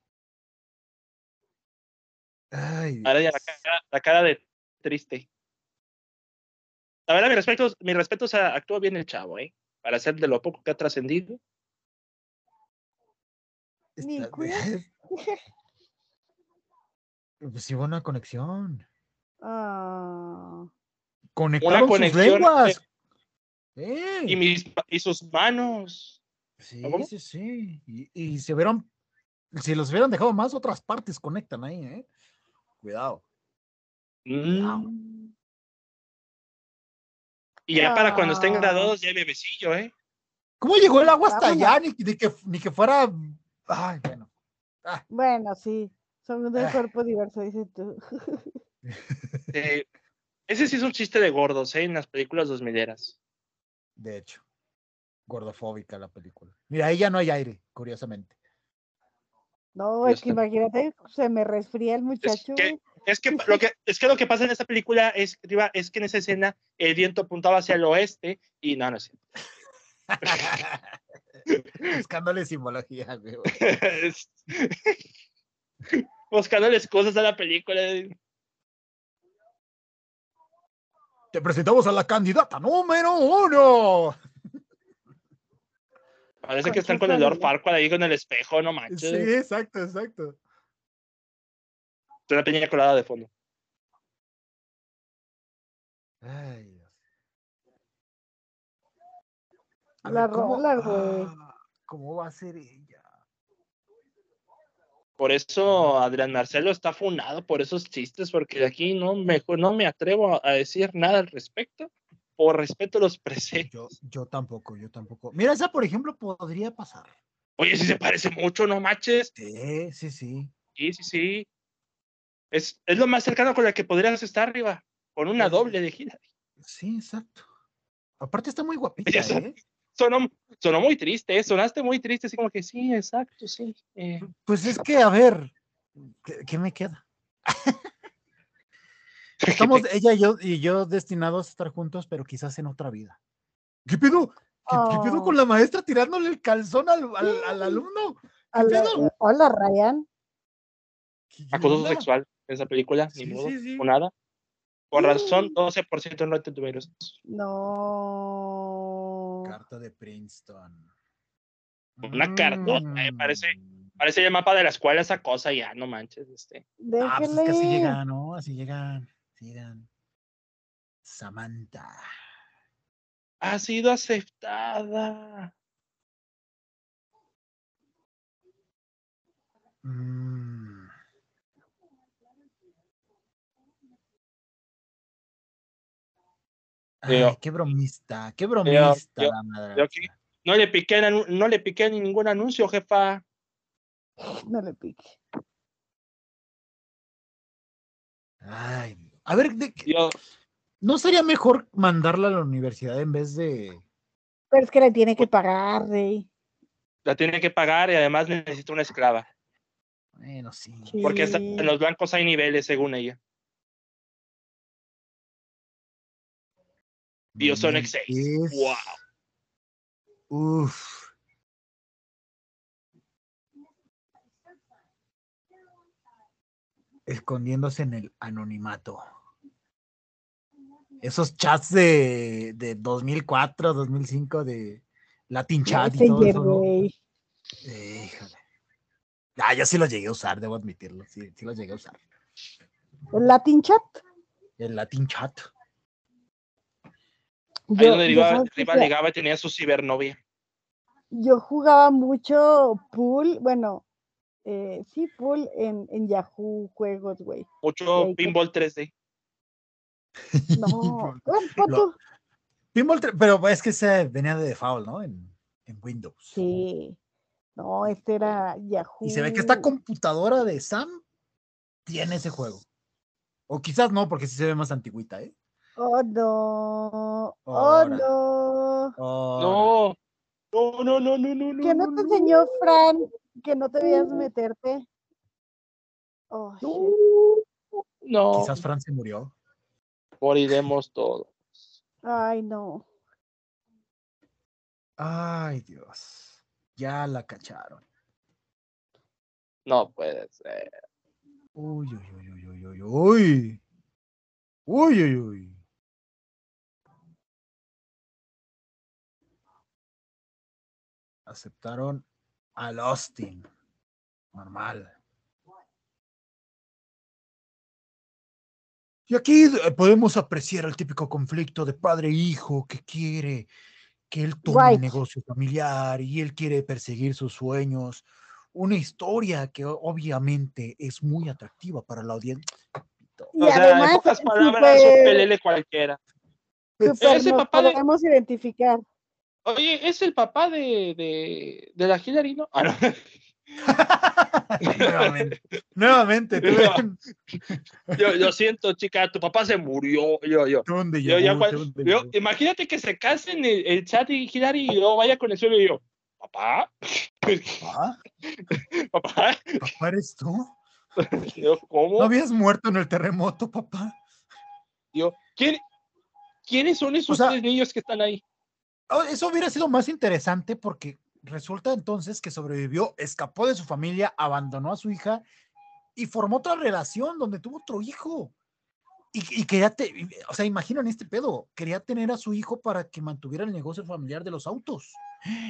Speaker 3: Ay,
Speaker 1: Ahora ya la
Speaker 3: Dios.
Speaker 1: cara, la cara de triste. La verdad, mis respetos, mis respetos a, actúa bien el chavo, ¿eh? Para ser de lo poco que ha trascendido.
Speaker 2: Ni
Speaker 3: Está-
Speaker 2: cuida-
Speaker 3: Pues sí, buena conexión.
Speaker 2: Ah,
Speaker 3: Conectaron
Speaker 1: conexión,
Speaker 3: sus lenguas.
Speaker 1: Y,
Speaker 3: Ey,
Speaker 1: mis, y sus manos.
Speaker 3: Sí,
Speaker 1: ¿cómo?
Speaker 3: sí, sí. Y, y se vieron, si los hubieran dejado más, otras partes conectan ahí, ¿eh? Cuidado. Wow.
Speaker 1: Mm. Y ya para cuando estén
Speaker 2: Ah.
Speaker 1: graduados, ya hay bebecillo, ¿eh?
Speaker 3: ¿Cómo llegó el agua hasta
Speaker 2: Vámonos.
Speaker 3: allá? Ni, ni que, ni que fuera. Ay, bueno.
Speaker 2: Bueno, sí, son de
Speaker 3: Ah.
Speaker 2: cuerpo diverso, dices tú.
Speaker 1: Eh, ese sí es un chiste de gordos, ¿eh? En las películas dos mileras.
Speaker 3: De hecho, gordofóbica la película. Mira, ahí ya no hay aire, curiosamente.
Speaker 2: No,
Speaker 1: Ya
Speaker 2: es que
Speaker 1: está.
Speaker 2: imagínate, se me resfría el muchacho.
Speaker 1: que-
Speaker 2: güey.
Speaker 1: Es que, pa- lo que, es que lo que pasa en esta película es, Riva, es que en esa escena el viento apuntaba hacia el oeste y no, no es cierto.
Speaker 3: Buscándole simbología, güey.
Speaker 1: Es- Buscándoles cosas a la película. eh.
Speaker 3: Te presentamos a la candidata número uno.
Speaker 1: Parece
Speaker 2: Con
Speaker 1: que están con el
Speaker 2: chispa de
Speaker 1: Lord
Speaker 2: la-
Speaker 1: Farquaad ahí con el espejo, no manches.
Speaker 3: Sí, exacto, exacto.
Speaker 1: Está Una peña colada de fondo.
Speaker 3: Ay, Dios. A
Speaker 2: La
Speaker 3: ver, ¿cómo-
Speaker 2: rola, güey.
Speaker 3: ah, ¿Cómo va a ser ella?
Speaker 1: Por eso Adrián Marcelo está funado por esos chistes, porque de aquí no me, no me atrevo a- a decir nada al respecto, por respeto a los presentes.
Speaker 3: Yo, yo tampoco, yo tampoco. Mira, esa, por ejemplo, podría pasar.
Speaker 1: Oye, sí se parece mucho, no manches.
Speaker 3: Sí, sí, sí.
Speaker 1: Sí, sí, sí. Es, es lo más cercano con la que podrías estar arriba, con una
Speaker 3: Sí, sí,
Speaker 1: doble de gira.
Speaker 3: Sí, exacto. Aparte está muy guapita,
Speaker 1: sé.
Speaker 3: ¿eh?
Speaker 1: Sonó, sonó muy triste, ¿eh? sonaste muy triste, así como que sí, exacto, sí. eh.
Speaker 3: Pues es que, a ver, ¿qué, qué me queda? Estamos ella y yo, y yo destinados a estar juntos, pero quizás en otra vida. ¿Qué pedo? ¿Qué,
Speaker 2: Ah,
Speaker 3: qué pedo
Speaker 2: Oh.
Speaker 3: con la maestra tirándole el calzón al, al- al alumno?
Speaker 2: A la-
Speaker 3: pedo?
Speaker 2: Hola, Ryan.
Speaker 3: ¿Qué- qué
Speaker 1: Acoso
Speaker 3: onda?
Speaker 1: sexual en esa película,
Speaker 3: Sí,
Speaker 1: ni modo,
Speaker 3: sí, sí.
Speaker 1: o nada. Por razón,
Speaker 2: Mm.
Speaker 1: 12% no te tuvieron.
Speaker 2: No.
Speaker 3: Carta de Princeton. Mm.
Speaker 1: Una cartota, eh, parece- Parece el mapa de la escuela esa cosa, ya, no manches. Este.
Speaker 3: Ah, pues es que así
Speaker 2: Déjenle.
Speaker 3: llegan, ¿no? Así llegan. Así llegan. Samantha.
Speaker 1: Ha sido aceptada.
Speaker 3: Mm. Ay,
Speaker 1: Yo-
Speaker 3: qué bromista, qué bromista
Speaker 1: yo-
Speaker 3: la madre.
Speaker 1: yo aquí- No le piqué, en anu- no le piqué ni ningún anuncio, jefa.
Speaker 2: No le pique.
Speaker 3: Ay, a ver, de-
Speaker 1: Yo,
Speaker 3: ¿no sería mejor mandarla a la universidad en vez de...
Speaker 2: Pero es que le tiene que pagar, rey.
Speaker 1: la tiene que pagar y además necesita una esclava.
Speaker 3: Bueno, sí.
Speaker 1: Porque hasta
Speaker 2: Sí.
Speaker 1: en los blancos hay niveles, según ella.
Speaker 3: no
Speaker 1: Biosonic 6,
Speaker 3: inventes.
Speaker 1: wow.
Speaker 3: Uf. escondiéndose en el anonimato. Esos chats de, de 2004, 2005 de Latin Chat y todo eso. ¿no? Eh, híjole. Ah, yo sí los llegué a usar, debo admitirlo. Sí, sí los llegué a usar.
Speaker 2: ¿El Latin Chat?
Speaker 3: El Latin Chat.
Speaker 1: Ahí donde Riva, Riva llegaba y tenía su cibernovia.
Speaker 2: Yo jugaba mucho pool, bueno, eh, sí, pool en, en Yahoo Juegos, güey.
Speaker 1: Mucho eh, pinball 3D.
Speaker 2: No, ¿cuánto?
Speaker 3: Lo- Pinball tre- pero es que se venía de default, ¿no? En, en Windows.
Speaker 2: Sí. No, este era Yahoo.
Speaker 3: Y se ve que esta computadora de Sam tiene ese juego. O quizás no, porque sí se ve más antigüita, ¿eh?
Speaker 2: Oh, no. Oh,
Speaker 3: Ahora.
Speaker 2: no.
Speaker 3: Ahora,
Speaker 1: No. No, no, no, no, no.
Speaker 2: ¿Qué no te enseñó Fran que no te debías meterte? Oh, shit.
Speaker 1: No. No.
Speaker 3: Quizás Fran se murió.
Speaker 1: Moriremos todos.
Speaker 2: Ay, no.
Speaker 3: Ay, Dios. Ya la cacharon.
Speaker 1: No puede ser.
Speaker 3: Uy, uy, uy, uy, uy, uy, uy. Uy, uy, uy. Aceptaron al Austin. Normal. Y aquí eh, podemos apreciar el típico conflicto de padre e hijo que quiere que él tome
Speaker 2: Right.
Speaker 3: el negocio familiar y él quiere perseguir sus sueños. Una historia que o- obviamente es muy atractiva para la audiencia.
Speaker 2: Y
Speaker 1: o sea, en
Speaker 2: además,
Speaker 1: pocas palabras,
Speaker 2: súper-
Speaker 1: un pelele cualquiera.
Speaker 2: súper
Speaker 1: Ese
Speaker 2: nos
Speaker 1: papá de-
Speaker 2: podemos identificar.
Speaker 1: Oye, es el papá de, de, de la Hillary, ¿no? Ah, no.
Speaker 3: nuevamente, nuevamente, te
Speaker 1: Nueva-
Speaker 3: ven.
Speaker 1: Yo, yo siento, chica, tu papá se murió. Yo, yo.
Speaker 3: Te ven de
Speaker 1: Yo, ya
Speaker 3: yogurt,
Speaker 1: cual-
Speaker 3: te ven de
Speaker 1: yo-
Speaker 3: yogurt.
Speaker 1: imagínate que se casen el, el chat y Hillary y yo vaya con el suelo y yo, papá,
Speaker 3: ¿Ah?
Speaker 1: papá,
Speaker 3: ¿Papá eres tú?
Speaker 1: yo, ¿cómo?
Speaker 3: ¿No habías muerto en el terremoto, papá?
Speaker 1: Yo, ¿quién- ¿quiénes son esos
Speaker 3: O sea-
Speaker 1: tres niños que están ahí?
Speaker 3: Oh, Eso hubiera sido más interesante porque resulta entonces que sobrevivió, escapó de su familia, abandonó a su hija y formó otra relación donde tuvo otro hijo. Y, y quería, te- y- o sea, imaginan este pedo, quería tener a su hijo para que mantuviera el negocio familiar de los autos.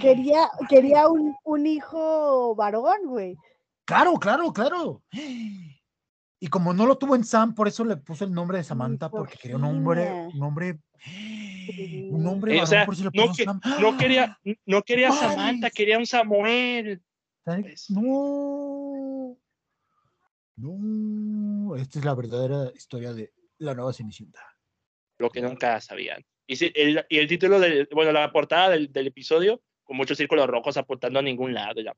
Speaker 2: Quería, quería un, un hijo varón, güey.
Speaker 3: Claro, claro, claro. Y como no lo tuvo en Sam, por eso le puso el nombre de Samantha, porque quería un hombre,
Speaker 2: Misoginia.
Speaker 3: un hombre, un hombre
Speaker 1: Eh, o
Speaker 3: varón,
Speaker 1: sea,
Speaker 3: por eso le
Speaker 1: no,
Speaker 3: puso
Speaker 1: que-
Speaker 3: Sam.
Speaker 1: no quería, no quería a
Speaker 3: Madres.
Speaker 1: Samantha, quería un Samuel.
Speaker 3: Tal-
Speaker 1: Pues-
Speaker 3: No. No. Esta es la verdadera historia de la nueva Cenicienta.
Speaker 1: lo que nunca sabían. Y, sí, el, y el título, del, bueno, la portada del, del episodio, con muchos círculos rojos apuntando a ningún lado. ya.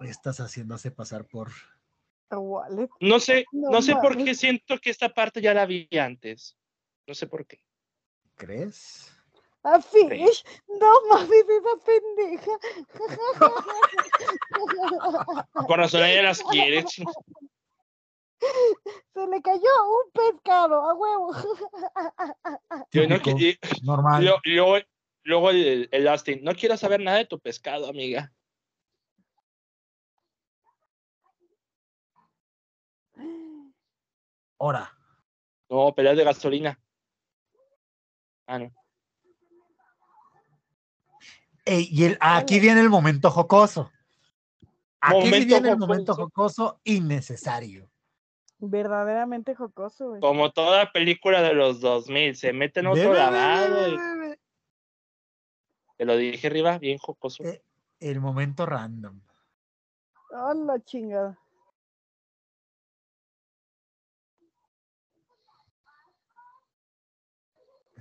Speaker 3: Estás haciéndose pasar por.
Speaker 2: Wallet.
Speaker 1: No sé,
Speaker 2: No
Speaker 1: no, sé por qué
Speaker 2: mames.
Speaker 1: siento que esta parte ya la vi antes. No sé por qué.
Speaker 3: ¿Crees?
Speaker 2: A Fish. No mames, esa pendeja.
Speaker 1: Con razón ella las quiere. ching-
Speaker 2: Se le cayó un pescado a huevo.
Speaker 1: Yo no
Speaker 3: Típico,
Speaker 1: qui- y-
Speaker 3: normal.
Speaker 1: yo- yo- Luego el, el Austin, no quiero saber nada de tu pescado, amiga.
Speaker 3: Ahora,
Speaker 1: No, peleas de gasolina. Ah, no.
Speaker 3: ey, y el- aquí viene el momento jocoso. Aquí sí
Speaker 1: Momento
Speaker 3: viene el momento
Speaker 1: jocoso.
Speaker 3: jocoso innecesario.
Speaker 2: Verdaderamente jocoso, güey.
Speaker 1: Como toda película de los 2000, se mete en otro
Speaker 3: Ve, ve, ve,
Speaker 1: lavado.
Speaker 3: ve,
Speaker 1: y-
Speaker 3: ve, ve.
Speaker 1: Te lo dije arriba, bien jocoso.
Speaker 3: Eh. El momento random.
Speaker 2: Oh, la chingada.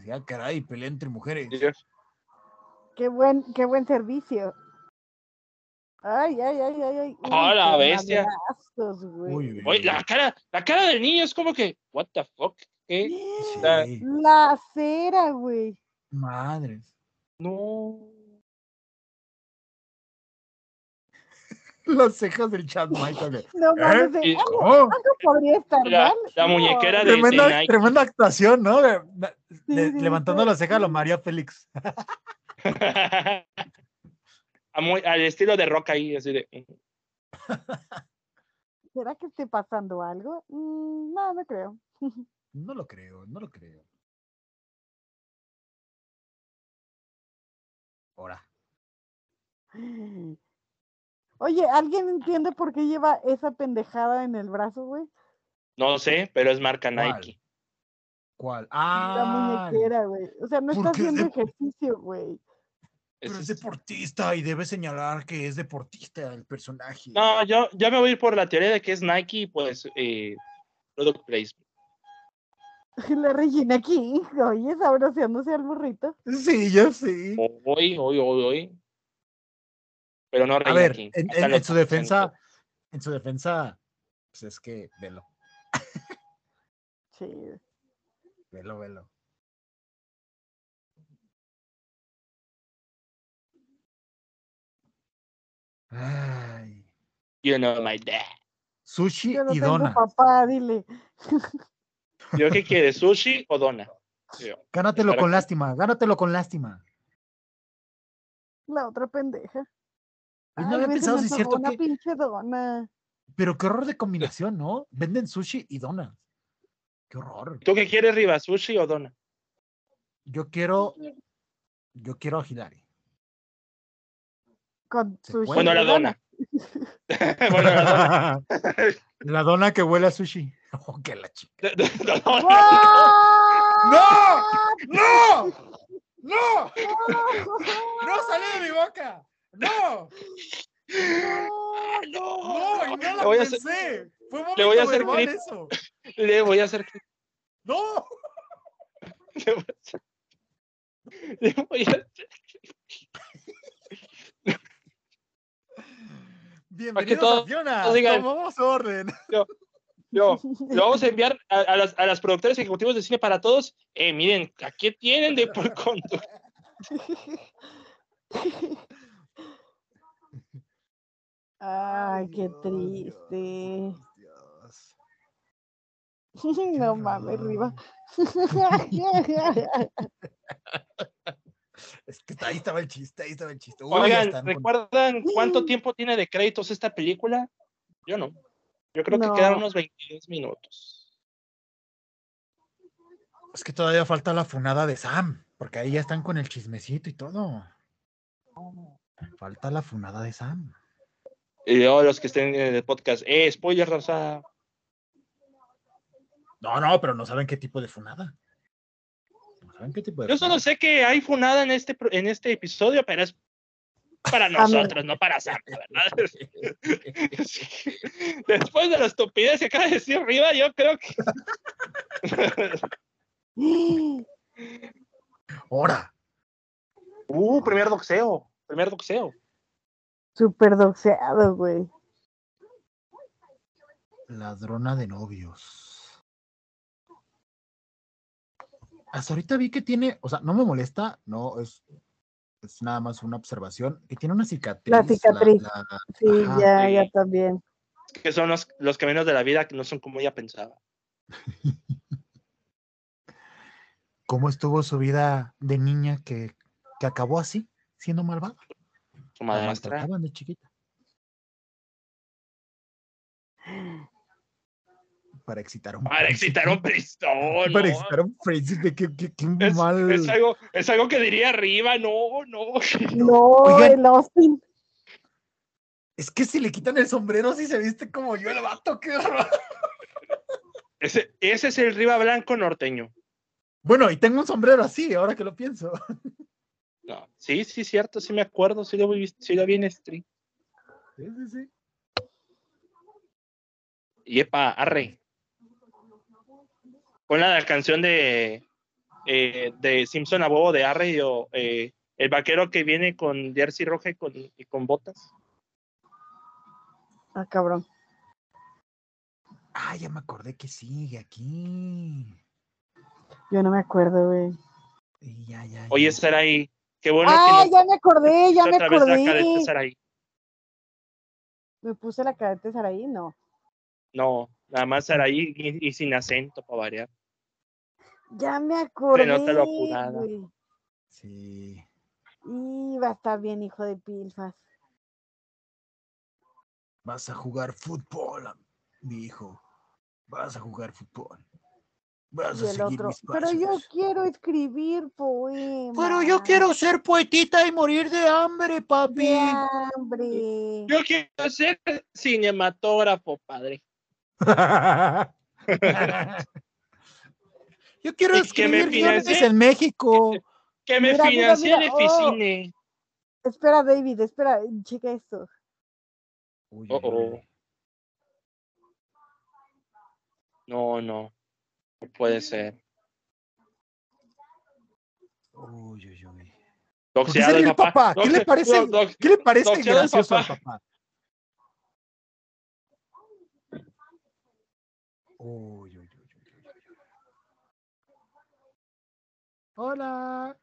Speaker 3: Ya, "Ah, caray, pelea entre mujeres.
Speaker 1: Yo-
Speaker 2: Qué buen, qué buen servicio. Ay, ay, ay, ay, ay. Uy,
Speaker 1: Ah, la
Speaker 2: qué
Speaker 1: bestia.
Speaker 2: madrazos, güey.
Speaker 3: Uy, uy,
Speaker 1: Oye,
Speaker 3: uy.
Speaker 1: la cara, la cara del niño es como que, what the fuck, ¿qué?
Speaker 3: Sí,
Speaker 1: la-
Speaker 2: La cera, güey.
Speaker 3: Madres.
Speaker 1: No.
Speaker 3: Las cejas del chat, Michael. de,
Speaker 2: No mames,
Speaker 1: ¿Eh? Y-
Speaker 2: de- algo,
Speaker 3: "Oh".
Speaker 2: algo podría estar
Speaker 1: La,
Speaker 2: mal.
Speaker 1: la
Speaker 2: No,
Speaker 1: muñequera de, de
Speaker 3: Tremenda,
Speaker 1: Nike.
Speaker 3: tremenda actuación, ¿no? De- de-
Speaker 2: sí,
Speaker 3: de-
Speaker 2: sí,
Speaker 3: levantando
Speaker 2: sí.
Speaker 3: la ceja a lo María Félix.
Speaker 1: a muy- al estilo de rock ahí, así de. ujú.
Speaker 2: ¿Será que esté pasando algo? Mm, no, no creo.
Speaker 3: No lo creo, no lo creo. Ahora.
Speaker 2: Oye, ¿alguien entiende por qué lleva esa pendejada en el brazo, güey?
Speaker 1: No sé, pero es marca
Speaker 3: ¿Cuál?
Speaker 1: Nike.
Speaker 3: ¿Cuál?
Speaker 2: La
Speaker 3: Ah,
Speaker 2: muñequera, güey. O sea, no
Speaker 3: ¿Por
Speaker 2: está
Speaker 3: qué es de-
Speaker 2: haciendo ejercicio, güey.
Speaker 3: pero es
Speaker 1: Es- este
Speaker 3: deportista y debe señalar que es deportista el personaje.
Speaker 1: No, yo, yo me voy a ir por la teoría de que es Nike, y, pues, eh, product placement.
Speaker 2: La Regina aquí, oye, sabroseándose al burrito.
Speaker 3: Sí, yo
Speaker 1: Oh,
Speaker 3: sí.
Speaker 1: Hoy, hoy, hoy, hoy. Pero no
Speaker 3: A
Speaker 1: Reina
Speaker 3: ver,
Speaker 1: King,
Speaker 3: en, en-
Speaker 1: hasta los
Speaker 3: en su
Speaker 1: 80.
Speaker 3: defensa, en su defensa, pues es que velo,
Speaker 2: Sí.
Speaker 3: velo, velo. Ay.
Speaker 1: You know my dad.
Speaker 3: Sushi
Speaker 2: Yo no
Speaker 3: y
Speaker 2: tengo
Speaker 3: dona.
Speaker 2: papá, dile.
Speaker 1: ¿Yo qué quiere? ¿Sushi o dona? Yo,
Speaker 3: Gánatelo
Speaker 1: Espera
Speaker 3: con
Speaker 1: que-
Speaker 3: lástima, gánatelo con lástima.
Speaker 2: La otra pendeja.
Speaker 3: Y
Speaker 2: Ay,
Speaker 3: no había
Speaker 2: güey, se
Speaker 3: pensado
Speaker 2: me
Speaker 3: si es
Speaker 2: antojó
Speaker 3: cierto
Speaker 2: una
Speaker 3: que,
Speaker 2: pinche dona.
Speaker 3: pero qué horror de combinación, ¿no? Venden sushi y dona. Qué horror.
Speaker 1: ¿Tú qué quieres, Riva? ¿Sushi o dona?
Speaker 3: Yo quiero, yo quiero a Hilary.
Speaker 2: Con
Speaker 3: Se
Speaker 2: sushi.
Speaker 3: puede.
Speaker 1: Bueno,
Speaker 2: de
Speaker 1: la dona. bueno, la dona.
Speaker 3: La dona que huele a sushi. Oh, que la chica.
Speaker 1: La dona.
Speaker 2: ¡What?
Speaker 3: ¡No! ¡No! ¡No salió de mi boca! ¡No! ¡No! ¡Y no
Speaker 1: Le
Speaker 3: la
Speaker 1: voy a hacer-
Speaker 3: pensé! ¡Fue
Speaker 1: le voy a
Speaker 3: vómito
Speaker 1: hacer
Speaker 3: verbal
Speaker 1: clip.
Speaker 3: eso!
Speaker 1: Le voy a hacer.
Speaker 3: ¡No!
Speaker 1: Le voy a hacer. Le voy a hacer.
Speaker 3: Bienvenidos
Speaker 1: todos
Speaker 3: a Fiona.
Speaker 1: digan-
Speaker 3: Tomamos orden.
Speaker 1: Yo, lo vamos a enviar a, a las, a las productoras ejecutivas de cine para todos. Eh, miren, ¿a qué tienen de por conto?
Speaker 2: Ay, qué
Speaker 3: Dios, Dios,
Speaker 2: triste.
Speaker 3: Dios. Qué
Speaker 2: No mames, Riva.
Speaker 3: horror. Es que ahí estaba el chiste, ahí estaba el chiste. Uy, ya
Speaker 1: Oigan,
Speaker 3: están con-
Speaker 1: ¿recuerdan cuánto tiempo tiene de créditos esta película? Yo no. Yo creo que
Speaker 2: No.
Speaker 1: quedaron unos 22 minutos.
Speaker 3: Es que todavía falta la funada de Sam, porque ahí ya están con el chismecito y todo. Falta la funada de Sam.
Speaker 1: Y yo, los que estén en el podcast, eh, spoiler, Rosa.
Speaker 3: No, no, pero no saben qué tipo de funada. No saben qué tipo de
Speaker 1: Yo solo
Speaker 3: funada.
Speaker 1: sé que hay funada en este, pro- en este episodio, pero es
Speaker 3: Ah,
Speaker 1: para nosotros, no para Sam, ¿verdad? Así que, Después de la estupidez que acaba de decir Riva, yo creo que.
Speaker 3: Ahora,
Speaker 1: Uh, primer doxeo. Primer doxeo.
Speaker 2: Super doxeado, güey.
Speaker 3: ladrona de novios. Hasta ahorita vi que tiene, o sea, no me molesta, no, es, es nada más una observación, que tiene una cicatriz.
Speaker 2: cicatriz.
Speaker 3: la-
Speaker 2: Sí,
Speaker 3: Ajá.
Speaker 2: ya, ya
Speaker 1: Sí.
Speaker 2: también.
Speaker 1: Que son los, los caminos de la vida que no son como ella pensaba.
Speaker 3: ¿Cómo estuvo su vida de niña que, que acabó así, siendo malvada?
Speaker 1: Su
Speaker 3: La
Speaker 1: madrastra.
Speaker 3: maltrataban de chiquita. Para excitar a un
Speaker 1: Para excitar a un pistón.
Speaker 3: Para
Speaker 1: Oh, no.
Speaker 3: excitar a un príncipe, qué, qué- qué
Speaker 1: Es,
Speaker 3: mal.
Speaker 1: es algo, es algo que diría Riva, no, no.
Speaker 2: No,
Speaker 3: Oigan.
Speaker 2: el Austin.
Speaker 3: Es que si le quitan el sombrero, si se viste como yo el vato, qué horror.
Speaker 1: Ese, ese es el Riva blanco norteño.
Speaker 3: Bueno, y tengo un sombrero así, ahora que lo pienso.
Speaker 1: No. Sí, sí, cierto, sí me acuerdo, sí lo vi, sí lo vi en stream.
Speaker 3: Sí, sí, sí.
Speaker 1: Y epa, arre. Con la canción de, eh, de Simpson a huevo de arre, o eh, el vaquero que viene con jersey roja y con, y con botas.
Speaker 2: Ah, cabrón.
Speaker 3: Ah, ya me acordé que sigue aquí.
Speaker 2: Yo no me acuerdo, güey.
Speaker 3: Y ya, ya,
Speaker 1: Oye,
Speaker 3: ya.
Speaker 1: Saraí, qué bueno
Speaker 2: ah,
Speaker 1: que nos
Speaker 2: ya me acordé, ya me
Speaker 1: otra vez la careta,
Speaker 2: acordé.
Speaker 1: Saraí.
Speaker 2: Me puse la cadete Saraí, no.
Speaker 1: No, nada más Saraí y, y sin acento para variar.
Speaker 2: Ya me acordé.
Speaker 1: nota lo apurada.
Speaker 2: güey.
Speaker 3: Sí.
Speaker 2: Y va a estar bien, hijo de pilfas.
Speaker 3: Vas a jugar fútbol, mi hijo. Vas a jugar fútbol. Vas
Speaker 2: Y
Speaker 3: a
Speaker 2: el
Speaker 3: seguir
Speaker 2: otro,
Speaker 3: mis
Speaker 2: pero yo
Speaker 3: pasos.
Speaker 2: quiero escribir poemas.
Speaker 3: Pero yo quiero ser poetita y morir de hambre, papi.
Speaker 2: de hambre.
Speaker 1: Yo quiero ser cinematógrafo, padre.
Speaker 3: Yo quiero
Speaker 1: Es que me
Speaker 3: escribir guiones
Speaker 1: financien.
Speaker 3: en México.
Speaker 1: Que me
Speaker 2: Mira, mira,
Speaker 1: financie
Speaker 2: mira,
Speaker 1: el
Speaker 2: oh.
Speaker 1: Eficine.
Speaker 2: Espera, David, espera, checa esto.
Speaker 3: Uy,
Speaker 1: Oh,
Speaker 3: uy, uy.
Speaker 1: oh. No, no. No puede ser.
Speaker 3: Uy, uy, uy.
Speaker 1: Doxeado
Speaker 3: sería
Speaker 1: el
Speaker 3: Pues el
Speaker 1: papá.
Speaker 3: papá? ¿Qué le
Speaker 1: Doxe-
Speaker 3: parece?
Speaker 1: no, dox-
Speaker 3: ¿Qué le parece
Speaker 1: Doxeado al
Speaker 3: gracioso al
Speaker 1: papá.
Speaker 3: papá? Uy, uy, uy, uy, uy, uy, uy. Hola.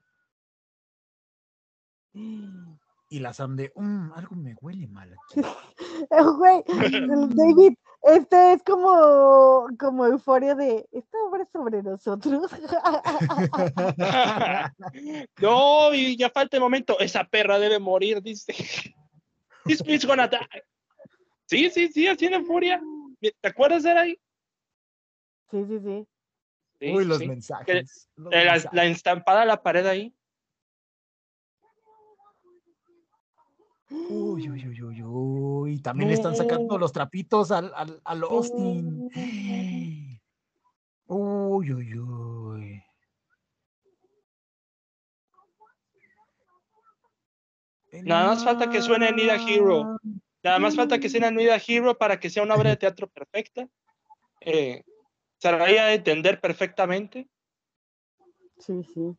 Speaker 3: Y la Sam de, "Mm, algo me huele mal aquí.
Speaker 2: Eh, Güey, el David, este es como, como euforia de esta obra es sobre nosotros.
Speaker 1: No, y ya falta el momento. Esa perra debe morir, dice. This bitch gonna die. Sí, sí, sí, así en furia. ¿Te acuerdas de ahí?
Speaker 2: sí, sí, sí.
Speaker 1: Sí,
Speaker 3: Uy, los
Speaker 1: sí.
Speaker 3: mensajes. los
Speaker 1: Eh, La,
Speaker 3: mensajes.
Speaker 1: la estampada a la pared ahí.
Speaker 3: Uy, uy, uy, uy, uy. También le están
Speaker 1: No.
Speaker 3: sacando los trapitos al, al, al Austin. Uy, uy, uy.
Speaker 1: Nada más falta que suene Need a Hero. Nada más falta que sea una Need a Hero para que sea una obra de teatro perfecta. Eh, se haría de entender perfectamente.
Speaker 2: Sí, sí.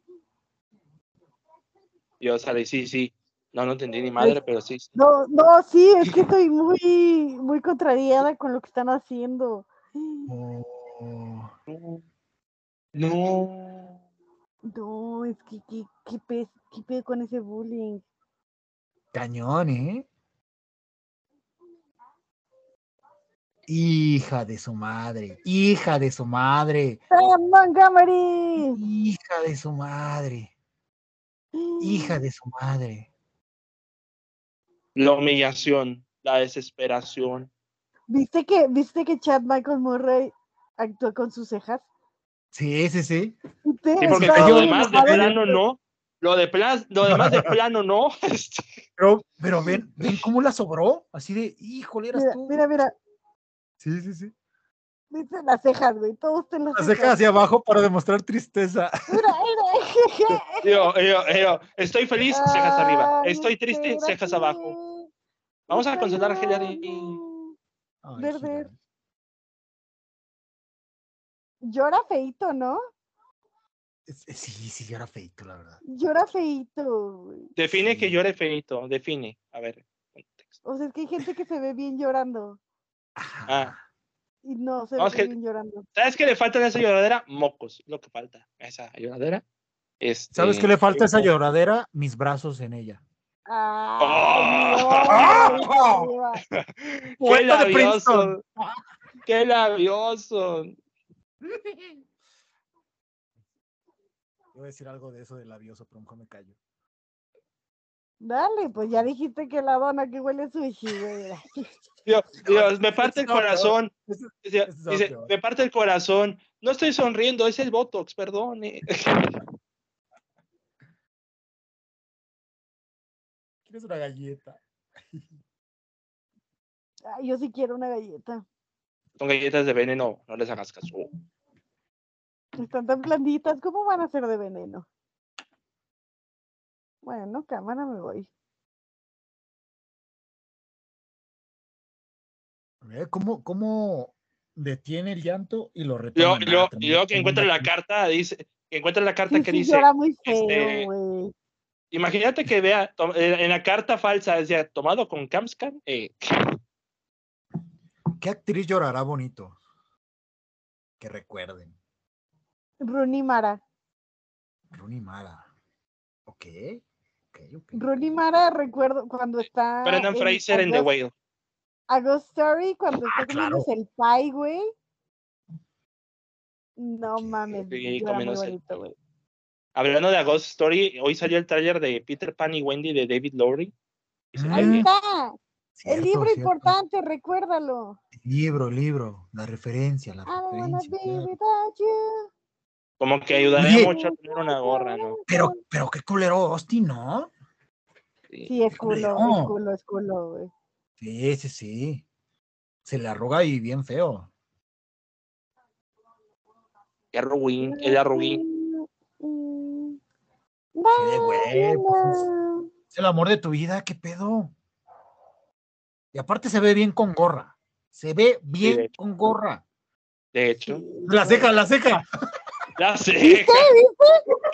Speaker 1: Y o sea, de sí, sí. No, no entendí ni madre,
Speaker 3: Pues
Speaker 1: pero sí. sí.
Speaker 2: No, no, sí, es que estoy muy, muy contrariada con lo que están haciendo.
Speaker 3: Oh,
Speaker 1: No.
Speaker 2: No, es que qué, qué pes- qué pedo con ese bullying.
Speaker 3: cañón, ¿eh? Hija de su madre, hija de su madre,
Speaker 2: ¡Sam ¡Ah, Montgomery!
Speaker 1: Mm.
Speaker 3: hija de su madre, hija de su madre.
Speaker 1: La humillación, la desesperación.
Speaker 2: ¿Viste que, viste que Chad Michael Murray actuó con sus cejas?
Speaker 3: Sí, sí, sí.
Speaker 2: ¿Viste?
Speaker 1: Sí, porque
Speaker 2: Estaba
Speaker 1: lo
Speaker 2: bien
Speaker 1: demás de
Speaker 2: enojado.
Speaker 1: plano no. Lo, de plan, lo demás de plano no. Este,
Speaker 3: Pero, pero ven, ven cómo la sobró, así de, híjole, eras
Speaker 2: Mira,
Speaker 3: tú.
Speaker 2: mira, mira,
Speaker 3: Sí, sí, sí.
Speaker 2: viste las cejas, güey, todos te las
Speaker 3: Las cejas hacia abajo para demostrar tristeza.
Speaker 2: Mira,
Speaker 1: yo,
Speaker 2: mira.
Speaker 1: yo, yo, estoy feliz, cejas arriba.
Speaker 2: Ay,
Speaker 1: Estoy triste,
Speaker 2: espérate.
Speaker 1: cejas abajo. Vamos a
Speaker 2: Está
Speaker 1: consolar a Hillary.
Speaker 2: llorando.
Speaker 3: Ay,
Speaker 2: Verde.
Speaker 3: Hillary.
Speaker 2: Llora feito, ¿no?
Speaker 3: Es- es- Sí, sí, yo era feito, la verdad.
Speaker 2: Llora feito, güey.
Speaker 1: Define que
Speaker 3: Sí.
Speaker 1: llore feito, define. A ver. contexto.
Speaker 2: O sea, es que hay gente que se ve bien llorando.
Speaker 3: Ajá.
Speaker 1: Ah.
Speaker 2: Y no, se
Speaker 1: No,
Speaker 2: ve
Speaker 1: es que-
Speaker 2: bien llorando.
Speaker 1: ¿Sabes qué le falta a esa lloradera? Mocos, lo que falta. a Esa lloradera. Este,
Speaker 3: ¿Sabes qué le falta a esa
Speaker 1: lloradera?
Speaker 3: lloradera? Mis brazos en ella.
Speaker 2: Ah, no,
Speaker 3: ¡Ah!
Speaker 2: güey, ahí va.
Speaker 1: ¡Qué
Speaker 3: Poeta de
Speaker 1: labioso!
Speaker 3: Princeton.
Speaker 1: ¡Qué labioso!
Speaker 3: Iba a decir algo de eso de labioso, pero mejor me callo.
Speaker 2: Dale, pues ya dijiste que la dona que huele a sushi, güey. era.
Speaker 1: Dios, Dios, me
Speaker 3: es
Speaker 1: parte el
Speaker 3: otro.
Speaker 1: corazón.
Speaker 3: Ese-
Speaker 1: Dice,
Speaker 3: ese es
Speaker 1: dice,
Speaker 3: otro.
Speaker 1: me parte el corazón. No estoy sonriendo, es el Botox, perdón. eh.
Speaker 3: ¿Quieres una galleta?
Speaker 2: Ay, yo sí quiero una galleta.
Speaker 1: Son galletas de veneno, no les hagas caso.
Speaker 2: Están tan blanditas, ¿cómo van a ser de veneno? Bueno, cámara, me voy.
Speaker 3: Ve ¿Eh? ¿Cómo, cómo detiene el llanto y lo
Speaker 1: Y Luego,
Speaker 3: retoma?
Speaker 1: y
Speaker 3: Nah,
Speaker 1: luego- y
Speaker 3: tremendo-
Speaker 1: luego que encuentra la
Speaker 3: tremenda-
Speaker 1: carta, dice, que encuentra la carta
Speaker 2: Sí,
Speaker 1: que
Speaker 2: sí,
Speaker 1: dice,
Speaker 2: llora muy
Speaker 1: este,
Speaker 2: feo, güey.
Speaker 1: imagínate que vea, to- en en la carta falsa decía, tomado con Camscan, eh,
Speaker 3: ¿Qué actriz llorará bonito? Que recuerden.
Speaker 2: Rooney Mara.
Speaker 3: Rooney Mara. Ok. Ok, ok.
Speaker 2: Rooney Mara, recuerdo cuando está.
Speaker 1: Brendan
Speaker 2: en
Speaker 1: Fraser en The
Speaker 2: Agos-
Speaker 1: Whale.
Speaker 2: A Ghost Story cuando
Speaker 3: Ah,
Speaker 2: está comiéndose el pie, güey. No mames,
Speaker 1: Sí,
Speaker 2: llora muy
Speaker 1: comiéndose el
Speaker 2: bonito, güey.
Speaker 1: Hablando de A Ghost Story, hoy salió el tráiler de Peter Pan y Wendy de David Lowry.
Speaker 2: Ahí está. Cierto, el libro cierto. importante, recuérdalo.
Speaker 3: El libro, el libro, la referencia,
Speaker 2: Ah,
Speaker 3: la referencia.
Speaker 1: Como que ayudaría Oye, mucho a tener una gorra, ¿no?
Speaker 3: Pero, pero qué culero, Austin, ¿no?
Speaker 2: Sí, sí es, culo, culero.
Speaker 3: oh.
Speaker 2: es culo, es culo, güey.
Speaker 3: Sí, sí, sí. Se le arruga y bien feo.
Speaker 1: El arruguín, el arruguín.
Speaker 3: Sí, güey, pues es, es el amor de tu vida, qué pedo. Y aparte se ve bien con gorra. Se ve bien sí, con gorra.
Speaker 1: De hecho.
Speaker 3: La seca, la seca.
Speaker 1: La seca.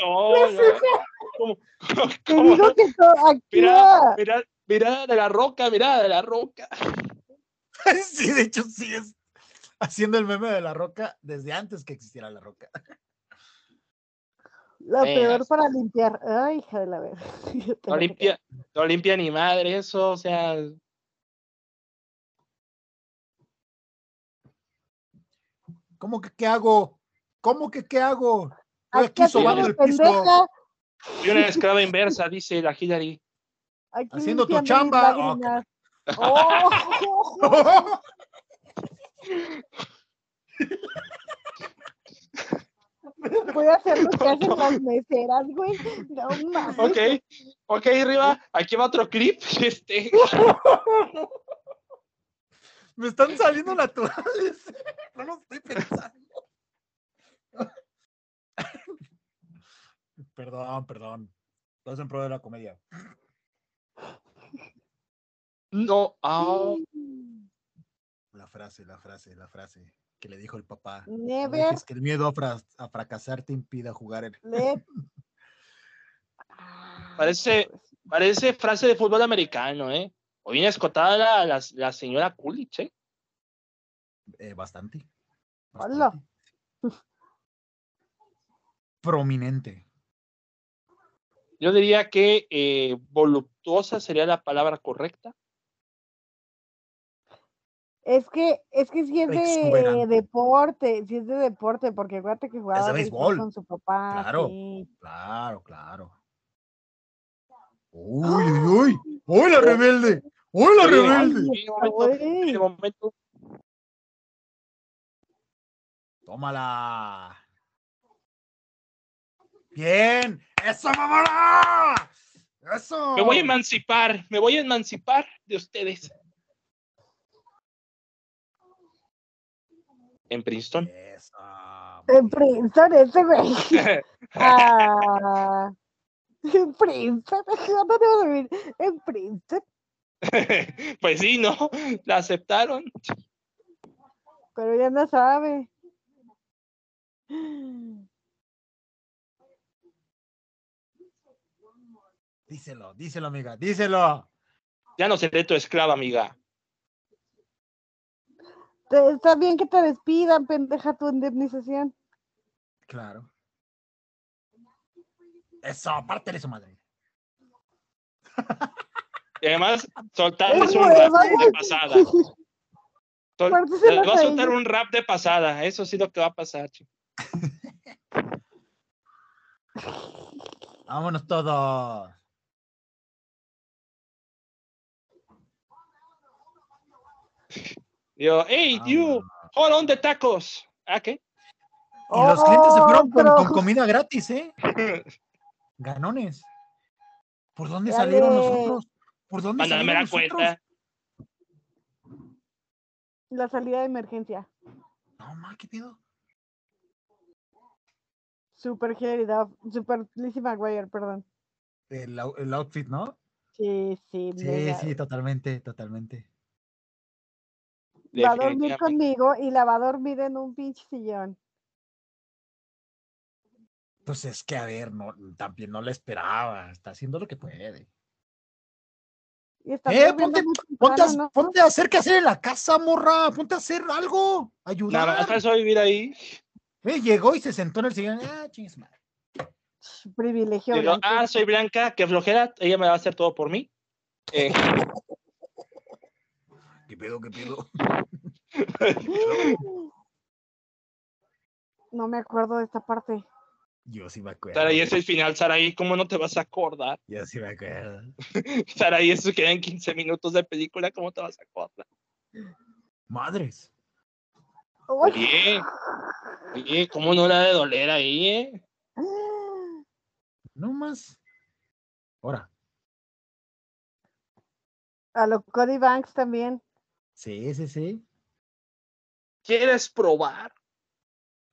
Speaker 1: No, la seca. ¿Cómo, cómo, cómo?
Speaker 2: Digo que aquí.
Speaker 1: Mirada, mirada, mirada de la roca, mirada de la roca.
Speaker 3: sí, de hecho sí es haciendo el meme de la roca desde antes que existiera la roca.
Speaker 2: Lo eh, peor para limpiar. Ay, hija de la verga.
Speaker 1: No limpia, no limpia ni madre eso, o sea,
Speaker 3: ¿Cómo que qué hago? ¿Cómo que qué hago?
Speaker 2: Estoy aquí, aquí sobando el pendeja.
Speaker 1: piso. Y una esclava inversa, dice la Hillary.
Speaker 3: Aquí Haciendo tu chamba.
Speaker 2: Okay. Oh. Voy a hacer lo que hacen las meseras, güey. No mames.
Speaker 1: Ok, ok, Riva, aquí va otro clip. Este.
Speaker 3: Me están saliendo naturales. No lo estoy pensando. perdón, perdón. Todo es en pro de la comedia.
Speaker 1: No, oh.
Speaker 3: La frase, la frase, la frase que le dijo el papá.
Speaker 2: Never.
Speaker 3: No que el miedo a, fra a, fracasar te impida jugar el.
Speaker 2: Ah,
Speaker 1: parece, parece frase de fútbol americano, ¿eh? O bien escotada la, la, la señora Kulich, ¿eh?
Speaker 3: Eh, bastante.
Speaker 2: Hola.
Speaker 3: bastante. Prominente.
Speaker 1: Yo diría que eh, voluptuosa sería la palabra correcta.
Speaker 2: pues, Es que, es que si es de deporte, si es de deporte, porque acuérdate que jugaba
Speaker 3: es de béisbol
Speaker 2: con su papá.
Speaker 3: Claro, sí. claro, claro. Uy, uy, uy, uy, la rebelde, uy, la rebelde.
Speaker 1: de momento,
Speaker 3: Tómala. Bien, eso, mamá. Eso.
Speaker 1: Me voy a emancipar, me voy a emancipar de ustedes. En Princeton.
Speaker 3: Eso.
Speaker 2: En Princeton, ese güey. ah. En Princeton, ¿dónde debo de vivir? En Princeton.
Speaker 1: pues sí, ¿no? La aceptaron.
Speaker 2: Pero ya no sabe.
Speaker 3: Díselo, díselo, amiga, díselo.
Speaker 1: Ya no seré tu esclava, amiga.
Speaker 2: Está bien que te despidan, pendeja tu indemnización.
Speaker 3: Claro. Eso, apártele su madre.
Speaker 1: Y además, soltarles un rap de pasada. Sol les va a soltar un rap de pasada. Eso sí es lo que va a pasar, chicos.
Speaker 3: Vámonos todos.
Speaker 1: Yo, hey, you, hold on de tacos. ¿Ah, qué?
Speaker 3: Y los oh, clientes se fueron con, con, comida gratis, ¿eh? Ganones. ¿Por dónde Dale. salieron nosotros? ¿Por dónde
Speaker 1: Cuando
Speaker 3: salieron
Speaker 1: me da cuenta.
Speaker 2: La salida de emergencia.
Speaker 3: No, ma, ¿qué pedo?
Speaker 2: Super Gerida, Super Lizzie McGuire, perdón.
Speaker 3: El, el, outfit, ¿no?
Speaker 2: Sí, sí.
Speaker 3: Sí, mega. sí, totalmente, totalmente.
Speaker 2: Va a dormir conmigo y la va a dormir en un pinche sillón.
Speaker 3: Pues es que, a ver, no, también no la esperaba. Está haciendo lo que puede.
Speaker 2: Y
Speaker 3: está eh, ponte, ponte, a, ¿no? ponte, a, hacer qué hacer en la casa, morra. Ponte a hacer algo. Ayudar.
Speaker 1: Nada más a vivir ahí.
Speaker 3: Eh, llegó y se sentó en el sillón. Ah, chingues madre.
Speaker 2: Privilegio.
Speaker 1: Llegó, ah, soy blanca, que flojera, ella me va a hacer todo por mí. Eh.
Speaker 3: ¿Qué pedo, qué pedo?
Speaker 2: no me acuerdo de esta parte.
Speaker 3: Yo sí me acuerdo.
Speaker 1: Saraí es el final, Saraí, ¿cómo no te vas a acordar?
Speaker 3: Yo sí me acuerdo.
Speaker 1: Saraí, eso quedan 15 minutos de película, ¿cómo te vas a acordar?
Speaker 3: Madres.
Speaker 1: Oye, oye, ¿cómo no la de doler ahí, eh?
Speaker 3: No más. Ahora.
Speaker 2: A lo Cody Banks también.
Speaker 3: Sí, sí, sí.
Speaker 1: ¿Quieres probar?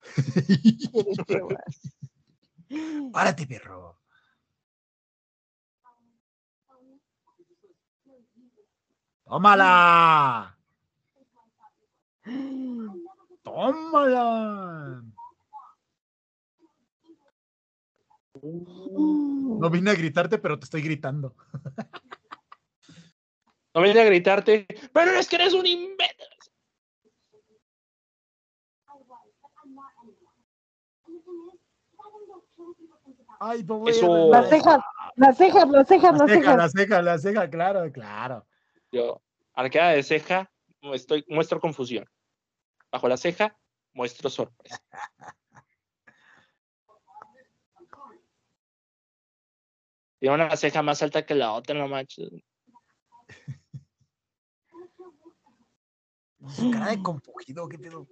Speaker 2: ¿Quieres probar?
Speaker 3: Párate, perro. Tómala. Tómala. No vine a gritarte, pero te estoy gritando.
Speaker 1: No vine a gritarte, pero es que eres un invento.
Speaker 3: Ay, no voy a-
Speaker 1: Eso.
Speaker 2: Las
Speaker 3: pues,
Speaker 2: cejas, las cejas, las cejas,
Speaker 3: La
Speaker 2: las
Speaker 3: ceja,
Speaker 2: cejas.
Speaker 3: la ceja, la ceja, claro, claro.
Speaker 1: Yo, arqueada de ceja, estoy, muestro confusión. Bajo la ceja, muestro sorpresa. Tiene una ceja más alta que la otra, no manches.
Speaker 3: Su cara de compugido, qué pedo.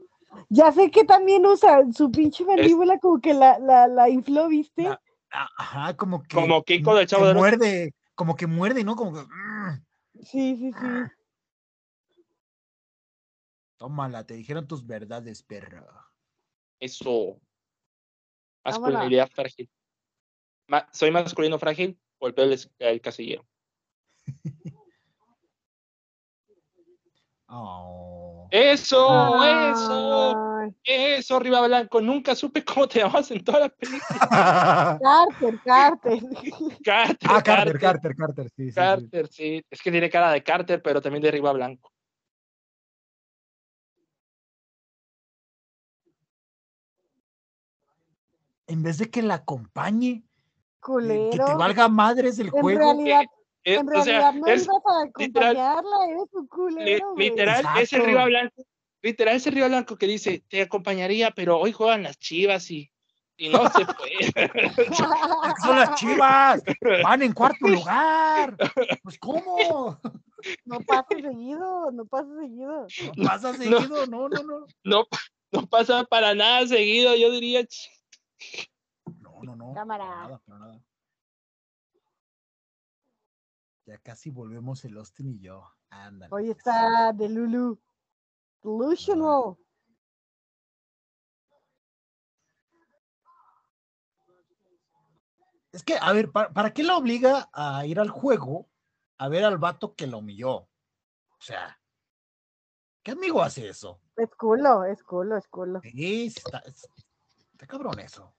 Speaker 2: Ya sé que también usa su pinche mandíbula como que la, la, la infló, ¿viste?
Speaker 3: La- Ah, Ajá, como que.
Speaker 1: Como Kiko del Chavo
Speaker 3: que
Speaker 1: del Ocho.
Speaker 3: Muerde, como que muerde, ¿no? Como que. mm,
Speaker 2: Sí, sí, sí.
Speaker 3: tómala, te dijeron tus verdades, perro.
Speaker 1: Eso.
Speaker 3: Ah,
Speaker 1: Masculinidad frágil. Ma- soy masculino frágil, golpeo el, es- el casillero.
Speaker 3: Oh.
Speaker 1: Eso, eso,
Speaker 2: Ay,
Speaker 1: eso, Riva Blanco. Nunca supe cómo te llamabas en toda la película.
Speaker 3: ah,
Speaker 2: Carter, Carter.
Speaker 1: Carter,
Speaker 3: Carter, Carter, Carter, sí, sí, sí.
Speaker 1: Carter, sí. Es que tiene cara de Carter, pero también de Riva Blanco.
Speaker 3: En vez de que la acompañe, eh, que te
Speaker 2: Culero.
Speaker 3: valga madres el
Speaker 2: En
Speaker 3: juego.
Speaker 2: realidad,
Speaker 1: Eh,
Speaker 2: en
Speaker 1: o sea,
Speaker 2: realidad no
Speaker 1: es,
Speaker 2: ibas a
Speaker 1: literal-
Speaker 2: acompañarla, eres un
Speaker 1: li-
Speaker 2: culero, güey.
Speaker 1: literal, es el
Speaker 3: Exacto.
Speaker 1: Riva Blanco. Literal, es el Riva Blanco que dice, te acompañaría, pero hoy juegan las chivas y, y no se puede.
Speaker 3: Porque Son las chivas, van en cuarto lugar. Pues, ¿cómo?
Speaker 2: No pasa seguido, no pasa seguido.
Speaker 3: No pasa seguido, no, no, no.
Speaker 1: no, pa- no pasa para nada seguido, yo diría. "Ch-
Speaker 3: No, no, no.
Speaker 2: Cámara.
Speaker 3: Para nada, para nada. Ya casi volvemos el Austin y yo. Ándale.
Speaker 2: Hoy
Speaker 3: pues.
Speaker 2: está de Lulu. Delusional.
Speaker 3: Es que, a ver, ¿para, para qué la obliga a ir al juego a ver al vato que la humilló? O sea, ¿qué amigo hace eso?
Speaker 2: Es culo, es culo, es culo.
Speaker 3: Sí, sí está, es- está cabrón eso.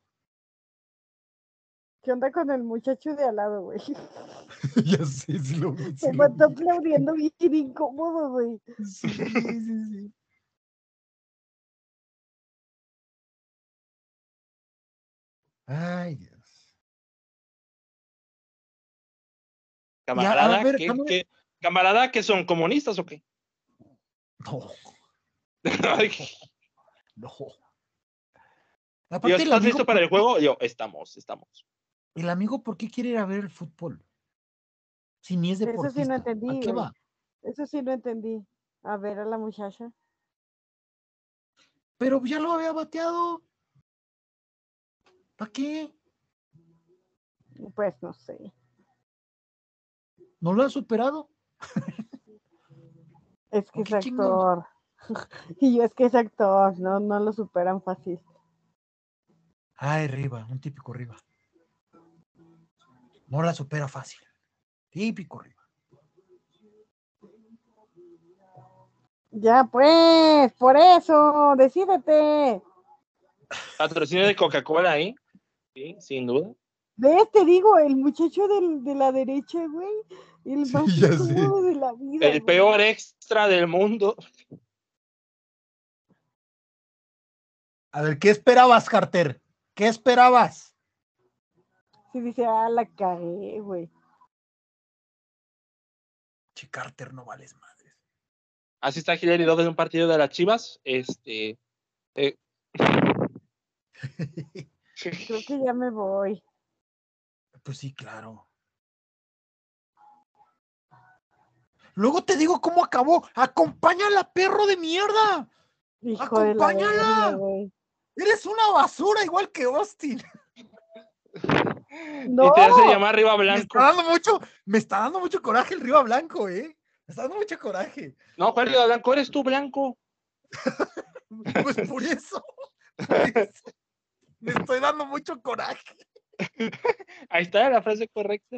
Speaker 2: ¿Qué onda con el muchacho de al lado, güey?
Speaker 3: ya sé, sí lo vi, sí
Speaker 2: Se
Speaker 3: lo
Speaker 2: mandó
Speaker 3: vi.
Speaker 2: aplaudiendo bien incómodo, güey.
Speaker 3: Sí, sí, sí. Ay, Dios.
Speaker 1: Camarada,
Speaker 3: ver,
Speaker 1: que,
Speaker 3: cámara.
Speaker 1: que- camarada, que son comunistas o qué?
Speaker 3: No,
Speaker 1: Ay,
Speaker 3: no.
Speaker 1: Dios,
Speaker 3: Aparte, el
Speaker 1: ¿estás
Speaker 3: amigo,
Speaker 1: listo para el juego? Yo, estamos, estamos.
Speaker 3: el amigo, ¿por qué quiere ir a ver el fútbol? Si ni es
Speaker 2: Eso
Speaker 3: deportista.
Speaker 2: sí no
Speaker 3: ¿A
Speaker 2: entendí.
Speaker 3: qué
Speaker 2: güey.
Speaker 3: va?
Speaker 2: Eso sí no entendí. A ver a la muchacha.
Speaker 3: Pero ya lo había bateado. ¿Para qué?
Speaker 2: Pues no sé.
Speaker 3: ¿No lo ha superado?
Speaker 2: Es
Speaker 3: ¿Con
Speaker 2: que es
Speaker 3: qué chingados?
Speaker 2: actor. y yo es que es actor, no, no lo superan fácil.
Speaker 3: Ay, Riva, un típico Riva. No la supera fácil. Típico Riva.
Speaker 2: Ya pues, por eso, decídete.
Speaker 1: Patrocinio de Coca-Cola ahí. Sí, sin duda.
Speaker 2: ¿Ves? Te digo, el muchacho del, de la derecha, güey. El
Speaker 3: Sí,
Speaker 2: más
Speaker 3: ya sé.
Speaker 2: incómodo de la vida.
Speaker 1: El
Speaker 2: güey.
Speaker 1: peor extra del mundo.
Speaker 3: A ver, ¿qué esperabas, Carter? ¿Qué esperabas?
Speaker 2: Sí, dice, ah, la cagué, güey.
Speaker 3: Che, Carter, no vales madres.
Speaker 1: Así está Hillary Duff en un partido de las Chivas. Este,
Speaker 2: Creo que ya me voy.
Speaker 3: Pues sí, claro. Luego te digo cómo acabó. ¡Acompáñala, perro de mierda!
Speaker 2: Hijo de la verga,
Speaker 3: ¡Acompáñala!
Speaker 2: güey.
Speaker 3: Eres una basura igual que Austin.
Speaker 2: No,
Speaker 1: Y te hace llamar Riva
Speaker 3: Me
Speaker 1: Blanco.
Speaker 3: está dando mucho, me está dando mucho coraje el Riva Blanco, ¿eh? Me está dando mucho coraje.
Speaker 1: No, ¿cuál Riva Blanco? Eres tú, Blanco.
Speaker 3: Pues por eso. por eso. Me estoy dando mucho coraje.
Speaker 1: Ahí está la frase correcta.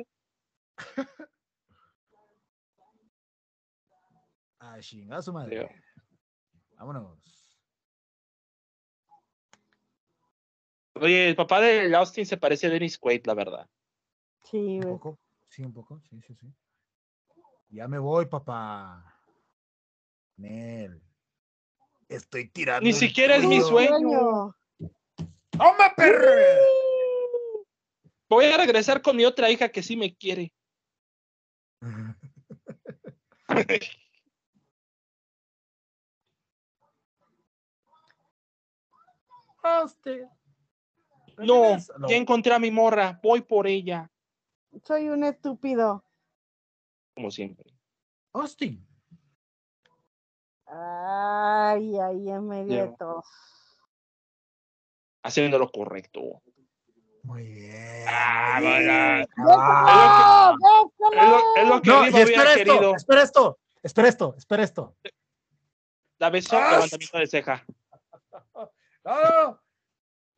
Speaker 3: A chingar a Ah, su madre.
Speaker 1: Digo.
Speaker 3: Vámonos.
Speaker 1: Oye, el papá de Austin se parece a Dennis Quaid, la verdad.
Speaker 2: sí,
Speaker 3: Un
Speaker 2: güey.
Speaker 3: poco, sí, un poco, sí, sí, sí. Ya me voy, papá. Nel. Estoy tirando.
Speaker 1: Ni
Speaker 3: un
Speaker 1: siquiera es mi
Speaker 3: tiro.
Speaker 1: sueño.
Speaker 3: ¡Toma, perro!
Speaker 1: Voy a regresar con mi otra hija que sí me quiere.
Speaker 3: Austin.
Speaker 1: No,
Speaker 3: Regresa-
Speaker 1: ya encontré a mi morra. Voy por ella.
Speaker 2: Soy un estúpido.
Speaker 1: Como siempre.
Speaker 3: Austin.
Speaker 2: Ay, ay, ya me dio
Speaker 1: Digo. Haciendo lo correcto.
Speaker 3: Muy bien.
Speaker 1: Ah,
Speaker 3: muy bien.
Speaker 1: vaya.
Speaker 3: Ah.
Speaker 1: Es lo, es lo que
Speaker 3: No, y
Speaker 1: Riva hubiera
Speaker 3: espera esto,
Speaker 1: querido.
Speaker 3: espera esto, espera esto, espera esto.
Speaker 1: La besó,
Speaker 3: ¡Ah!
Speaker 1: levantamiento de ceja.
Speaker 3: ¡Oh!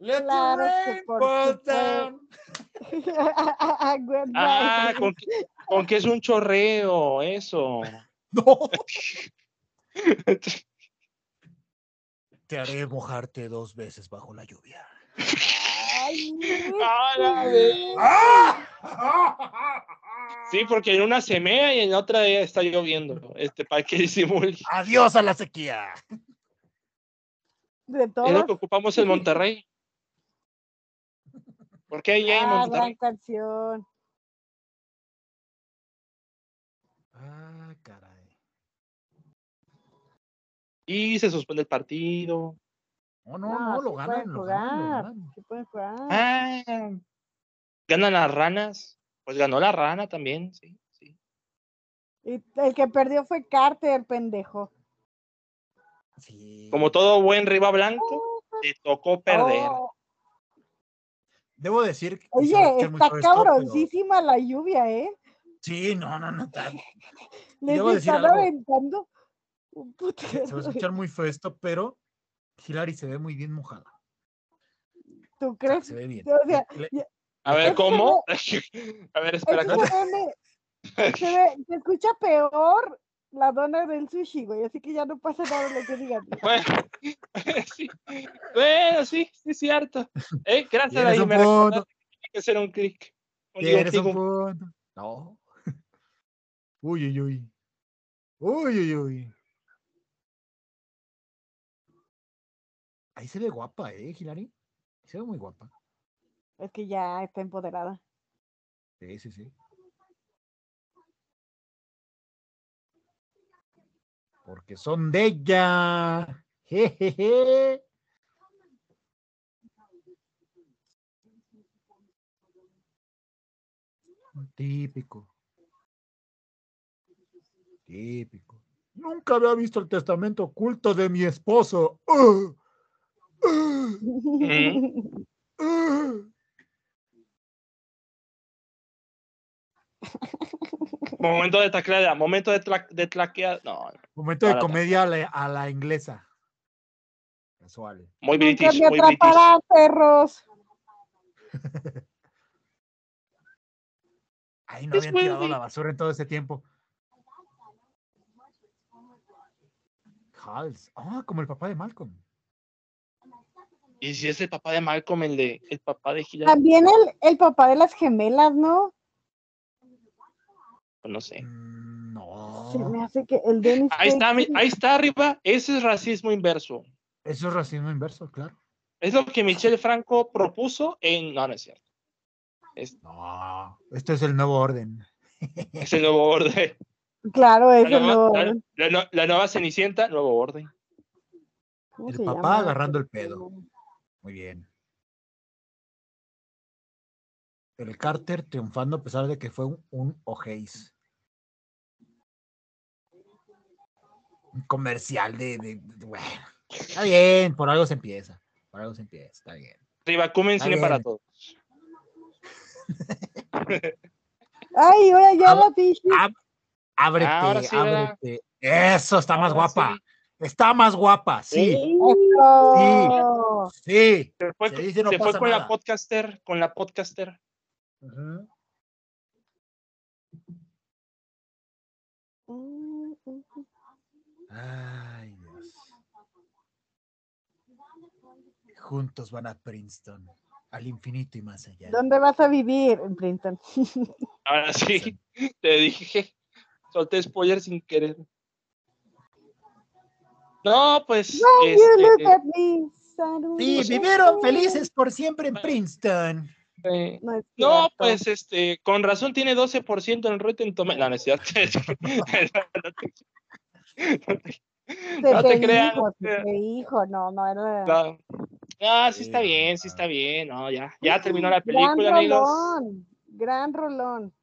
Speaker 3: Let the
Speaker 2: Claro que
Speaker 3: rain
Speaker 2: por
Speaker 3: fall
Speaker 2: supuesto.
Speaker 3: down.
Speaker 2: Goodbye.
Speaker 1: Ah, con que, con que es un chorreo, eso.
Speaker 3: No. Te haré mojarte dos veces bajo la lluvia.
Speaker 2: Ay,
Speaker 1: Ah, la ve-
Speaker 2: güey.
Speaker 1: ¡Ah! Sí, porque en una se mea y en la otra ya está lloviendo. Este, para que disimule.
Speaker 3: Adiós a la sequía.
Speaker 2: De
Speaker 1: Es lo
Speaker 2: todo.
Speaker 1: que ocupamos en Monterrey. ¿Por qué allá en
Speaker 2: Ah, gran
Speaker 1: Monterrey?
Speaker 2: canción.
Speaker 3: Ah, caray.
Speaker 1: Y se suspende el partido.
Speaker 3: No, Oh, no,
Speaker 2: No,
Speaker 3: no, lo
Speaker 2: sí
Speaker 3: ganan,
Speaker 2: pueden
Speaker 3: lo ganan, lo
Speaker 2: jugar.
Speaker 3: ganan.
Speaker 2: ¿Qué pueden jugar?
Speaker 1: Ah, ganan las ranas. Pues ganó la rana también, sí. sí.
Speaker 2: Y el que perdió fue Carter, pendejo.
Speaker 3: Sí.
Speaker 1: Como todo buen Riva Blanco, le tocó perder.
Speaker 2: Oh,
Speaker 3: Debo decir que se va a
Speaker 2: Oye,
Speaker 3: escuchar muy
Speaker 2: está
Speaker 3: feo esto, pero-
Speaker 2: cabroncísima la lluvia, ¿eh?
Speaker 3: Sí, no, no, no. está-
Speaker 2: Les
Speaker 3: debo decir
Speaker 2: están
Speaker 3: algo.
Speaker 2: aventando un putero.
Speaker 3: Se va a escuchar muy feo esto, pero Hilary se ve muy bien mojada.
Speaker 2: ¿Tú
Speaker 3: O sea,
Speaker 2: crees?
Speaker 3: Se ve bien.
Speaker 2: O sea,
Speaker 3: Le-
Speaker 1: A ver, ¿cómo? A ver, espera.
Speaker 2: Es
Speaker 1: ¿cómo?
Speaker 2: un meme. Se, ve- se escucha peor la dona del sushi, güey. Así que ya no pasa nada de lo que digan.
Speaker 1: Bueno, sí, bueno, sí, sí, es cierto. Eh, gracias
Speaker 3: Tienes
Speaker 1: ahí,
Speaker 3: un
Speaker 1: me recordaste
Speaker 3: punto.
Speaker 1: que hay que hacer un clic. Un
Speaker 3: Tienes un
Speaker 1: digo,
Speaker 3: punto. No. Uy, uy, uy. Uy, uy, uy. Ahí se ve guapa, ¿eh, Hilary? Se ve muy guapa.
Speaker 2: Es que ya está empoderada.
Speaker 3: Sí, sí, sí. Porque son de ella. Jejeje. Típico. Típico. Nunca había visto el testamento oculto de mi esposo. ¡Ah! ¡Ugh! ¡Ugh!
Speaker 1: Mm.
Speaker 3: ¡Ugh!
Speaker 1: Momento de tacleada, momento de, tla- de tlaqueada. No, no,
Speaker 3: Momento de
Speaker 1: Ahora,
Speaker 3: comedia a la, a la inglesa. Casual.
Speaker 1: muy
Speaker 2: Nunca
Speaker 1: british,
Speaker 2: me
Speaker 1: muy british.
Speaker 2: atraparán, perros.
Speaker 3: Ahí no
Speaker 1: Pues,
Speaker 3: habían
Speaker 1: güey,
Speaker 3: tirado
Speaker 1: güey.
Speaker 3: la basura en todo ese tiempo. Hals. Ah, como el papá de Malcolm.
Speaker 1: Y si es el papá de Malcolm, el de el papá de Hillary,
Speaker 2: También el, el papá de las gemelas, ¿no?
Speaker 1: pues no sé.
Speaker 3: Mm,
Speaker 2: Se me
Speaker 3: No.
Speaker 2: hace que el Dennis.
Speaker 1: Ahí está, mi-
Speaker 2: Quaid-
Speaker 1: ahí está arriba. Ese es racismo inverso.
Speaker 3: Eso es racismo inverso, claro.
Speaker 1: Es lo que Michelle Franco propuso en. No, no es cierto. Es,
Speaker 3: No. Esto es el nuevo orden.
Speaker 1: es el nuevo orden.
Speaker 2: Claro,
Speaker 1: La
Speaker 2: eso
Speaker 1: nueva,
Speaker 2: no.
Speaker 1: la- la nu- la nueva Cenicienta, nuevo orden.
Speaker 2: ¿cómo
Speaker 3: El
Speaker 2: se
Speaker 3: papá
Speaker 2: llama?
Speaker 3: agarrando el pedo. Muy bien. el Carter triunfando a pesar de que fue un, un ojeis. Un comercial de, de- de- Bueno, está bien, por algo se empieza. Por algo se empieza, está bien.
Speaker 1: Rivacumen
Speaker 3: Está
Speaker 1: cine
Speaker 3: bien.
Speaker 1: para todos.
Speaker 2: Ay, ahora ya
Speaker 3: Ahora-
Speaker 2: la pinche.
Speaker 3: ah, Ábrete,
Speaker 1: Ahora sí, ¿verdad?
Speaker 3: ábrete. Eso, está más
Speaker 1: Ahora
Speaker 3: guapa.
Speaker 1: sí.
Speaker 3: Está más guapa, sí.
Speaker 2: Eso.
Speaker 3: Sí.
Speaker 1: Se fue,
Speaker 3: Se
Speaker 1: con-
Speaker 3: dice, no
Speaker 1: se fue
Speaker 3: pasa
Speaker 1: con la
Speaker 3: nada.
Speaker 1: podcaster, con la podcaster.
Speaker 3: Ujú.
Speaker 2: Mm, mm.
Speaker 3: Ay, Dios. Juntos van a Princeton, al infinito y más allá.
Speaker 2: ¿Dónde vas a vivir? En Princeton.
Speaker 1: Ahora sí,
Speaker 3: Dicen.
Speaker 1: te dije, solté spoiler sin querer. No, pues.
Speaker 2: When you
Speaker 1: este,
Speaker 2: look at me, suddenly
Speaker 3: Sí,
Speaker 2: I
Speaker 3: vivieron
Speaker 2: feel-
Speaker 3: felices por siempre en Princeton.
Speaker 1: eh,
Speaker 2: No, es
Speaker 1: no,
Speaker 2: cierto.
Speaker 1: pues este, con razón tiene 12% en Rotten Tomatoes. No, no es cierto. No te- no te-
Speaker 2: Se
Speaker 1: no te
Speaker 2: te
Speaker 1: creas,
Speaker 2: dijo,
Speaker 1: no
Speaker 2: se
Speaker 1: te-
Speaker 2: te dijo, no, no era.
Speaker 1: No. No, sí está
Speaker 3: Sí,
Speaker 1: bien, sí
Speaker 3: ah.
Speaker 1: está bien. No, ya, ya terminó la película,
Speaker 2: gran
Speaker 1: amigos.
Speaker 2: rolón, gran rolón.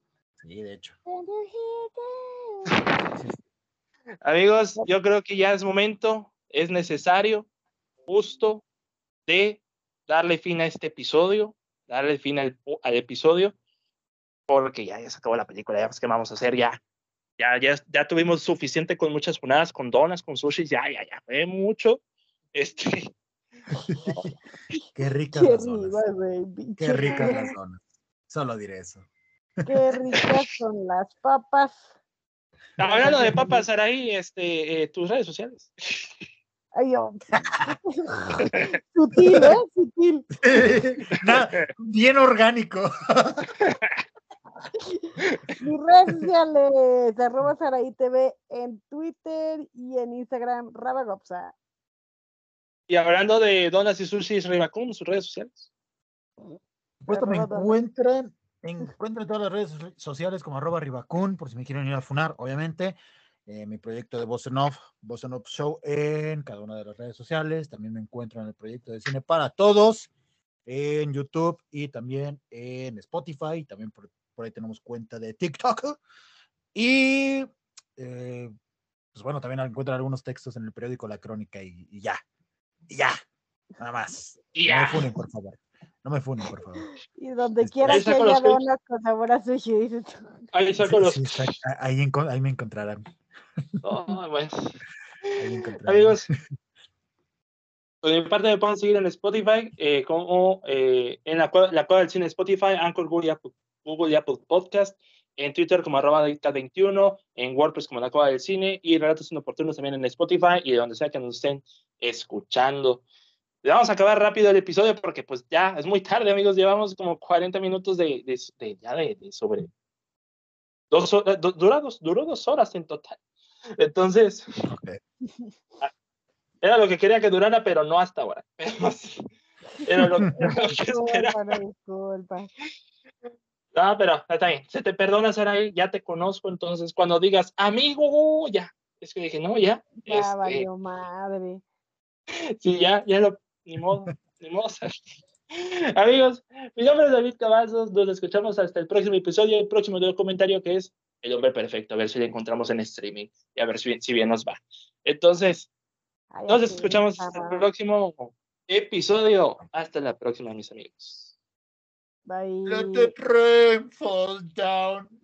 Speaker 3: Sí, de hecho.
Speaker 2: When you hear that.
Speaker 1: Amigos, yo creo que ya es momento, es necesario, justo, de darle fin a este episodio, darle fin al, po- al episodio, porque ya, ya se acabó la película, ya pues, qué vamos a hacer, ya, ya, ya, ya tuvimos suficiente con muchas funadas, con donas, con sushis, ya, ya, ya, fue mucho. Este,
Speaker 3: Qué ricas
Speaker 2: Qué
Speaker 3: las donas.
Speaker 2: rica, baby.
Speaker 3: Qué ricas las donas. Solo diré eso.
Speaker 2: Qué ricas son las papas.
Speaker 1: hablando de papas, Araí, este, eh, tus redes sociales.
Speaker 2: Ay, yo. Sutil, ¿eh? Sutil.
Speaker 3: Nada, bien orgánico.
Speaker 2: Mis redes sociales, arroba Saraí TV en Twitter y en Instagram, Rabagopsa.
Speaker 1: Y hablando de donas y sushis, Ribacum, sus redes sociales.
Speaker 3: Por supuesto, me
Speaker 2: Arroba Dona.
Speaker 3: encuentran, me encuentran en todas las redes so- sociales como arroba Ribacun, por si me quieren ir a funar, obviamente. Eh, mi proyecto de Voz en Off, Voz en Off Show en cada una de las redes sociales. También me encuentran en el proyecto de Cine para Todos en YouTube y también en Spotify. También por, por ahí tenemos cuenta de TikTok. Y eh, pues bueno, también encuentran algunos textos en el periódico La Crónica y, y ya. Y ya. Nada más.
Speaker 1: Y
Speaker 3: No
Speaker 1: ya.
Speaker 3: me funen, por favor. No me funen, por favor.
Speaker 2: Y donde
Speaker 3: Este,
Speaker 2: quiera
Speaker 1: ahí
Speaker 2: que
Speaker 1: saco los
Speaker 2: haya
Speaker 1: tweets.
Speaker 2: donas con sabor a sushi, dices tú.
Speaker 1: Ahí saco
Speaker 3: Sí,
Speaker 1: los.
Speaker 3: sí, exacto. A- ahí, enco- ahí me encontrarán.
Speaker 1: Ah, bueno.
Speaker 3: ahí me encontrarán.
Speaker 1: Amigos, por mi parte me pueden seguir en Spotify, eh, como eh, en la, cua- la cueva del cine Spotify, Anchor, Google y Apple, Google y Apple Podcast, en Twitter como arroba 21 en WordPress como la cueva del cine y relatos inoportunos también en Spotify y donde sea que nos estén escuchando. Le Vamos a acabar rápido el episodio porque pues ya es muy tarde, amigos. Llevamos como 40 minutos de, de, de- ya de, de sobre... Dos, horas- do- dura dos- duró dos horas en total. Entonces...
Speaker 3: Ok.
Speaker 1: Era lo que quería que durara, pero no hasta ahora. Pero sí, era lo, era lo que esperaba.
Speaker 2: Disculpa, no, disculpa.
Speaker 1: No, pero está bien. Se te perdona, Saraí. Ya te conozco. Entonces, cuando digas amigo, ya. Es que dije, no, ya.
Speaker 2: Ya
Speaker 1: este,
Speaker 2: valió madre.
Speaker 1: sí, ya, ya lo. Ni modo, ni modo, Saraí. Amigos, mi nombre es David Cavazos. Nos escuchamos hasta el próximo episodio. El próximo documentario que es El hombre perfecto. A ver si lo encontramos en streaming y a ver si, si bien nos va. Entonces,
Speaker 2: Ay,
Speaker 1: nos
Speaker 2: así,
Speaker 1: escuchamos hasta el
Speaker 2: papá.
Speaker 1: próximo episodio. Hasta la próxima, mis amigos.
Speaker 3: Let
Speaker 2: Bye.
Speaker 3: the rain fall down.